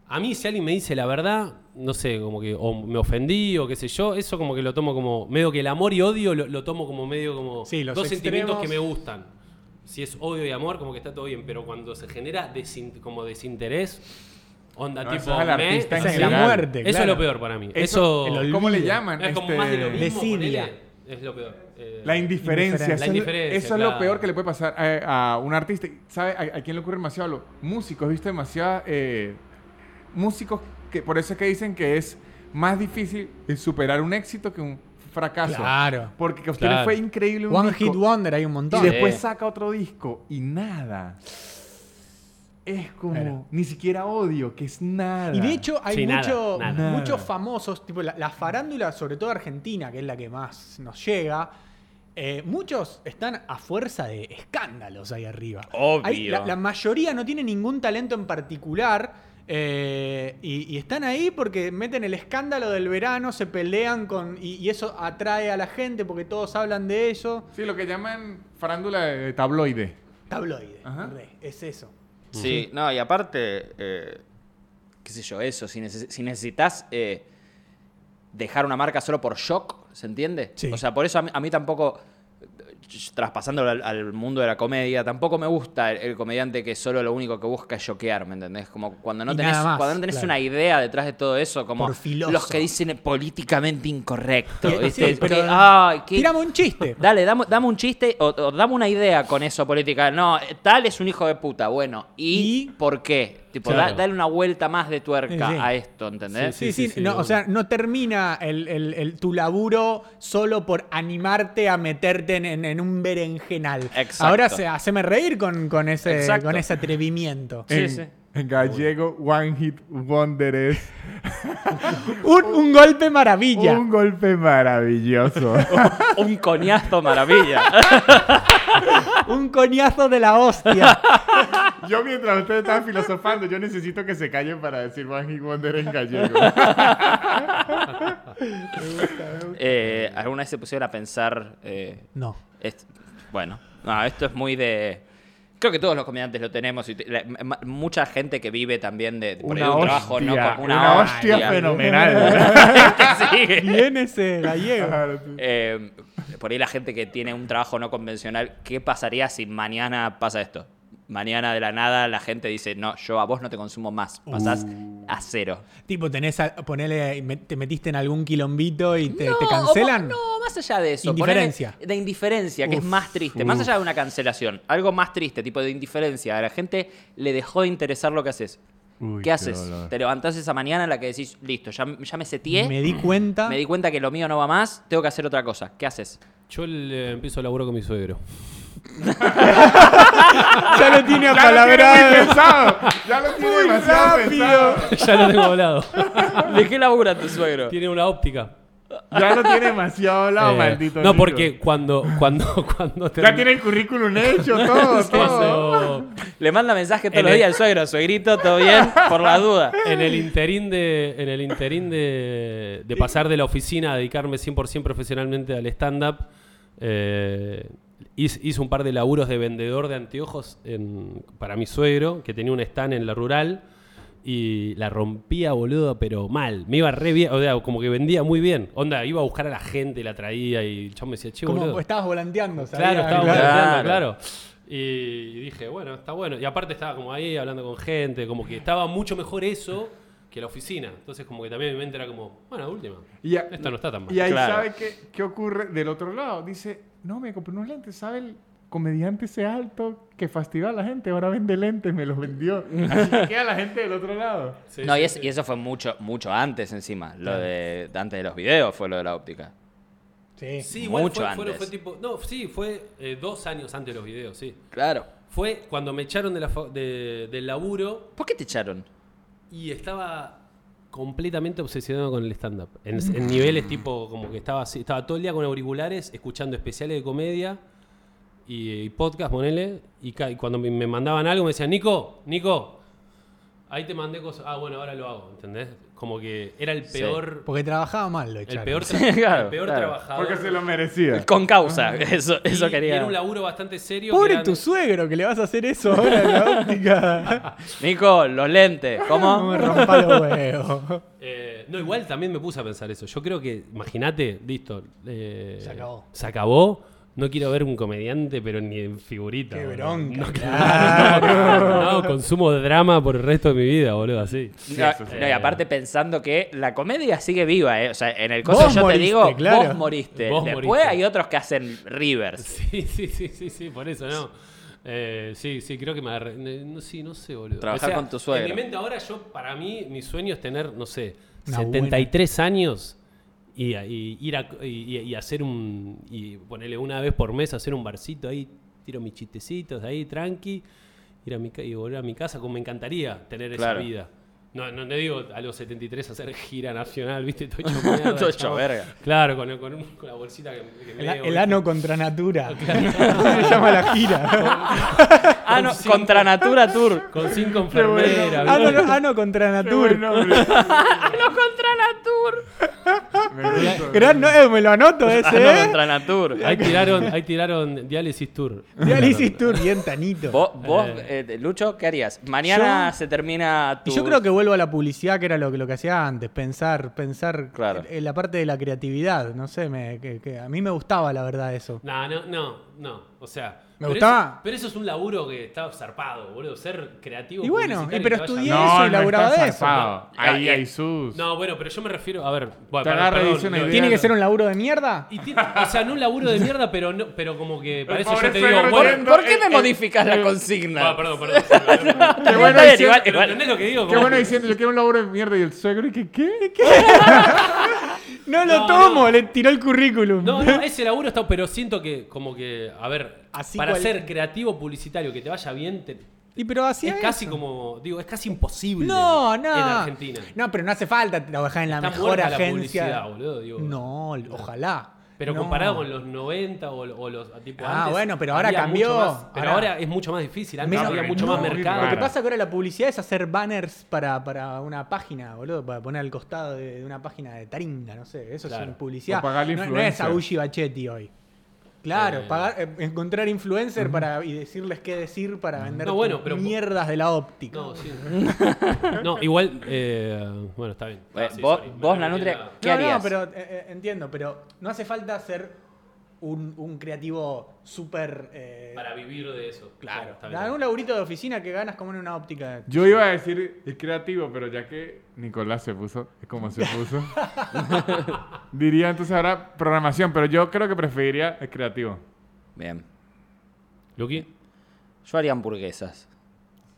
[SPEAKER 4] A mí, si alguien me dice la verdad, no sé, como que o me ofendí o qué sé yo, eso como que lo tomo como. medio que el amor y odio lo, lo tomo como medio como.
[SPEAKER 3] Sí, los
[SPEAKER 4] dos sentimientos
[SPEAKER 3] extremos.
[SPEAKER 4] que me gustan. Si es odio y amor, como que está todo bien, pero cuando se genera desin- como desinterés, Onda
[SPEAKER 2] No,
[SPEAKER 4] tipo.
[SPEAKER 2] eso es al
[SPEAKER 4] me-
[SPEAKER 2] artista en
[SPEAKER 4] así.
[SPEAKER 3] Esa es la
[SPEAKER 2] general.
[SPEAKER 3] muerte.
[SPEAKER 4] Eso es
[SPEAKER 3] claro.
[SPEAKER 4] lo peor para mí.
[SPEAKER 2] Eso-
[SPEAKER 4] Eso.
[SPEAKER 3] el olvido.
[SPEAKER 2] ¿Cómo le llaman?
[SPEAKER 4] es como más de lo
[SPEAKER 2] Este,
[SPEAKER 4] mismo.
[SPEAKER 3] Desidia.
[SPEAKER 4] ponele. Es lo peor. Eh,
[SPEAKER 2] La indiferencia.
[SPEAKER 3] La
[SPEAKER 2] eso es-
[SPEAKER 4] indiferencia,
[SPEAKER 2] eso es lo
[SPEAKER 4] claro.
[SPEAKER 2] peor que le puede pasar a, a un artista. ¿Sabe a, a quién le ocurre demasiado? Los músicos, ¿viste? Demasiado. eh, músicos que por eso es que dicen que es más difícil eh, superar un éxito que un fracaso.
[SPEAKER 3] Claro.
[SPEAKER 2] Porque que a ustedes
[SPEAKER 4] Claro.
[SPEAKER 2] fue increíble un
[SPEAKER 3] One
[SPEAKER 2] disco,
[SPEAKER 3] Hit Wonder hay un
[SPEAKER 2] Y
[SPEAKER 3] montón.
[SPEAKER 1] de-
[SPEAKER 2] después
[SPEAKER 1] Sí.
[SPEAKER 2] saca otro disco y nada. Es como.
[SPEAKER 3] Claro.
[SPEAKER 2] Ni siquiera odio, que es nada.
[SPEAKER 3] Y de hecho hay
[SPEAKER 4] Sí, nada,
[SPEAKER 3] mucho-
[SPEAKER 4] nada.
[SPEAKER 3] muchos
[SPEAKER 2] Nada.
[SPEAKER 3] famosos, tipo la, la farándula, sobre todo argentina, que es la que más nos llega. eh, muchos están a fuerza de escándalos ahí arriba.
[SPEAKER 1] Obvio.
[SPEAKER 3] Hay- la, la mayoría no tiene ningún talento en particular. eh, y, y están ahí porque meten el escándalo del verano, se pelean con. Y, y eso atrae a la gente porque todos hablan de eso.
[SPEAKER 2] Sí, lo que llaman farándula de tabloide.
[SPEAKER 3] Tabloide,
[SPEAKER 2] Ajá.
[SPEAKER 3] re, es eso.
[SPEAKER 1] Sí, no, y aparte, eh, qué sé yo, eso, si, neces- si necesitas eh, dejar una marca solo por shock, ¿se entiende?
[SPEAKER 3] Sí.
[SPEAKER 1] O sea, por eso a mí, a mí tampoco, eh, traspasándolo al, al mundo de la comedia, tampoco me gusta el, el comediante que solo lo único que busca es shockear, ¿me entendés? Como cuando
[SPEAKER 3] Y
[SPEAKER 1] no tenés,
[SPEAKER 3] nada más,
[SPEAKER 1] cuando no tenés
[SPEAKER 3] claro.
[SPEAKER 1] una idea detrás de todo eso, como
[SPEAKER 3] Por filoso.
[SPEAKER 1] los que dicen políticamente incorrecto,
[SPEAKER 3] Sí,
[SPEAKER 1] ¿viste?
[SPEAKER 3] sí, pero-
[SPEAKER 1] Que, ay, qué-
[SPEAKER 3] Tirame un chiste.
[SPEAKER 1] Dale, dame, dame un chiste o, o dame una idea con eso política. No, eh, tal es un hijo de puta. Bueno, ¿y,
[SPEAKER 3] ¿Y?
[SPEAKER 1] por qué? Tipo,
[SPEAKER 4] Claro.
[SPEAKER 1] da- dale una vuelta más de tuerca
[SPEAKER 3] Sí.
[SPEAKER 1] a esto, ¿entendés?
[SPEAKER 3] Sí,
[SPEAKER 4] Sí,
[SPEAKER 3] sí,
[SPEAKER 4] sí, sí,
[SPEAKER 3] no,
[SPEAKER 4] bueno.
[SPEAKER 3] o sea, no termina el, el- el- tu laburo solo por animarte a meterte en, en- en un berenjenal.
[SPEAKER 1] Exacto.
[SPEAKER 3] Ahora se, haceme reír con, con ese,
[SPEAKER 1] Exacto.
[SPEAKER 3] con ese atrevimiento.
[SPEAKER 1] Sí,
[SPEAKER 2] en,
[SPEAKER 1] sí.
[SPEAKER 2] en gallego, One Hit Wonder es
[SPEAKER 3] Un, un golpe maravilla.
[SPEAKER 2] un golpe maravilloso.
[SPEAKER 1] Un coñazo maravilla.
[SPEAKER 3] Un coñazo de la hostia.
[SPEAKER 2] yo mientras ustedes estaban filosofando, yo necesito que se callen para decir One Hit Wonder en gallego.
[SPEAKER 1] Eh, ¿Alguna vez se pusieron a pensar? eh,
[SPEAKER 3] No.
[SPEAKER 1] es- bueno, no, esto es muy de... Creo que todos los comediantes lo tenemos. Y te- la- ma- mucha gente que vive también de, por ahí de un trabajo, ¿no?
[SPEAKER 2] hostia,
[SPEAKER 1] Con
[SPEAKER 2] una hostia fenomenal.
[SPEAKER 1] Sí.
[SPEAKER 3] Bien ese gallego.
[SPEAKER 2] Claro, sí.
[SPEAKER 1] Eh, por ahí la gente que tiene un trabajo no convencional, ¿qué pasaría si mañana pasa esto? Mañana de la nada la gente dice, no, yo a vos no te consumo más, pasás a cero.
[SPEAKER 3] Tipo, tenés a- ponele, me- te metiste en algún quilombito y te, te cancelan.
[SPEAKER 1] No, más allá de eso.
[SPEAKER 3] Indiferencia.
[SPEAKER 1] ponele de indiferencia, que es más triste. Más allá de una cancelación, algo más triste, tipo de indiferencia. A la gente le dejó de interesar lo que haces.
[SPEAKER 2] Uy,
[SPEAKER 1] ¿Qué haces?
[SPEAKER 2] dolor.
[SPEAKER 1] Te levantás esa mañana en la que decís, listo, ya, ya me setié,
[SPEAKER 3] Me di cuenta.
[SPEAKER 1] me di cuenta que lo mío no va más, tengo que hacer otra cosa. ¿Qué haces?
[SPEAKER 4] Yo le empiezo a laburar con mi suegro.
[SPEAKER 3] Ya lo tiene
[SPEAKER 2] Ya lo tiene
[SPEAKER 3] apalabrado.
[SPEAKER 2] muy pensado. Ya lo tiene demasiado pensado.
[SPEAKER 4] ya lo tengo hablado.
[SPEAKER 1] ¿De qué labura tu suegro?
[SPEAKER 4] Tiene una óptica.
[SPEAKER 2] Ya lo tiene demasiado hablado,
[SPEAKER 4] Eh,
[SPEAKER 2] maldito.
[SPEAKER 4] no,
[SPEAKER 2] niño.
[SPEAKER 4] porque cuando, cuando, cuando
[SPEAKER 2] Ya
[SPEAKER 4] termi-
[SPEAKER 2] tiene el currículum hecho, todo, todo.
[SPEAKER 4] cuando
[SPEAKER 1] Le manda mensaje todos
[SPEAKER 4] En
[SPEAKER 1] los
[SPEAKER 4] el-
[SPEAKER 1] días al suegro, suegrito, todo bien, por la duda.
[SPEAKER 4] en el interín de, en el interín de, de pasar de la oficina a dedicarme 100% profesionalmente al stand-up, eh, hice, hice un par de laburos de vendedor de anteojos en- para mi suegro, que tenía un stand en la rural. Y la rompía, boludo, pero mal. Me iba re bien, o sea, como que vendía muy bien. Onda, iba a buscar a la gente, la traía y yo me decía, che,
[SPEAKER 3] Como
[SPEAKER 4] boludo.
[SPEAKER 3] estabas volanteando, ¿sabías?
[SPEAKER 4] Claro, estaba
[SPEAKER 1] claro.
[SPEAKER 4] volteando, claro. Y dije, bueno, está bueno. Y aparte estaba como ahí hablando con gente, como que estaba mucho mejor eso que la oficina. Entonces como que también mi mente era como, bueno, última.
[SPEAKER 2] Y a-
[SPEAKER 4] Esta no está tan mal.
[SPEAKER 2] Y ahí
[SPEAKER 1] Claro.
[SPEAKER 2] sabe qué, qué ocurre del otro lado. Dice, no, me compré unos lentes, ¿sabe? El comediante ese alto que fastidió a la gente, ahora vende lentes, me los vendió. Así que queda la gente del otro lado.
[SPEAKER 4] Sí,
[SPEAKER 1] no,
[SPEAKER 4] sí,
[SPEAKER 1] y, es-
[SPEAKER 4] sí.
[SPEAKER 1] y eso fue mucho, mucho antes encima. Lo de antes de los videos fue lo de la óptica.
[SPEAKER 3] Sí.
[SPEAKER 4] Sí, igual
[SPEAKER 1] mucho
[SPEAKER 4] fue, fue-
[SPEAKER 1] antes.
[SPEAKER 4] fue tipo- no, sí, fue eh, dos años antes de los videos, sí.
[SPEAKER 1] Claro.
[SPEAKER 4] Fue cuando me echaron de la fa- de- del laburo
[SPEAKER 1] ¿Por qué te echaron?
[SPEAKER 4] y estaba completamente obsesionado con el stand-up. En, en niveles tipo, como que estaba así, estaba todo el día con auriculares, escuchando especiales de comedia y, y podcast, ponele. Y, ca- y cuando me, me mandaban algo me decían, Nico, Nico, ahí te mandé cosas. Ah, bueno, ahora lo hago, ¿entendés? Como que era el
[SPEAKER 1] Sí.
[SPEAKER 4] peor,
[SPEAKER 3] Porque trabajaba mal, lo
[SPEAKER 4] el
[SPEAKER 3] echaron.
[SPEAKER 4] peor,
[SPEAKER 1] Sí,
[SPEAKER 4] tra-
[SPEAKER 1] claro,
[SPEAKER 4] el peor
[SPEAKER 1] claro.
[SPEAKER 4] trabajador.
[SPEAKER 2] Porque se lo merecía.
[SPEAKER 1] Con causa, eso,
[SPEAKER 4] Y-
[SPEAKER 1] eso
[SPEAKER 4] y
[SPEAKER 1] quería.
[SPEAKER 4] Era un laburo bastante serio. que
[SPEAKER 3] Pobre
[SPEAKER 4] eran-
[SPEAKER 3] tu suegro que le vas a hacer eso ahora en la óptica.
[SPEAKER 1] Nico, los lentes,
[SPEAKER 3] No
[SPEAKER 1] ¿cómo?
[SPEAKER 3] me rompa los huevos.
[SPEAKER 4] Eh, no, igual también me puse a pensar eso. Yo creo que, imagínate, listo. eh,
[SPEAKER 3] Se acabó.
[SPEAKER 4] Se acabó. No quiero ver un comediante, pero ni en figurita.
[SPEAKER 3] Qué
[SPEAKER 4] boludo.
[SPEAKER 3] bronca.
[SPEAKER 4] No,
[SPEAKER 3] claro.
[SPEAKER 4] no, consumo drama por el resto de mi vida, boludo, así.
[SPEAKER 1] No,
[SPEAKER 2] eso sí.
[SPEAKER 1] no, y aparte pensando que la comedia sigue viva, ¿eh? O sea, en el coso
[SPEAKER 3] Vos
[SPEAKER 1] yo
[SPEAKER 3] moriste,
[SPEAKER 1] te digo,
[SPEAKER 3] claro.
[SPEAKER 1] vos moriste.
[SPEAKER 4] Vos
[SPEAKER 1] Después
[SPEAKER 4] moriste.
[SPEAKER 1] hay otros que hacen Rivers.
[SPEAKER 4] Sí, sí, sí, sí, sí, por eso no. Eh, sí, sí, creo que me agarré. ne- No, sí, no sé, boludo.
[SPEAKER 1] Trabajar con tu suegro.
[SPEAKER 4] En mi mente ahora, yo, para mí, mi sueño es tener, no sé,
[SPEAKER 3] Una
[SPEAKER 4] 73 años y, y ir a, y, y hacer un. Y ponerle una vez por mes, hacer un barcito ahí, tiro mis chistecitos ahí, tranqui, ir a mi, ca- y volver a mi casa, como me encantaría tener
[SPEAKER 1] Claro.
[SPEAKER 4] esa vida. No, no, no digo a los 73 hacer gira nacional, ¿viste? Todo hecho mierda,
[SPEAKER 1] Todo hecho
[SPEAKER 4] chabón.
[SPEAKER 1] verga.
[SPEAKER 4] Claro, con, con, un- con la bolsita que, que
[SPEAKER 3] El,
[SPEAKER 4] me
[SPEAKER 3] el ano contra natura. Se llama la gira.
[SPEAKER 1] Ah, no,
[SPEAKER 4] cinco.
[SPEAKER 1] contra Natura Tour.
[SPEAKER 4] Con cinco enfermeras.
[SPEAKER 3] ano,
[SPEAKER 4] ¿viste?
[SPEAKER 3] Ah, no- ano contra
[SPEAKER 2] Qué buen
[SPEAKER 3] natura.
[SPEAKER 2] nombre.
[SPEAKER 1] contra Natur.
[SPEAKER 2] Me gusta.
[SPEAKER 3] Gran, no, eh, me lo anoto
[SPEAKER 1] Ah,
[SPEAKER 3] ese,
[SPEAKER 1] no,
[SPEAKER 3] ¿eh?
[SPEAKER 1] contra Natur.
[SPEAKER 4] Ahí tiraron, ahí tiraron Diálisis Tour.
[SPEAKER 3] Diálisis Tour, bien tanito.
[SPEAKER 1] Vos, vos, eh, Lucho, ¿qué harías? Mañana
[SPEAKER 3] Yo-
[SPEAKER 1] se termina tu.
[SPEAKER 3] Y yo creo que vuelvo a la publicidad, que era lo, que- lo que hacía antes, pensar, pensar
[SPEAKER 1] Claro.
[SPEAKER 3] en, en la parte de la creatividad, no sé, me- que- que a mí me gustaba la verdad eso.
[SPEAKER 4] No, no, no, no. O sea.
[SPEAKER 3] Me
[SPEAKER 4] pero
[SPEAKER 3] gustaba.
[SPEAKER 4] eso- pero eso es un laburo que está zarpado, boludo. Ser creativo.
[SPEAKER 3] Y bueno,
[SPEAKER 4] publicitario
[SPEAKER 3] y pero
[SPEAKER 4] que te vaya
[SPEAKER 3] estudié
[SPEAKER 4] bien.
[SPEAKER 3] eso y
[SPEAKER 2] No, no
[SPEAKER 3] laburaba
[SPEAKER 2] está
[SPEAKER 3] de eso.
[SPEAKER 2] zarpado.
[SPEAKER 1] No,
[SPEAKER 2] Ahí
[SPEAKER 1] no,
[SPEAKER 2] hay sus.
[SPEAKER 4] No, bueno, pero yo me refiero. A ver. Bueno,
[SPEAKER 2] Te
[SPEAKER 4] perdón,
[SPEAKER 2] agarra y
[SPEAKER 4] perdón,
[SPEAKER 2] dice una
[SPEAKER 4] lo-
[SPEAKER 2] idea.
[SPEAKER 3] ¿Tiene que
[SPEAKER 2] Claro.
[SPEAKER 3] ser un laburo de mierda?
[SPEAKER 4] y tiene- o sea, no un laburo de mierda, pero, no, pero como que parece yo
[SPEAKER 2] pobre
[SPEAKER 4] te
[SPEAKER 2] suegro
[SPEAKER 4] digo.
[SPEAKER 2] yendo.
[SPEAKER 4] Bueno,
[SPEAKER 1] ¿Por qué me
[SPEAKER 2] Eh,
[SPEAKER 1] modificas la
[SPEAKER 4] Ah,
[SPEAKER 1] consigna?
[SPEAKER 4] perdón, perdón. perdón.
[SPEAKER 2] Qué
[SPEAKER 1] Está
[SPEAKER 2] bueno
[SPEAKER 1] bien,
[SPEAKER 2] diciendo-
[SPEAKER 1] igual,
[SPEAKER 4] Pero
[SPEAKER 1] igual.
[SPEAKER 4] ¿Entendés lo que digo?
[SPEAKER 2] Qué
[SPEAKER 4] Como-
[SPEAKER 2] bueno diciendo, yo quiero un laburo de mierda y el suegro, ¿y que qué?
[SPEAKER 3] No lo
[SPEAKER 4] No,
[SPEAKER 3] tomo,
[SPEAKER 4] no.
[SPEAKER 3] le tiró el currículum.
[SPEAKER 4] No, no, ese laburo está, pero siento que como que, a ver,
[SPEAKER 3] Así
[SPEAKER 4] para
[SPEAKER 3] cual-
[SPEAKER 4] ser creativo publicitario, que te vaya bien, te-
[SPEAKER 3] y pero así
[SPEAKER 4] es casi como, digo, es casi imposible
[SPEAKER 3] No,
[SPEAKER 4] en
[SPEAKER 3] no.
[SPEAKER 4] Argentina.
[SPEAKER 3] No, pero no hace falta trabajar en la
[SPEAKER 4] Está
[SPEAKER 3] mejor
[SPEAKER 4] muerta la
[SPEAKER 3] agencia.
[SPEAKER 4] publicidad, boludo, digo.
[SPEAKER 3] no, ojalá.
[SPEAKER 4] Pero
[SPEAKER 3] No.
[SPEAKER 4] comparado con los 90 o, o los tipo
[SPEAKER 3] Ah,
[SPEAKER 4] antes,
[SPEAKER 3] bueno, pero ahora
[SPEAKER 4] había
[SPEAKER 3] cambió.
[SPEAKER 4] mucho más. pero
[SPEAKER 3] Ahora-
[SPEAKER 4] ahora, es mucho más difícil, antes
[SPEAKER 3] Menos-
[SPEAKER 4] había mucho
[SPEAKER 2] no,
[SPEAKER 4] más mercado.
[SPEAKER 2] claro.
[SPEAKER 3] Lo que pasa que ahora la publicidad es hacer banners para, para una página, boludo, para poner al costado de, de una página de Taringa, no sé, eso
[SPEAKER 4] Claro.
[SPEAKER 3] es un publicidad.
[SPEAKER 2] O pagarle
[SPEAKER 3] no, no es
[SPEAKER 2] influencer.
[SPEAKER 3] a Uji Bachetti hoy. Claro,
[SPEAKER 4] Eh.
[SPEAKER 3] pagar, eh, encontrar influencer para y decirles qué decir para vender
[SPEAKER 4] No,
[SPEAKER 3] tus
[SPEAKER 4] bueno, pero-
[SPEAKER 3] mierdas de la óptica.
[SPEAKER 4] No, sí. no, igual, eh, bueno, está bien.
[SPEAKER 1] Eh,
[SPEAKER 4] Ah, sí,
[SPEAKER 1] vos-
[SPEAKER 4] sorry, me
[SPEAKER 1] vos,
[SPEAKER 4] metí en
[SPEAKER 1] Nanutria-
[SPEAKER 4] la-
[SPEAKER 1] ¿Qué
[SPEAKER 3] no,
[SPEAKER 1] harías?
[SPEAKER 3] no, pero eh, eh, entiendo, pero no hace falta ser un, un creativo súper. eh,
[SPEAKER 4] Para vivir de eso.
[SPEAKER 3] claro,
[SPEAKER 4] está bien.
[SPEAKER 3] algún laburito de oficina que ganas como en una óptica.
[SPEAKER 2] Yo iba a decir es creativo, pero ya que Nicolás se puso, es como se puso. diría entonces ahora programación, pero yo creo que preferiría el creativo.
[SPEAKER 1] Bien.
[SPEAKER 4] Luqui,
[SPEAKER 1] Yo haría hamburguesas.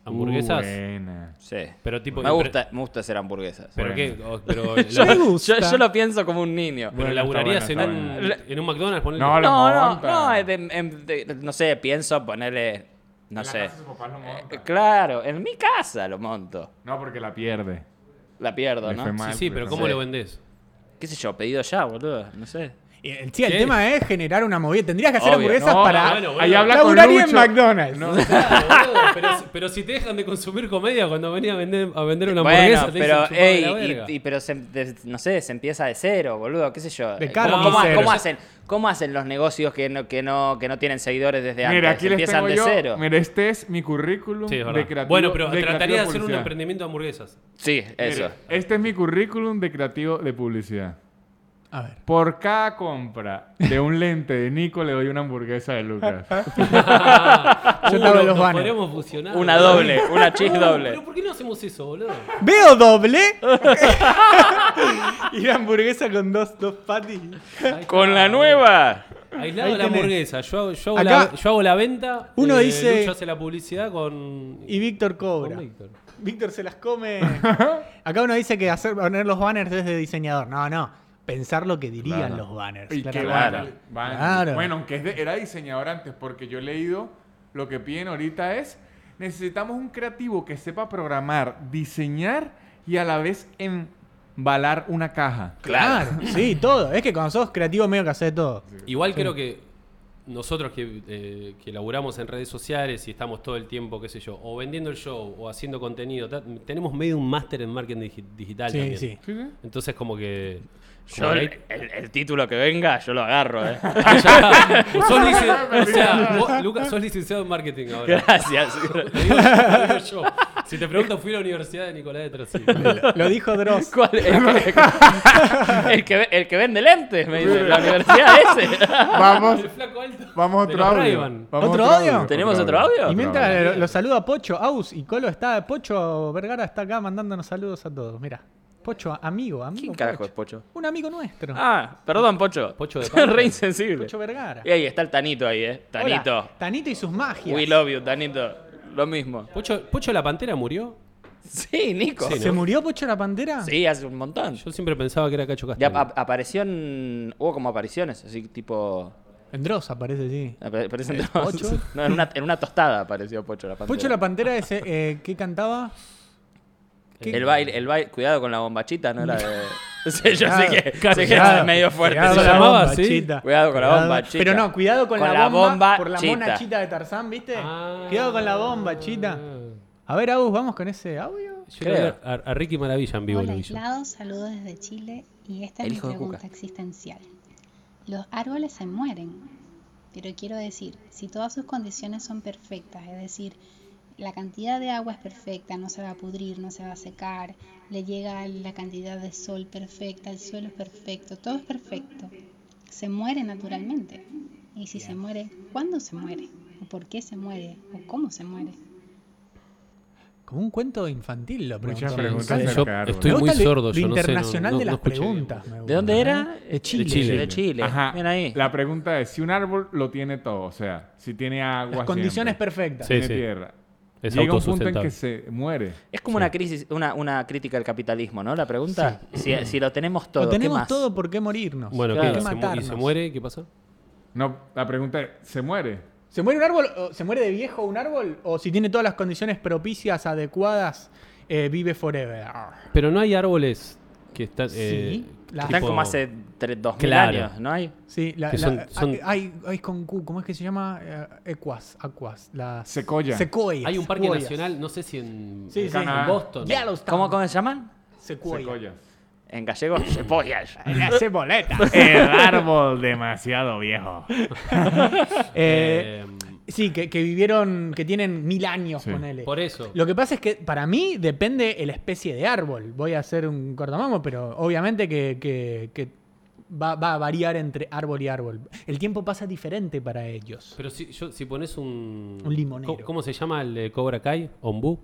[SPEAKER 4] hamburguesas.
[SPEAKER 2] Buena.
[SPEAKER 1] Sí.
[SPEAKER 4] Pero tipo...
[SPEAKER 1] Me gusta, me gusta hacer hamburguesas.
[SPEAKER 4] ¿Pero
[SPEAKER 2] Bueno.
[SPEAKER 4] qué? O- Pero,
[SPEAKER 3] Me
[SPEAKER 1] Yo,
[SPEAKER 3] gusta.
[SPEAKER 1] yo lo pienso como un niño.
[SPEAKER 4] pero
[SPEAKER 2] Bueno,
[SPEAKER 4] laburarías
[SPEAKER 2] está bueno,
[SPEAKER 4] en,
[SPEAKER 2] está
[SPEAKER 4] un, en un McDonald's, ponele.
[SPEAKER 2] No, lo
[SPEAKER 1] No, no,
[SPEAKER 2] monta.
[SPEAKER 1] no, es de- em, de- no sé, pienso ponerle, no
[SPEAKER 2] En la
[SPEAKER 1] sé.
[SPEAKER 2] casa sus papás lo montan.
[SPEAKER 1] Eh, Claro, en mi casa lo monto.
[SPEAKER 2] No, porque la pierde.
[SPEAKER 1] La pierdo,
[SPEAKER 2] Le fue
[SPEAKER 1] ¿no?
[SPEAKER 2] mal,
[SPEAKER 4] Sí, sí,
[SPEAKER 2] le
[SPEAKER 4] pero
[SPEAKER 2] fue
[SPEAKER 4] ¿cómo
[SPEAKER 2] mal.
[SPEAKER 4] lo vendés?
[SPEAKER 1] ¿Qué sé yo? Pedido ya, boludo. No sé.
[SPEAKER 3] Y el- Sí, el
[SPEAKER 4] ¿Qué?
[SPEAKER 3] tema es generar una movida. Tendrías que hacer
[SPEAKER 1] Obvio.
[SPEAKER 3] hamburguesas
[SPEAKER 2] No,
[SPEAKER 3] para
[SPEAKER 4] bueno, bueno.
[SPEAKER 2] Ahí habla con
[SPEAKER 3] laburar y en
[SPEAKER 2] Lucho.
[SPEAKER 3] McDonald's.
[SPEAKER 2] No,
[SPEAKER 4] Claro, boludo, pero, si- pero si te dejan de consumir comedia cuando venía a vender, a vender una hamburguesa,
[SPEAKER 1] Bueno,
[SPEAKER 4] te dicen,
[SPEAKER 1] pero,
[SPEAKER 4] "Chupame
[SPEAKER 1] ey,
[SPEAKER 4] la
[SPEAKER 1] y-
[SPEAKER 4] verga".
[SPEAKER 1] y, pero se- de- no sé, se empieza de cero, boludo, qué sé yo.
[SPEAKER 3] De
[SPEAKER 1] ¿Cómo,
[SPEAKER 3] carne
[SPEAKER 1] cómo-
[SPEAKER 3] y cero.
[SPEAKER 1] cómo hacen, ¿Cómo hacen los negocios que no, que no, que no tienen seguidores desde antes?
[SPEAKER 2] Mira, aquí les
[SPEAKER 1] Empiezan
[SPEAKER 2] tengo
[SPEAKER 1] de
[SPEAKER 2] yo.
[SPEAKER 1] cero.
[SPEAKER 2] Mira, este es mi currículum
[SPEAKER 4] Sí, es
[SPEAKER 2] de
[SPEAKER 4] verdad.
[SPEAKER 2] creativo.
[SPEAKER 4] bueno, pero
[SPEAKER 2] de
[SPEAKER 4] trataría de
[SPEAKER 2] creativo
[SPEAKER 4] hacer un
[SPEAKER 2] publicidad.
[SPEAKER 4] emprendimiento de hamburguesas.
[SPEAKER 1] Sí,
[SPEAKER 2] Mire,
[SPEAKER 1] eso.
[SPEAKER 2] Este es mi currículum de creativo de publicidad.
[SPEAKER 3] A ver.
[SPEAKER 2] Por cada compra de un lente de Nico le doy una hamburguesa de Lucas.
[SPEAKER 3] Yo te hago
[SPEAKER 4] nos-
[SPEAKER 3] los
[SPEAKER 4] nos
[SPEAKER 3] banners.
[SPEAKER 4] podríamos fusionar.
[SPEAKER 1] Una
[SPEAKER 4] boludo.
[SPEAKER 1] doble, una chis
[SPEAKER 4] Uh,
[SPEAKER 1] doble.
[SPEAKER 4] Pero ¿por qué no hacemos eso, boludo?
[SPEAKER 3] Veo doble. y la hamburguesa con dos, dos patties.
[SPEAKER 4] Ahí
[SPEAKER 1] Con
[SPEAKER 4] está.
[SPEAKER 1] la nueva.
[SPEAKER 4] Aislado
[SPEAKER 3] Ahí
[SPEAKER 4] de la
[SPEAKER 3] tenés.
[SPEAKER 4] hamburguesa. Yo hago, yo hago,
[SPEAKER 3] Acá-
[SPEAKER 4] la, yo hago la venta. eh,
[SPEAKER 3] Uno dice-
[SPEAKER 4] Lucho hace la publicidad con.
[SPEAKER 3] Y Víctor
[SPEAKER 4] con
[SPEAKER 3] cobra.
[SPEAKER 4] Víctor.
[SPEAKER 3] Víctor se las come. Acá uno dice que hacer, poner los banners es de diseñador. No, no. Pensar lo que dirían
[SPEAKER 2] Claro.
[SPEAKER 3] los banners.
[SPEAKER 2] Y que
[SPEAKER 3] claramente.
[SPEAKER 2] van- van-
[SPEAKER 3] Claro.
[SPEAKER 2] Bueno, aunque es de- era diseñador antes, porque yo he leído lo que piden ahorita es necesitamos un creativo que sepa programar, diseñar y a la vez embalar una caja.
[SPEAKER 1] Claro.
[SPEAKER 3] Claro, sí, todo. Es que cuando sos creativo medio que haces de todo.
[SPEAKER 4] Igual creo que nosotros que, eh, que laburamos en redes sociales y estamos todo el tiempo, qué sé yo, o vendiendo el show o haciendo contenido, ta- tenemos medio un máster en marketing digi- digital
[SPEAKER 3] Sí,
[SPEAKER 4] también.
[SPEAKER 3] sí.
[SPEAKER 2] Sí, sí.
[SPEAKER 4] Entonces como que
[SPEAKER 1] Yo el, el- el título que venga, yo lo agarro, eh.
[SPEAKER 4] sos licen- o sea, vos, Lucas, sos licenciado en marketing ahora.
[SPEAKER 1] Gracias.
[SPEAKER 4] Te digo- te digo yo. Si te pregunto, fui a la Universidad de Nicolás de Trasí.
[SPEAKER 3] Lo dijo Dross.
[SPEAKER 1] ¿Cuál? El, que, el que- el que vende lentes, me dice. La universidad ese.
[SPEAKER 2] Vamos,
[SPEAKER 4] El flaco alto.
[SPEAKER 2] vamos a
[SPEAKER 4] De
[SPEAKER 2] otro
[SPEAKER 4] los
[SPEAKER 2] audio.
[SPEAKER 4] Ray-Ban.
[SPEAKER 2] Vamos a
[SPEAKER 3] ¿Otro audio?
[SPEAKER 1] ¿Tenemos otro audio?
[SPEAKER 3] Y mientras
[SPEAKER 2] audio.
[SPEAKER 3] lo, lo saluda Pocho, Aus y Colo está, Pocho Vergara está acá mandándonos saludos a todos. Mira, Pocho, amigo, amigo.
[SPEAKER 1] ¿Quién carajo es
[SPEAKER 3] Pocho.
[SPEAKER 1] Pocho?
[SPEAKER 3] Un amigo nuestro,
[SPEAKER 1] Ah, perdón, Pocho.
[SPEAKER 4] Pocho de Pablo.
[SPEAKER 1] Re insensible.
[SPEAKER 3] Pocho Vergara.
[SPEAKER 1] Y ahí está el Tanito ahí, eh.
[SPEAKER 3] Hola,
[SPEAKER 1] Tanito.
[SPEAKER 3] Tanito y sus magias.
[SPEAKER 1] We love you, Tanito. Lo mismo.
[SPEAKER 4] Pocho, Pocho la Pantera murió.
[SPEAKER 1] Sí, Nico.
[SPEAKER 4] Sí,
[SPEAKER 1] Sí,
[SPEAKER 3] ¿Se murió Pocho la Pantera?
[SPEAKER 1] hace un montón.
[SPEAKER 4] Yo siempre pensaba que era Cacho
[SPEAKER 1] Ya
[SPEAKER 4] Castaño.
[SPEAKER 1] ap- apareció en. Hubo como apariciones, así tipo.
[SPEAKER 3] En Dross aparece, sí.
[SPEAKER 1] apa- aparecen dos.
[SPEAKER 3] Pocho?
[SPEAKER 1] No, en una, en una tostada apareció Pocho la Pantera.
[SPEAKER 3] Pocho la Pantera ese, eh, ¿qué cantaba?
[SPEAKER 1] El baile, el baile. Cuidado con la bombachita, ¿no? era de. Sí, yo sé que, sé que
[SPEAKER 3] Cuidado,
[SPEAKER 1] es medio fuerte.
[SPEAKER 3] cuidado
[SPEAKER 1] sí.
[SPEAKER 3] con la
[SPEAKER 4] llamaba
[SPEAKER 3] bomba,
[SPEAKER 4] así.
[SPEAKER 3] chita.
[SPEAKER 1] Cuidado con la bomba, chita.
[SPEAKER 3] Pero no, cuidado con,
[SPEAKER 1] Con
[SPEAKER 3] la
[SPEAKER 1] la
[SPEAKER 3] bomba,
[SPEAKER 1] bomba,
[SPEAKER 3] por la
[SPEAKER 1] chita.
[SPEAKER 3] mona chita de Tarzán, ¿viste?
[SPEAKER 4] Ah.
[SPEAKER 3] Cuidado con la bomba, chita. A ver, Agus, vamos con ese audio.
[SPEAKER 4] Yo quiero
[SPEAKER 1] Creo.
[SPEAKER 4] ver a, a Ricky Maravilla en vivo.
[SPEAKER 6] Hola
[SPEAKER 4] lo vi yo.
[SPEAKER 6] aislados, saludos desde Chile y esta
[SPEAKER 1] El
[SPEAKER 6] es mi
[SPEAKER 1] hijo de
[SPEAKER 6] pregunta
[SPEAKER 1] Cuca.
[SPEAKER 6] existencial. Los árboles se mueren, pero quiero decir, si todas sus condiciones son perfectas, es decir, la cantidad de agua es perfecta, no se va a pudrir, no se va a secar, le llega la cantidad de sol perfecta, el suelo es perfecto, todo es perfecto, se muere naturalmente. Y si se muere, ¿cuándo se muere? ¿O por qué se muere? ¿O cómo se muere?
[SPEAKER 3] Como un cuento infantil lo
[SPEAKER 2] Muchas
[SPEAKER 3] preguntó.
[SPEAKER 2] preguntas
[SPEAKER 3] Me
[SPEAKER 2] de
[SPEAKER 4] Yo
[SPEAKER 2] Ricardo.
[SPEAKER 4] estoy
[SPEAKER 3] gusta
[SPEAKER 4] muy
[SPEAKER 3] lo-
[SPEAKER 4] sordo.
[SPEAKER 3] lo
[SPEAKER 4] yo no sé, no-
[SPEAKER 3] internacional
[SPEAKER 4] no-
[SPEAKER 3] de
[SPEAKER 4] no
[SPEAKER 3] las
[SPEAKER 4] escuché bien.
[SPEAKER 3] preguntas. me gusta,
[SPEAKER 1] ¿De dónde
[SPEAKER 3] ¿eh?
[SPEAKER 1] era?
[SPEAKER 3] De Chile.
[SPEAKER 1] De
[SPEAKER 4] Chile.
[SPEAKER 1] Chile. De Chile.
[SPEAKER 2] Ajá.
[SPEAKER 1] Bien ahí.
[SPEAKER 2] La pregunta es, si un árbol lo tiene todo, o sea, si tiene agua
[SPEAKER 3] Las condiciones
[SPEAKER 2] siempre,
[SPEAKER 3] perfectas.
[SPEAKER 4] Sí.
[SPEAKER 2] tiene tierra,
[SPEAKER 4] Es
[SPEAKER 2] llega un punto en
[SPEAKER 4] autosustentable.
[SPEAKER 2] que se muere.
[SPEAKER 1] Es como una crisis, una, una crítica al capitalismo, ¿no? La pregunta, si, si lo tenemos todo,
[SPEAKER 3] Lo
[SPEAKER 1] ¿qué
[SPEAKER 3] tenemos
[SPEAKER 1] más?
[SPEAKER 3] todo, ¿por qué morirnos?
[SPEAKER 4] Bueno,
[SPEAKER 3] ¿por
[SPEAKER 4] ¿qué?
[SPEAKER 3] qué
[SPEAKER 4] Se mu- ¿Y
[SPEAKER 3] matarnos?
[SPEAKER 4] se muere? ¿Qué pasa?
[SPEAKER 2] No, la pregunta es, ¿se muere?
[SPEAKER 3] ¿Se muere un árbol? o- ¿Se muere de viejo un árbol? ¿O si tiene todas las condiciones propicias, adecuadas, eh, vive forever? Ah.
[SPEAKER 4] Pero no hay árboles que están.
[SPEAKER 3] Sí,
[SPEAKER 4] eh,
[SPEAKER 3] la-
[SPEAKER 1] Están
[SPEAKER 4] tipo-
[SPEAKER 1] como hace tres- 2000
[SPEAKER 4] Claro.
[SPEAKER 1] años, ¿no hay?
[SPEAKER 3] Sí, la,
[SPEAKER 4] Que
[SPEAKER 3] la-
[SPEAKER 4] son- son-
[SPEAKER 3] Hay, hay con Q, ¿cómo es que se llama? Eh, Equas, aquas, las...
[SPEAKER 2] Secoya.
[SPEAKER 3] Secoyas.
[SPEAKER 4] Hay un parque
[SPEAKER 3] Secoyas.
[SPEAKER 4] nacional, no sé si en,
[SPEAKER 3] Sí,
[SPEAKER 4] en
[SPEAKER 3] sí.
[SPEAKER 4] Boston.
[SPEAKER 3] Yellowstone.
[SPEAKER 1] ¿Cómo, ¿Cómo se llaman?
[SPEAKER 3] Secoya.
[SPEAKER 2] Secoyas.
[SPEAKER 1] En gallego, cebollas.
[SPEAKER 3] La ceboleta.
[SPEAKER 2] El árbol demasiado viejo.
[SPEAKER 3] Eh,
[SPEAKER 4] Eh,
[SPEAKER 3] sí, que, que vivieron, que tienen mil años,
[SPEAKER 2] Sí.
[SPEAKER 3] ponele.
[SPEAKER 4] por eso.
[SPEAKER 3] Lo que pasa es que para mí depende la especie de árbol. Voy a hacer un cortamamo, pero obviamente que, que- que va, va a variar entre árbol y árbol. El tiempo pasa diferente para ellos.
[SPEAKER 4] Pero si, yo, si pones un.
[SPEAKER 3] Un limonero.
[SPEAKER 4] ¿Cómo, cómo se llama el de Cobra Kai? ¿Ombu?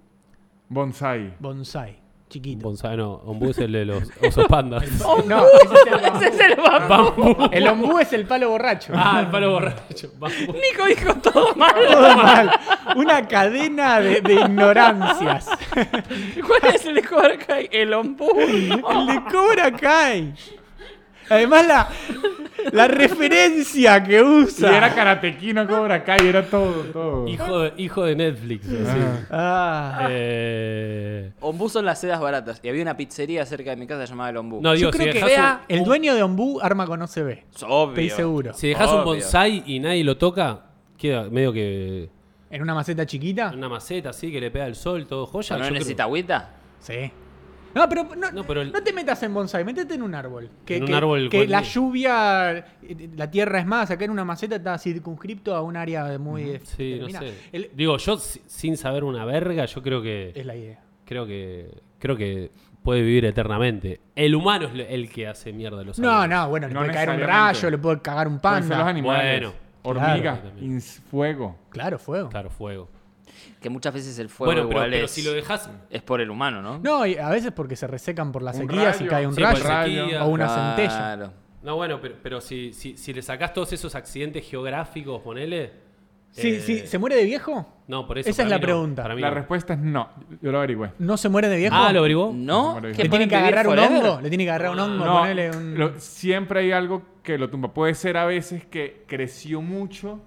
[SPEAKER 2] Bonsai.
[SPEAKER 3] Bonsai, chiquito. Oh,
[SPEAKER 4] Bonsai, no, Ombu es el de los osos pandas.
[SPEAKER 3] No, ese es el bambú.
[SPEAKER 1] Oh, Ese es el bambú.
[SPEAKER 4] Bambú.
[SPEAKER 3] El ombú es el palo borracho.
[SPEAKER 4] Ah, el palo borracho. Bambú.
[SPEAKER 1] Nico dijo todo mal.
[SPEAKER 3] Todo mal. Una cadena de, de ignorancias.
[SPEAKER 1] ¿Cuál es el de Cobra Kai? El ombú.
[SPEAKER 3] El de Cobra Kai. Además, la, la referencia que
[SPEAKER 2] Y
[SPEAKER 3] usa.
[SPEAKER 2] era karatequino, cobra Kai, era todo, todo.
[SPEAKER 4] Hijo de, hijo de Netflix. así.
[SPEAKER 3] Ah.
[SPEAKER 4] Eh,
[SPEAKER 1] Ombú son las sedas baratas. Y había una pizzería cerca de mi casa llamada El Ombú.
[SPEAKER 4] no, digo,
[SPEAKER 3] Yo
[SPEAKER 4] si
[SPEAKER 3] creo que
[SPEAKER 4] dejas,
[SPEAKER 1] vea-
[SPEAKER 3] el dueño de Ombú arma con OCB.
[SPEAKER 1] Es obvio.
[SPEAKER 3] Estoy seguro.
[SPEAKER 4] un, si dejas un
[SPEAKER 1] Obvio.
[SPEAKER 4] bonsai y nadie lo toca, queda medio que.
[SPEAKER 3] ¿En una maceta chiquita?
[SPEAKER 4] Una maceta así que le pega el sol, todo joya.
[SPEAKER 1] ¿No
[SPEAKER 4] yo creo-
[SPEAKER 1] necesita agüita?
[SPEAKER 3] Sí. No, pero no,
[SPEAKER 4] No, pero el-
[SPEAKER 3] no te metas en bonsai, métete en un árbol. Que,
[SPEAKER 4] En un
[SPEAKER 3] que-
[SPEAKER 4] árbol
[SPEAKER 3] que
[SPEAKER 4] cual-
[SPEAKER 3] la lluvia, eh, la tierra es más, acá en una maceta está circunscripto a un área muy... eh,
[SPEAKER 4] Sí, no
[SPEAKER 3] determinada.
[SPEAKER 4] sé.
[SPEAKER 3] El-
[SPEAKER 4] Digo, yo si- sin saber una verga, yo creo que
[SPEAKER 3] es la idea.
[SPEAKER 4] creo que creo que puede vivir eternamente. El humano es lo- el que hace mierda a los
[SPEAKER 3] No,
[SPEAKER 4] árboles.
[SPEAKER 3] no, bueno, le
[SPEAKER 2] No
[SPEAKER 3] puede caer un
[SPEAKER 2] necesariamente.
[SPEAKER 3] rayo, le puede cagar un
[SPEAKER 2] Pueden ser los
[SPEAKER 3] panda.
[SPEAKER 2] animales.
[SPEAKER 4] Bueno.
[SPEAKER 2] Hormiga,
[SPEAKER 4] Claro.
[SPEAKER 2] ins- fuego.
[SPEAKER 3] Claro, fuego.
[SPEAKER 4] Claro, fuego.
[SPEAKER 1] Que muchas veces el fuego
[SPEAKER 4] bueno, pero,
[SPEAKER 1] igual
[SPEAKER 4] pero
[SPEAKER 1] es,
[SPEAKER 4] si lo dejas
[SPEAKER 1] es por el humano, ¿no?
[SPEAKER 3] No, y a veces porque se resecan por las
[SPEAKER 2] Un
[SPEAKER 3] sequías y
[SPEAKER 2] rayo.
[SPEAKER 3] cae un
[SPEAKER 4] Sí, por
[SPEAKER 3] rayo.
[SPEAKER 4] sequía.
[SPEAKER 3] O una
[SPEAKER 1] Claro.
[SPEAKER 3] centella.
[SPEAKER 4] No, bueno, pero, pero si, si, si le sacás todos esos accidentes geográficos, ponele.
[SPEAKER 3] Sí,
[SPEAKER 4] eh,
[SPEAKER 3] sí, ¿se muere de viejo?
[SPEAKER 4] No, por eso.
[SPEAKER 3] Esa es
[SPEAKER 4] para
[SPEAKER 3] la
[SPEAKER 4] mí no,
[SPEAKER 3] pregunta.
[SPEAKER 4] para mí
[SPEAKER 2] La
[SPEAKER 4] no.
[SPEAKER 2] respuesta es no. Yo lo averigüé.
[SPEAKER 3] ¿No se muere de viejo?
[SPEAKER 4] Ah, ¿lo averiguó?
[SPEAKER 1] ¿No?
[SPEAKER 2] Le
[SPEAKER 1] ¿Qué
[SPEAKER 3] ¿Le tiene
[SPEAKER 1] pueden
[SPEAKER 3] que
[SPEAKER 1] vivir
[SPEAKER 3] agarrar un
[SPEAKER 1] forever?
[SPEAKER 3] hongo? ¿Le tiene que agarrar un hongo?
[SPEAKER 2] No,
[SPEAKER 3] Ponele un...
[SPEAKER 2] lo- siempre hay algo que lo tumba. Puede ser a veces que creció mucho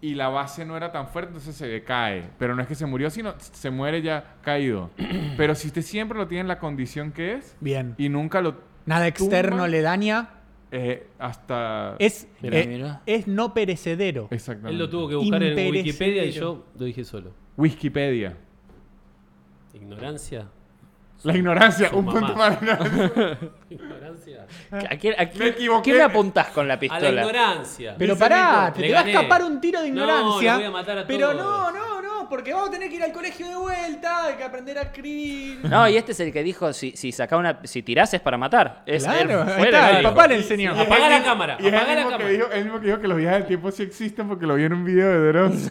[SPEAKER 2] y la base no era tan fuerte, entonces se decae. Pero no es que se murió, sino se muere ya caído. Pero si usted siempre lo tiene en la condición que es
[SPEAKER 3] Bien.
[SPEAKER 2] y nunca lo...
[SPEAKER 3] Nada externo
[SPEAKER 2] tumba,
[SPEAKER 3] le daña.
[SPEAKER 2] eh, hasta...
[SPEAKER 3] Es,
[SPEAKER 4] Mirá,
[SPEAKER 3] eh,
[SPEAKER 1] mirá.
[SPEAKER 3] es no perecedero.
[SPEAKER 2] Exactamente.
[SPEAKER 4] Él lo tuvo que buscar en
[SPEAKER 3] Imperecedero.
[SPEAKER 4] Wikipedia y yo lo dije solo.
[SPEAKER 2] Wikipedia.
[SPEAKER 4] Ignorancia.
[SPEAKER 2] La ignorancia,
[SPEAKER 4] Su
[SPEAKER 2] un
[SPEAKER 4] mamá.
[SPEAKER 2] punto más. de ignorancia.
[SPEAKER 4] Ignorancia.
[SPEAKER 1] ¿A quién, a quién-
[SPEAKER 2] equivoqué.
[SPEAKER 1] quién le aapuntás con la
[SPEAKER 4] A la
[SPEAKER 1] pistola?
[SPEAKER 4] ignorancia.
[SPEAKER 3] Pero
[SPEAKER 2] Dice
[SPEAKER 3] pará,
[SPEAKER 2] Nico,
[SPEAKER 3] te,
[SPEAKER 4] le
[SPEAKER 3] te va a
[SPEAKER 4] gané.
[SPEAKER 3] escapar un tiro de
[SPEAKER 4] No,
[SPEAKER 3] ignorancia.
[SPEAKER 4] los voy a matar a
[SPEAKER 3] pero no,
[SPEAKER 4] todos.
[SPEAKER 3] no, no, porque vamos a tener que ir al colegio de vuelta, hay que aprender a escribir.
[SPEAKER 1] No, y este es el que dijo, si, si saca una, si tirás es para matar. Es,
[SPEAKER 3] claro,
[SPEAKER 1] él
[SPEAKER 3] ahí
[SPEAKER 1] fue
[SPEAKER 3] está,
[SPEAKER 1] el que
[SPEAKER 3] el
[SPEAKER 1] dijo.
[SPEAKER 3] papá le enseñó.
[SPEAKER 2] Y es
[SPEAKER 4] Apagá
[SPEAKER 2] el
[SPEAKER 4] la
[SPEAKER 2] mismo-
[SPEAKER 4] cámara,
[SPEAKER 2] Y es
[SPEAKER 4] apagá
[SPEAKER 2] el
[SPEAKER 4] la
[SPEAKER 2] mismo, que
[SPEAKER 4] cámara.
[SPEAKER 2] dijo, el mismo que dijo que los viajes del tiempo sí existen porque lo vi en un video de Dross.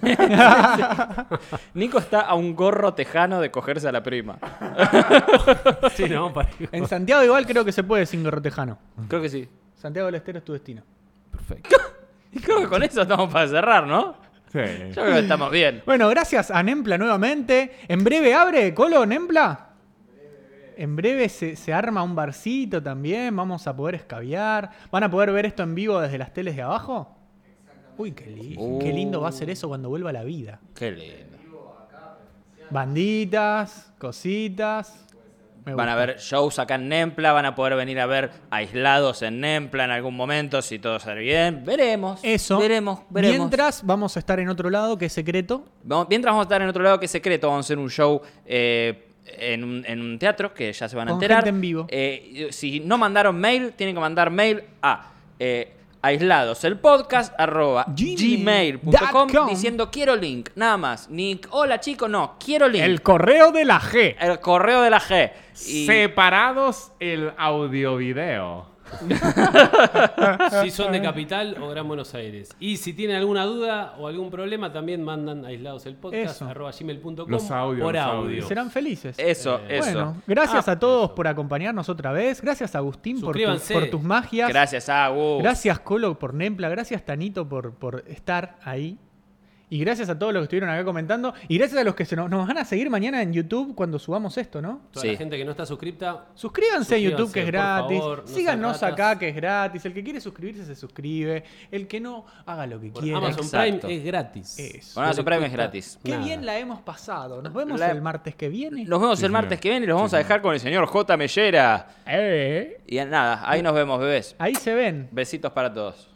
[SPEAKER 1] Nico está a un gorro tejano de cogerse a la prima.
[SPEAKER 4] Sí, no, para-
[SPEAKER 3] En Santiago igual creo que se puede sin gorrotejano.
[SPEAKER 1] Creo que sí.
[SPEAKER 3] Santiago del Estero es tu destino.
[SPEAKER 4] Perfecto.
[SPEAKER 1] Y creo que con eso estamos para cerrar, ¿no?
[SPEAKER 2] sí.
[SPEAKER 1] Yo creo que estamos bien.
[SPEAKER 3] Bueno, gracias a Nempla nuevamente. En breve abre, Colo, Nempla. En breve se, se arma un barcito también, vamos a poder escabiar. ¿Van a poder ver esto en vivo desde las teles de abajo? Uy, qué, li-
[SPEAKER 1] Uh.
[SPEAKER 3] qué lindo va a ser eso cuando vuelva a la vida.
[SPEAKER 1] Qué lindo.
[SPEAKER 3] Banditas, cositas. Me
[SPEAKER 1] Van a
[SPEAKER 3] gusta.
[SPEAKER 1] ver shows acá en Nempla, van a poder venir a ver aislados en Nempla en algún momento, si todo sale bien. Veremos.
[SPEAKER 3] Eso.
[SPEAKER 1] Veremos, veremos.
[SPEAKER 3] Mientras vamos a estar en otro lado que es secreto.
[SPEAKER 1] Vamos- mientras vamos a estar en otro lado que es secreto, vamos a hacer un show eh, en, un, en un teatro que ya se van a
[SPEAKER 3] Con
[SPEAKER 1] enterar.
[SPEAKER 3] gente en vivo.
[SPEAKER 1] Eh, si no mandaron mail, tienen que mandar mail a eh, aislados el podcast arroba
[SPEAKER 3] Gmail
[SPEAKER 1] gmail.com
[SPEAKER 3] punto com.
[SPEAKER 1] diciendo quiero link, nada más. Ni hola chico, no, quiero link.
[SPEAKER 3] El
[SPEAKER 1] El,
[SPEAKER 3] correo de la G.
[SPEAKER 1] correo de la G. Y-
[SPEAKER 2] Separados el audio-video.
[SPEAKER 4] Si son de Capital o Gran Buenos Aires. Y si tienen alguna duda o algún problema, también mandan aislados el podcast
[SPEAKER 3] Eso.
[SPEAKER 4] arroba gmail.com
[SPEAKER 2] Los audios,
[SPEAKER 4] por
[SPEAKER 2] los
[SPEAKER 4] audio.
[SPEAKER 2] audios.
[SPEAKER 3] Serán felices.
[SPEAKER 1] Eso,
[SPEAKER 2] Eh,
[SPEAKER 1] eso.
[SPEAKER 3] Bueno, gracias
[SPEAKER 4] Ah,
[SPEAKER 3] a todos por acompañarnos otra vez. Gracias Agustín por, tu-
[SPEAKER 4] Suscríbanse.
[SPEAKER 3] por tus magias.
[SPEAKER 1] Gracias, ah, uh. Agus.
[SPEAKER 3] Gracias Colo por Nempla. Gracias Tanito por, por estar ahí. Y gracias a todos los que estuvieron acá comentando. Y gracias a los que se nos, nos van a seguir mañana en YouTube cuando subamos esto, ¿no?
[SPEAKER 4] Toda
[SPEAKER 1] Sí.
[SPEAKER 4] la gente que no está suscripta,
[SPEAKER 3] Suscríbanse a YouTube
[SPEAKER 4] Suscríbanse,
[SPEAKER 3] que es
[SPEAKER 4] por
[SPEAKER 3] gratis.
[SPEAKER 4] favor, no
[SPEAKER 3] Síganos
[SPEAKER 4] sean
[SPEAKER 3] acá
[SPEAKER 4] ratas.
[SPEAKER 3] que es gratis. El que quiere suscribirse se suscribe. El que no, haga lo que
[SPEAKER 4] por
[SPEAKER 3] quiera.
[SPEAKER 4] Amazon
[SPEAKER 1] Exacto.
[SPEAKER 4] Prime es gratis.
[SPEAKER 3] Eso.
[SPEAKER 1] Bueno,
[SPEAKER 4] No
[SPEAKER 1] Amazon
[SPEAKER 4] les
[SPEAKER 1] Prime es
[SPEAKER 4] cuesta
[SPEAKER 1] gratis.
[SPEAKER 3] Qué
[SPEAKER 4] nada.
[SPEAKER 3] bien la hemos pasado. Nos vemos
[SPEAKER 1] La-
[SPEAKER 3] el martes que viene.
[SPEAKER 1] Nos vemos
[SPEAKER 2] Sí,
[SPEAKER 1] el
[SPEAKER 2] señor.
[SPEAKER 1] martes que viene y los vamos a dejar con el señor J. Mellera.
[SPEAKER 3] Eh,
[SPEAKER 1] Y nada, ahí nos vemos, bebés.
[SPEAKER 3] ahí se ven.
[SPEAKER 1] Besitos para todos.